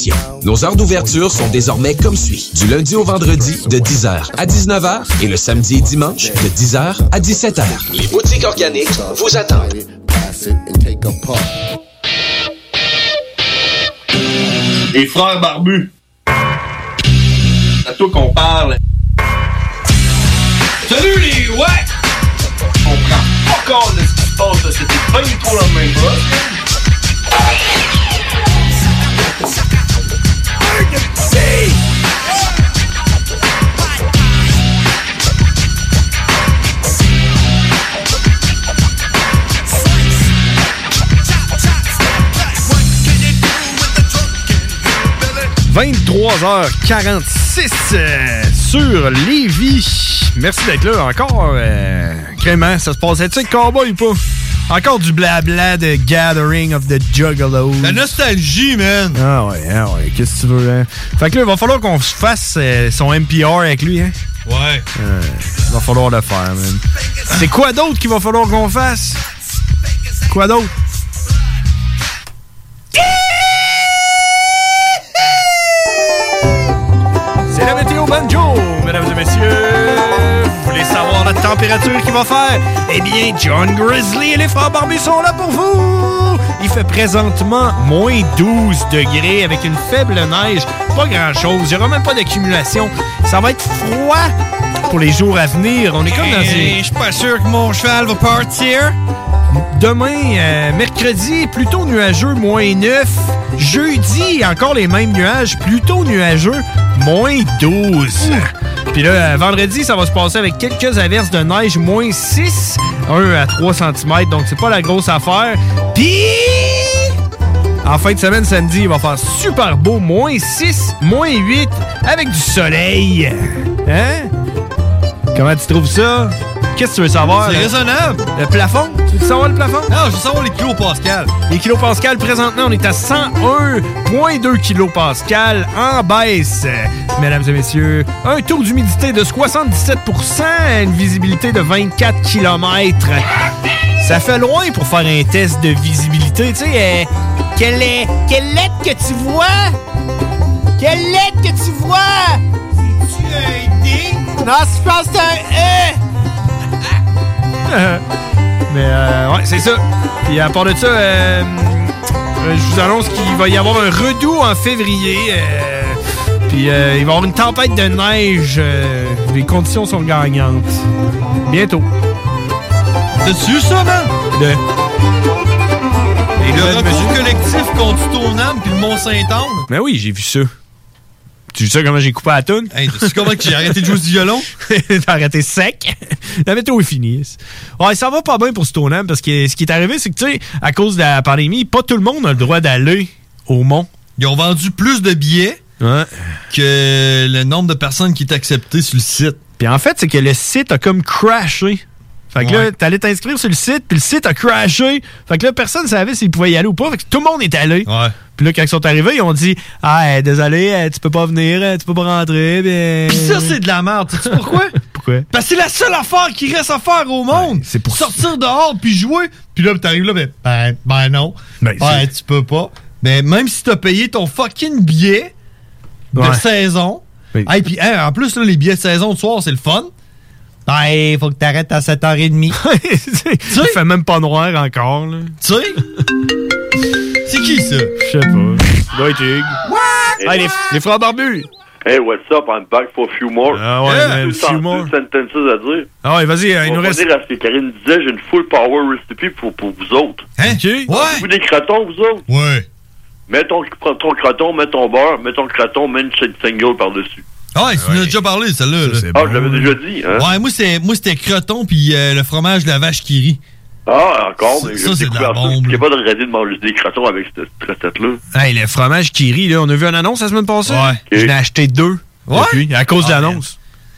[SPEAKER 16] Nos heures d'ouverture sont désormais comme suit. Du lundi au vendredi de 10h à 19h et le samedi et dimanche de 10h à 17h. Les boutiques organiques vous attendent.
[SPEAKER 26] Les frères barbus. C'est à toi qu'on parle. Salut les ouais! On prend pas compte de ce qui se passe, là. c'était pas du tout la même
[SPEAKER 3] Hey! 23h46 euh, sur Lévis. Merci d'être là encore. euh, Crément, ça se passait-tu cowboy ou pas? Encore du blabla de Gathering of the Juggalos. La nostalgie, man! Ah ouais, ah ouais, qu'est-ce que tu veux, hein? Fait que là, il va falloir qu'on se fasse euh, son MPR avec lui, hein?
[SPEAKER 8] Ouais.
[SPEAKER 3] Euh, il va falloir le faire, man. C'est quoi d'autre qu'il va falloir qu'on fasse? Quoi d'autre? C'est la météo banjo, mesdames et messieurs. Vous voulez savoir la pas de température qu'il va faire? Eh bien, John Grizzly et les frères Barbus sont là pour vous! Il fait présentement moins 12 degrés avec une faible neige. Pas grand-chose. Il n'y aura même pas d'accumulation. Ça va être froid pour les jours à venir. On est comme dans
[SPEAKER 8] Eh,
[SPEAKER 3] Je suis pas sûr que mon cheval va partir. Demain, euh, mercredi, plutôt nuageux, moins 9. Jeudi, encore les mêmes nuages, plutôt nuageux, moins 12. Puis là, euh, vendredi, ça va se passer avec quelques averses de neige, moins 6, 1 à 3 cm, donc c'est pas la grosse affaire. Puis, en fin de semaine, samedi, il va faire super beau, moins 6, moins 8, avec du soleil. Hein? Comment tu trouves ça? Qu'est-ce que tu veux savoir?
[SPEAKER 8] C'est
[SPEAKER 3] là?
[SPEAKER 8] raisonnable.
[SPEAKER 3] Le plafond? Tu veux savoir le plafond? Non, je veux savoir les kilopascals. Les kilopascals, présentement, on est à 101,2 kilopascals en baisse. Mesdames et messieurs, un taux d'humidité de 77 une visibilité de 24 km. Ça fait loin pour faire un test de visibilité, tu sais. euh, quelle est... Quelle lettre que tu vois? Quelle lettre que tu vois? C'est-tu un D? Non, je pense que c'est un E! Mais euh, ouais, c'est ça. Puis à part de ça, euh, euh, je vous annonce qu'il va y avoir un redout en février. euh, puis euh, il va y avoir une tempête de neige. euh, les conditions sont gagnantes. Bientôt. T'as-tu ça, man?
[SPEAKER 8] Et le recours collectif contre Tournam puis le Mont-Saint-Anne.
[SPEAKER 3] Mais oui, j'ai vu ça. Tu sais comment j'ai coupé la toune?
[SPEAKER 8] Hey, tu sais comment que j'ai arrêté de jouer du violon?
[SPEAKER 3] T'as arrêté sec. La météo est finie. Ouais, ça va pas bien pour Stoneham parce que ce qui est arrivé, c'est que, tu sais, à cause de la pandémie, pas tout le monde a le droit d'aller au mont.
[SPEAKER 8] Ils ont vendu plus de billets que le nombre de personnes qui t'acceptaient sur le site.
[SPEAKER 3] Puis en fait, c'est que le site a comme crashé. Fait que là, t'allais t'inscrire sur le site, puis le site a crashé. Fait que là, personne savait s'il pouvait y aller ou pas. Fait que tout le monde est allé. Puis là, quand ils sont arrivés, ils ont dit Ah, euh, désolé, euh, tu peux pas venir, euh, tu peux pas rentrer. Ben...
[SPEAKER 8] Pis ça, c'est de la merde. Tu sais pourquoi?
[SPEAKER 3] pourquoi?
[SPEAKER 8] Parce que c'est la seule affaire qui reste à faire au monde. c'est pour Sortir dehors puis jouer. Puis là, t'arrives là, ben, ben, ben non.
[SPEAKER 3] Ben,
[SPEAKER 8] Ben, tu peux pas. Mais même si t'as payé ton fucking billet de
[SPEAKER 3] Ouais.
[SPEAKER 8] saison. Hey, puis hey, en plus, là, les billets de saison de soir, c'est le fun. Ben, faut que t'arrêtes à 7h30.
[SPEAKER 3] Il fait même pas noir encore. Là.
[SPEAKER 8] Tu sais? c'est qui ça?
[SPEAKER 3] Je sais pas. Doit être Hugues. Hey, les, les frères barbus!
[SPEAKER 9] Hey, what's up? I'm back for a few more.
[SPEAKER 3] Ah ouais, man,
[SPEAKER 9] Tout
[SPEAKER 3] few
[SPEAKER 9] en-
[SPEAKER 3] more.
[SPEAKER 9] Deux sentences à dire.
[SPEAKER 3] Ah ouais, vas-y, euh, il
[SPEAKER 9] On
[SPEAKER 3] nous
[SPEAKER 9] va
[SPEAKER 3] reste.
[SPEAKER 9] dire à ce que Karine disait, j'ai une full power recipe pour, pour vous autres.
[SPEAKER 8] Hein?
[SPEAKER 9] Vous des crotons, vous autres?
[SPEAKER 8] Ouais.
[SPEAKER 9] Mets ton, prends ton croton, mets ton beurre, mets ton croton, mets une ch- single par-dessus.
[SPEAKER 8] Ah, tu nous as déjà parlé, celle-là. là.
[SPEAKER 9] Ah, je l'avais déjà dit, hein?
[SPEAKER 8] Ouais, moi, c'est- moi, c'était croton puis euh, le fromage de la vache qui rit.
[SPEAKER 9] Ah, encore, mais
[SPEAKER 8] Ça,
[SPEAKER 9] j'ai
[SPEAKER 8] c'est de la
[SPEAKER 9] découvert ça. Je
[SPEAKER 8] bombe,
[SPEAKER 9] suis capable de raser de manger des crotons avec cette cette recette-là.
[SPEAKER 3] Hey, le fromage qui rit, là, on a vu une annonce la semaine passée? Ouais. J'en ai acheté deux.
[SPEAKER 8] Ouais? Ah,
[SPEAKER 3] depuis, à cause de l'annonce.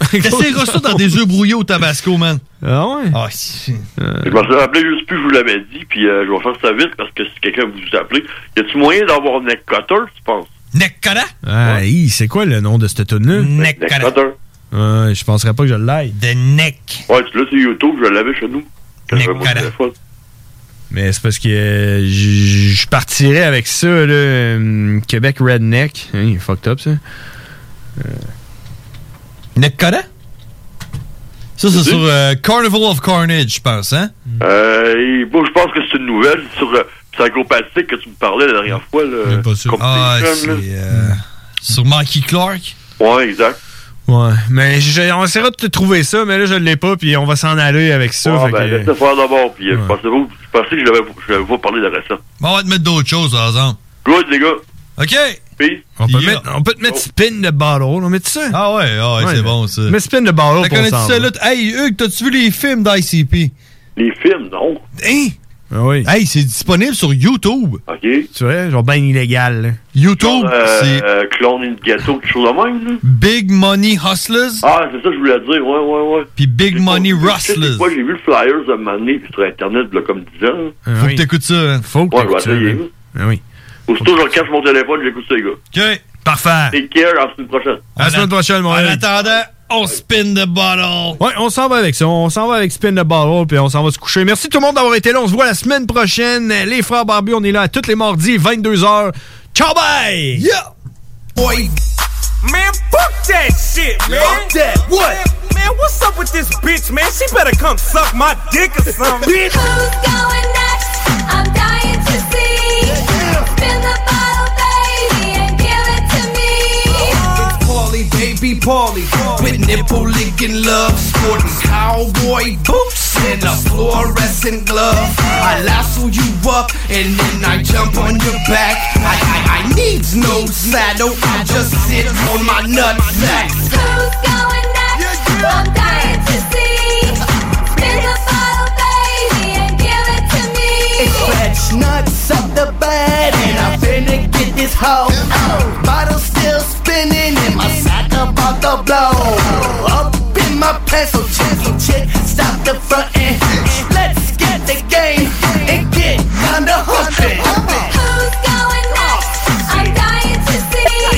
[SPEAKER 8] T'essaieras ça dans des œufs brouillés au tabasco, man.
[SPEAKER 3] Ah ouais?
[SPEAKER 8] Ah, si.
[SPEAKER 9] Je m'en suis rappelé juste plus, je vous l'avais dit, puis euh, je vais faire ça vite parce que si quelqu'un vous appelez, y a-tu moyen d'avoir un neck cutter, tu penses?
[SPEAKER 8] Neckcoda?
[SPEAKER 3] Ah, hi, c'est quoi le nom de cette tune-là?
[SPEAKER 8] Neck
[SPEAKER 9] cutter.
[SPEAKER 3] Ouais, je penserais pas que je l'aille.
[SPEAKER 8] The neck.
[SPEAKER 9] Ouais, tu l'as sur YouTube, je l'avais chez nous. Quand j'avais mon téléphone.
[SPEAKER 3] Mais c'est parce que euh, j- je partirais avec ça, là. euh, Québec Redneck. Hein, il est fucked up, ça. Euh.
[SPEAKER 8] Neckcoda? Ça, c'est sur euh, Carnival of Carnage, je pense, hein?
[SPEAKER 9] Euh, et bon, je pense que c'est une nouvelle sur euh, Psychopathique que tu me parlais la dernière fois. Là,
[SPEAKER 8] Ah, c'est.
[SPEAKER 9] Competition,
[SPEAKER 8] euh, sur Monkey Clark.
[SPEAKER 9] là. Ouais, exact.
[SPEAKER 3] Ouais. Mais je- on essaiera de te trouver ça, mais là, je l'ai pas, puis on va s'en aller avec ça.
[SPEAKER 9] Ah,
[SPEAKER 3] fait
[SPEAKER 9] ben,
[SPEAKER 3] que-
[SPEAKER 9] laisse-le faire d'abord, puis euh, je pensais pas- je pensais que je l'avais- je l'avais pas parlé de la recette.
[SPEAKER 8] Bon, on va te mettre d'autres choses, par exemple.
[SPEAKER 9] Good, les gars. Oh.
[SPEAKER 8] OK.
[SPEAKER 3] On peut, mettre, on peut te mettre spin de bottle, on met ça?
[SPEAKER 8] Ah ouais, ah ouais,
[SPEAKER 3] Ouais,
[SPEAKER 8] c'est bon, ça.
[SPEAKER 3] Mais spin de bottle,
[SPEAKER 8] T'as
[SPEAKER 3] pour
[SPEAKER 8] connais-tu
[SPEAKER 3] s'en
[SPEAKER 8] ça, là?
[SPEAKER 3] va.
[SPEAKER 8] Hey, Hugues, t'as-tu vu les films d'ICP?
[SPEAKER 9] Les films, non.
[SPEAKER 8] Hein?
[SPEAKER 3] Ah oui.
[SPEAKER 8] Hey, c'est disponible sur YouTube.
[SPEAKER 9] OK. Tu
[SPEAKER 3] vois, genre ben illégal, là.
[SPEAKER 8] YouTube,
[SPEAKER 9] Euh,
[SPEAKER 8] c'est
[SPEAKER 9] euh, clone in ghetto, quelque chose de même, là.
[SPEAKER 8] Big Money Hustlers.
[SPEAKER 9] Ah, c'est ça que je voulais dire, ouais, ouais, ouais.
[SPEAKER 8] Puis Big Money Rustlers.
[SPEAKER 9] Moi, j'ai vu le Flyers à un moment donné, puis sur Internet, là, comme 10 ans.
[SPEAKER 8] Faut Ah que t'écoutes ça. hein.
[SPEAKER 3] Faut
[SPEAKER 9] Ouais, bah, je vais essayer. là.
[SPEAKER 3] oui.
[SPEAKER 9] Aussitôt, je recache mon téléphone, j'écoute ça, les gars.
[SPEAKER 8] Ben OK.
[SPEAKER 3] Parfait.
[SPEAKER 9] Take care, à la semaine prochaine.
[SPEAKER 3] À la semaine prochaine, mon ami.
[SPEAKER 8] attendant, on spin the bottle.
[SPEAKER 3] Ouais, on s'en va avec ça. On s'en va avec Spin the Bottle, puis on s'en va se coucher. Merci tout le monde d'avoir été là. On se voit la semaine prochaine. Les frères Barbus, on est là à tous les mardis, 22h. Ciao, bye!
[SPEAKER 8] Yeah!
[SPEAKER 7] Boy. Man, fuck that shit, man. Fuck that. What?
[SPEAKER 27] Man, what's up with this bitch, man? She better come suck my dick or something. bitch.
[SPEAKER 1] Who's going next? I'm dying to see. Spin the bottle, baby, and give it to me.
[SPEAKER 7] Pauly, baby Pauly, with nipple licking love, sporting cowboy boots and a fluorescent glove. I lasso you up and then I jump on your back. I I, I needs no saddle, I just sit on my nut sack.
[SPEAKER 1] Who's going next? I'm dying to see. Spin the bottle, baby, and give it to me.
[SPEAKER 7] Fetch nuts up the bed and I'm finna get this hoe. Bottle still spinning and my sack about to blow. Up in my pencil, chisel chick, stop the front end. Let's get the game and get on the humping.
[SPEAKER 1] Who's going next? I'm dying to see.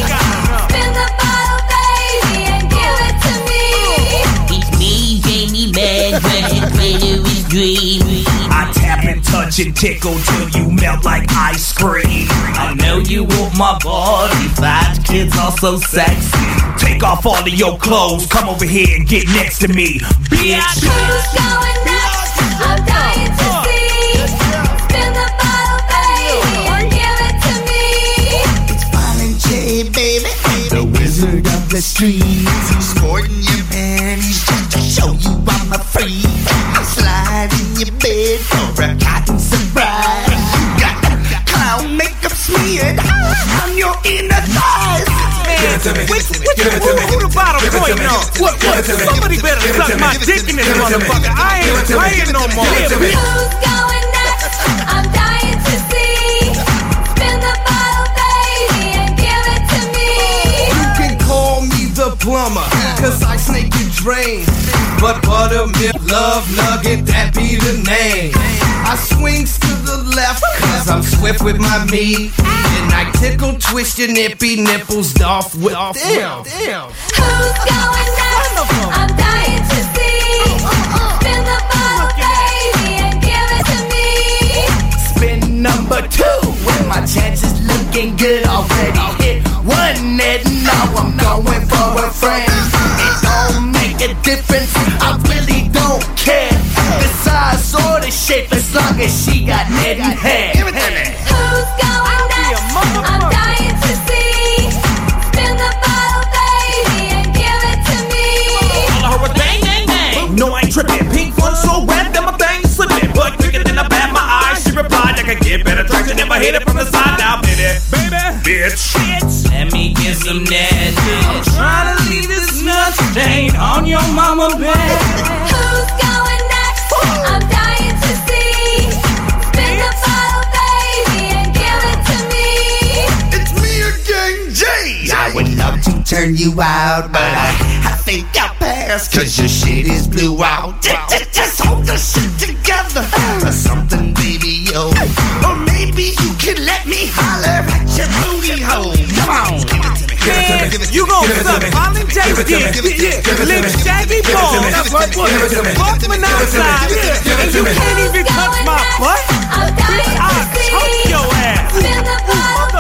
[SPEAKER 1] Spin the bottle, baby, and give it to me.
[SPEAKER 13] It's me, Jamie Madge, where Trader is dreamy. I tap and touch and tickle till you melt like ice cream. I know you want my body, five kids are so sexy. Take off all of your clothes, come over here and get next to me, bitch.
[SPEAKER 1] Who's going next? I'm dying to see. Spin the bottle, baby, and give it to me.
[SPEAKER 7] Violent J, baby, the wizard of the streets. Sporting your panties just to show you I'm a freak. I slide in your bed for a cotton surprise. You got that clown makeup smeared on your inner thighs.
[SPEAKER 27] Give it to me. Give it to me. Who the bottle
[SPEAKER 7] Give it to
[SPEAKER 27] point
[SPEAKER 7] me.
[SPEAKER 27] on? What?
[SPEAKER 7] Give
[SPEAKER 27] What?
[SPEAKER 7] it to me.
[SPEAKER 27] Somebody better
[SPEAKER 7] Give it to
[SPEAKER 27] suck
[SPEAKER 7] me.
[SPEAKER 27] my
[SPEAKER 7] Give it
[SPEAKER 27] dick
[SPEAKER 7] to
[SPEAKER 27] in
[SPEAKER 7] me.
[SPEAKER 27] this
[SPEAKER 7] Give it to me.
[SPEAKER 27] motherfucker. I
[SPEAKER 7] Give it
[SPEAKER 27] ain't
[SPEAKER 7] to me.
[SPEAKER 27] playing no more.
[SPEAKER 7] Give it to me.
[SPEAKER 1] Who's going next? I'm dying to see. Spin the bottle, baby, and give it to me.
[SPEAKER 7] You can call me the plumber, cause I snake and drain. But buttermilk, love nugget, that be the name. I swings to the left, cause I'm swift with my meat. And I tickle, twist your nippy nipples off with them.
[SPEAKER 1] Damn. Who's going next? I'm dying to see. Spin the bottle, baby, and give it to me.
[SPEAKER 7] Spin number two, with my chances looking good already. Hit one net, now I'm going for a friend. It don't make a difference, I really don't care. The size or the shape, as long as she got net and hair.
[SPEAKER 1] Who's going next? I'm dying to see. Spin the bottle, baby, and give it to me.
[SPEAKER 27] Bang, bang, bang. No, I ain't tripping. Pink one so wet that my thing slipping. But quicker than a bat, my eyes. She replied, I could get better traction if I hit it from the side. Now, baby, baby, bitch.
[SPEAKER 13] Let me get some that. I'm trying to leave this nut stain on your mama bed.
[SPEAKER 1] Who's going next? I'm dying to see. Spin the bottle, baby, and give it to me.
[SPEAKER 7] It's me again, Jay. I would love to turn you out, but I, I think I'll pass. Cause your shit is blue out. J- j- Just hold the shit together or something, baby, yo. Or maybe you can let me holler at your booty hole. Come on.
[SPEAKER 27] Man, you gon' suck Violent J's dick. Yeah, lick shaggy balls. That's what Fuck monoxide. Yeah, And you can't even touch my butt. Bitch, I choke your ass. Motherfucker,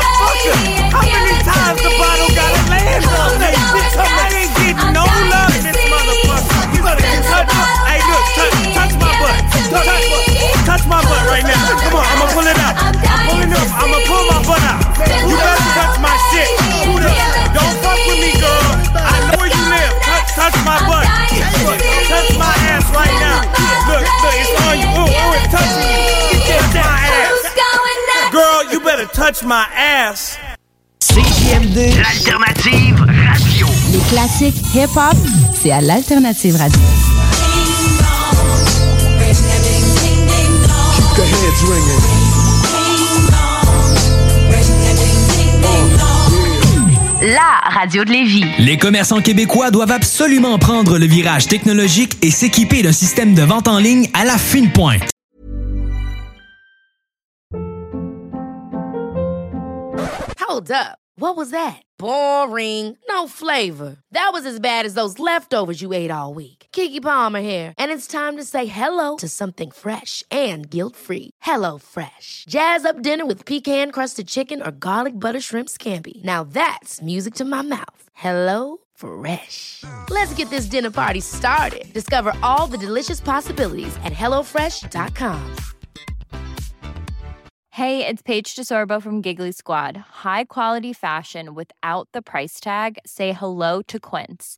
[SPEAKER 27] how many times the bottle gotta land on me? Bitch, I ain't getting no love in this motherfucker. You gonna get touched up. Hey, look, touch, touch my butt. Touch my butt. Touch my butt right now. Come on, I'ma pull it out. I'm pulling up. I'ma pull my butt out. You better touch my shit. Who the- Don't fuck with me, girl. I know where you live. Touch, touch my butt. Look, Touch my ass right now. Look, look, it's on you. Oh, oh, it's touching you. Get that
[SPEAKER 1] Who's going next?
[SPEAKER 27] ass. Girl, you better touch my ass.
[SPEAKER 39] CGM2,
[SPEAKER 27] L'alternative radio.
[SPEAKER 39] les classiques hip-hop, c'est à l'Alternative Radio.
[SPEAKER 14] Keep the heads ringing.
[SPEAKER 39] La radio de Lévis.
[SPEAKER 24] Les commerçants québécois doivent absolument prendre le virage technologique et s'équiper d'un système de vente en ligne à la fine pointe.
[SPEAKER 39] Hold up. What was that? Boring. No flavor. That was as bad as those leftovers you ate all week. Kiki Palmer here, and it's time to say hello to something fresh and guilt-free. Hello Fresh. Jazz up dinner with pecan-crusted chicken or garlic butter shrimp scampi. Now that's music to my mouth. Hello
[SPEAKER 20] Fresh. Let's get this dinner party started. Discover all the delicious possibilities at hellofresh.com.
[SPEAKER 40] Hey, it's Paige DeSorbo from Giggly Squad. High quality fashion without the price tag. Say hello to Quince.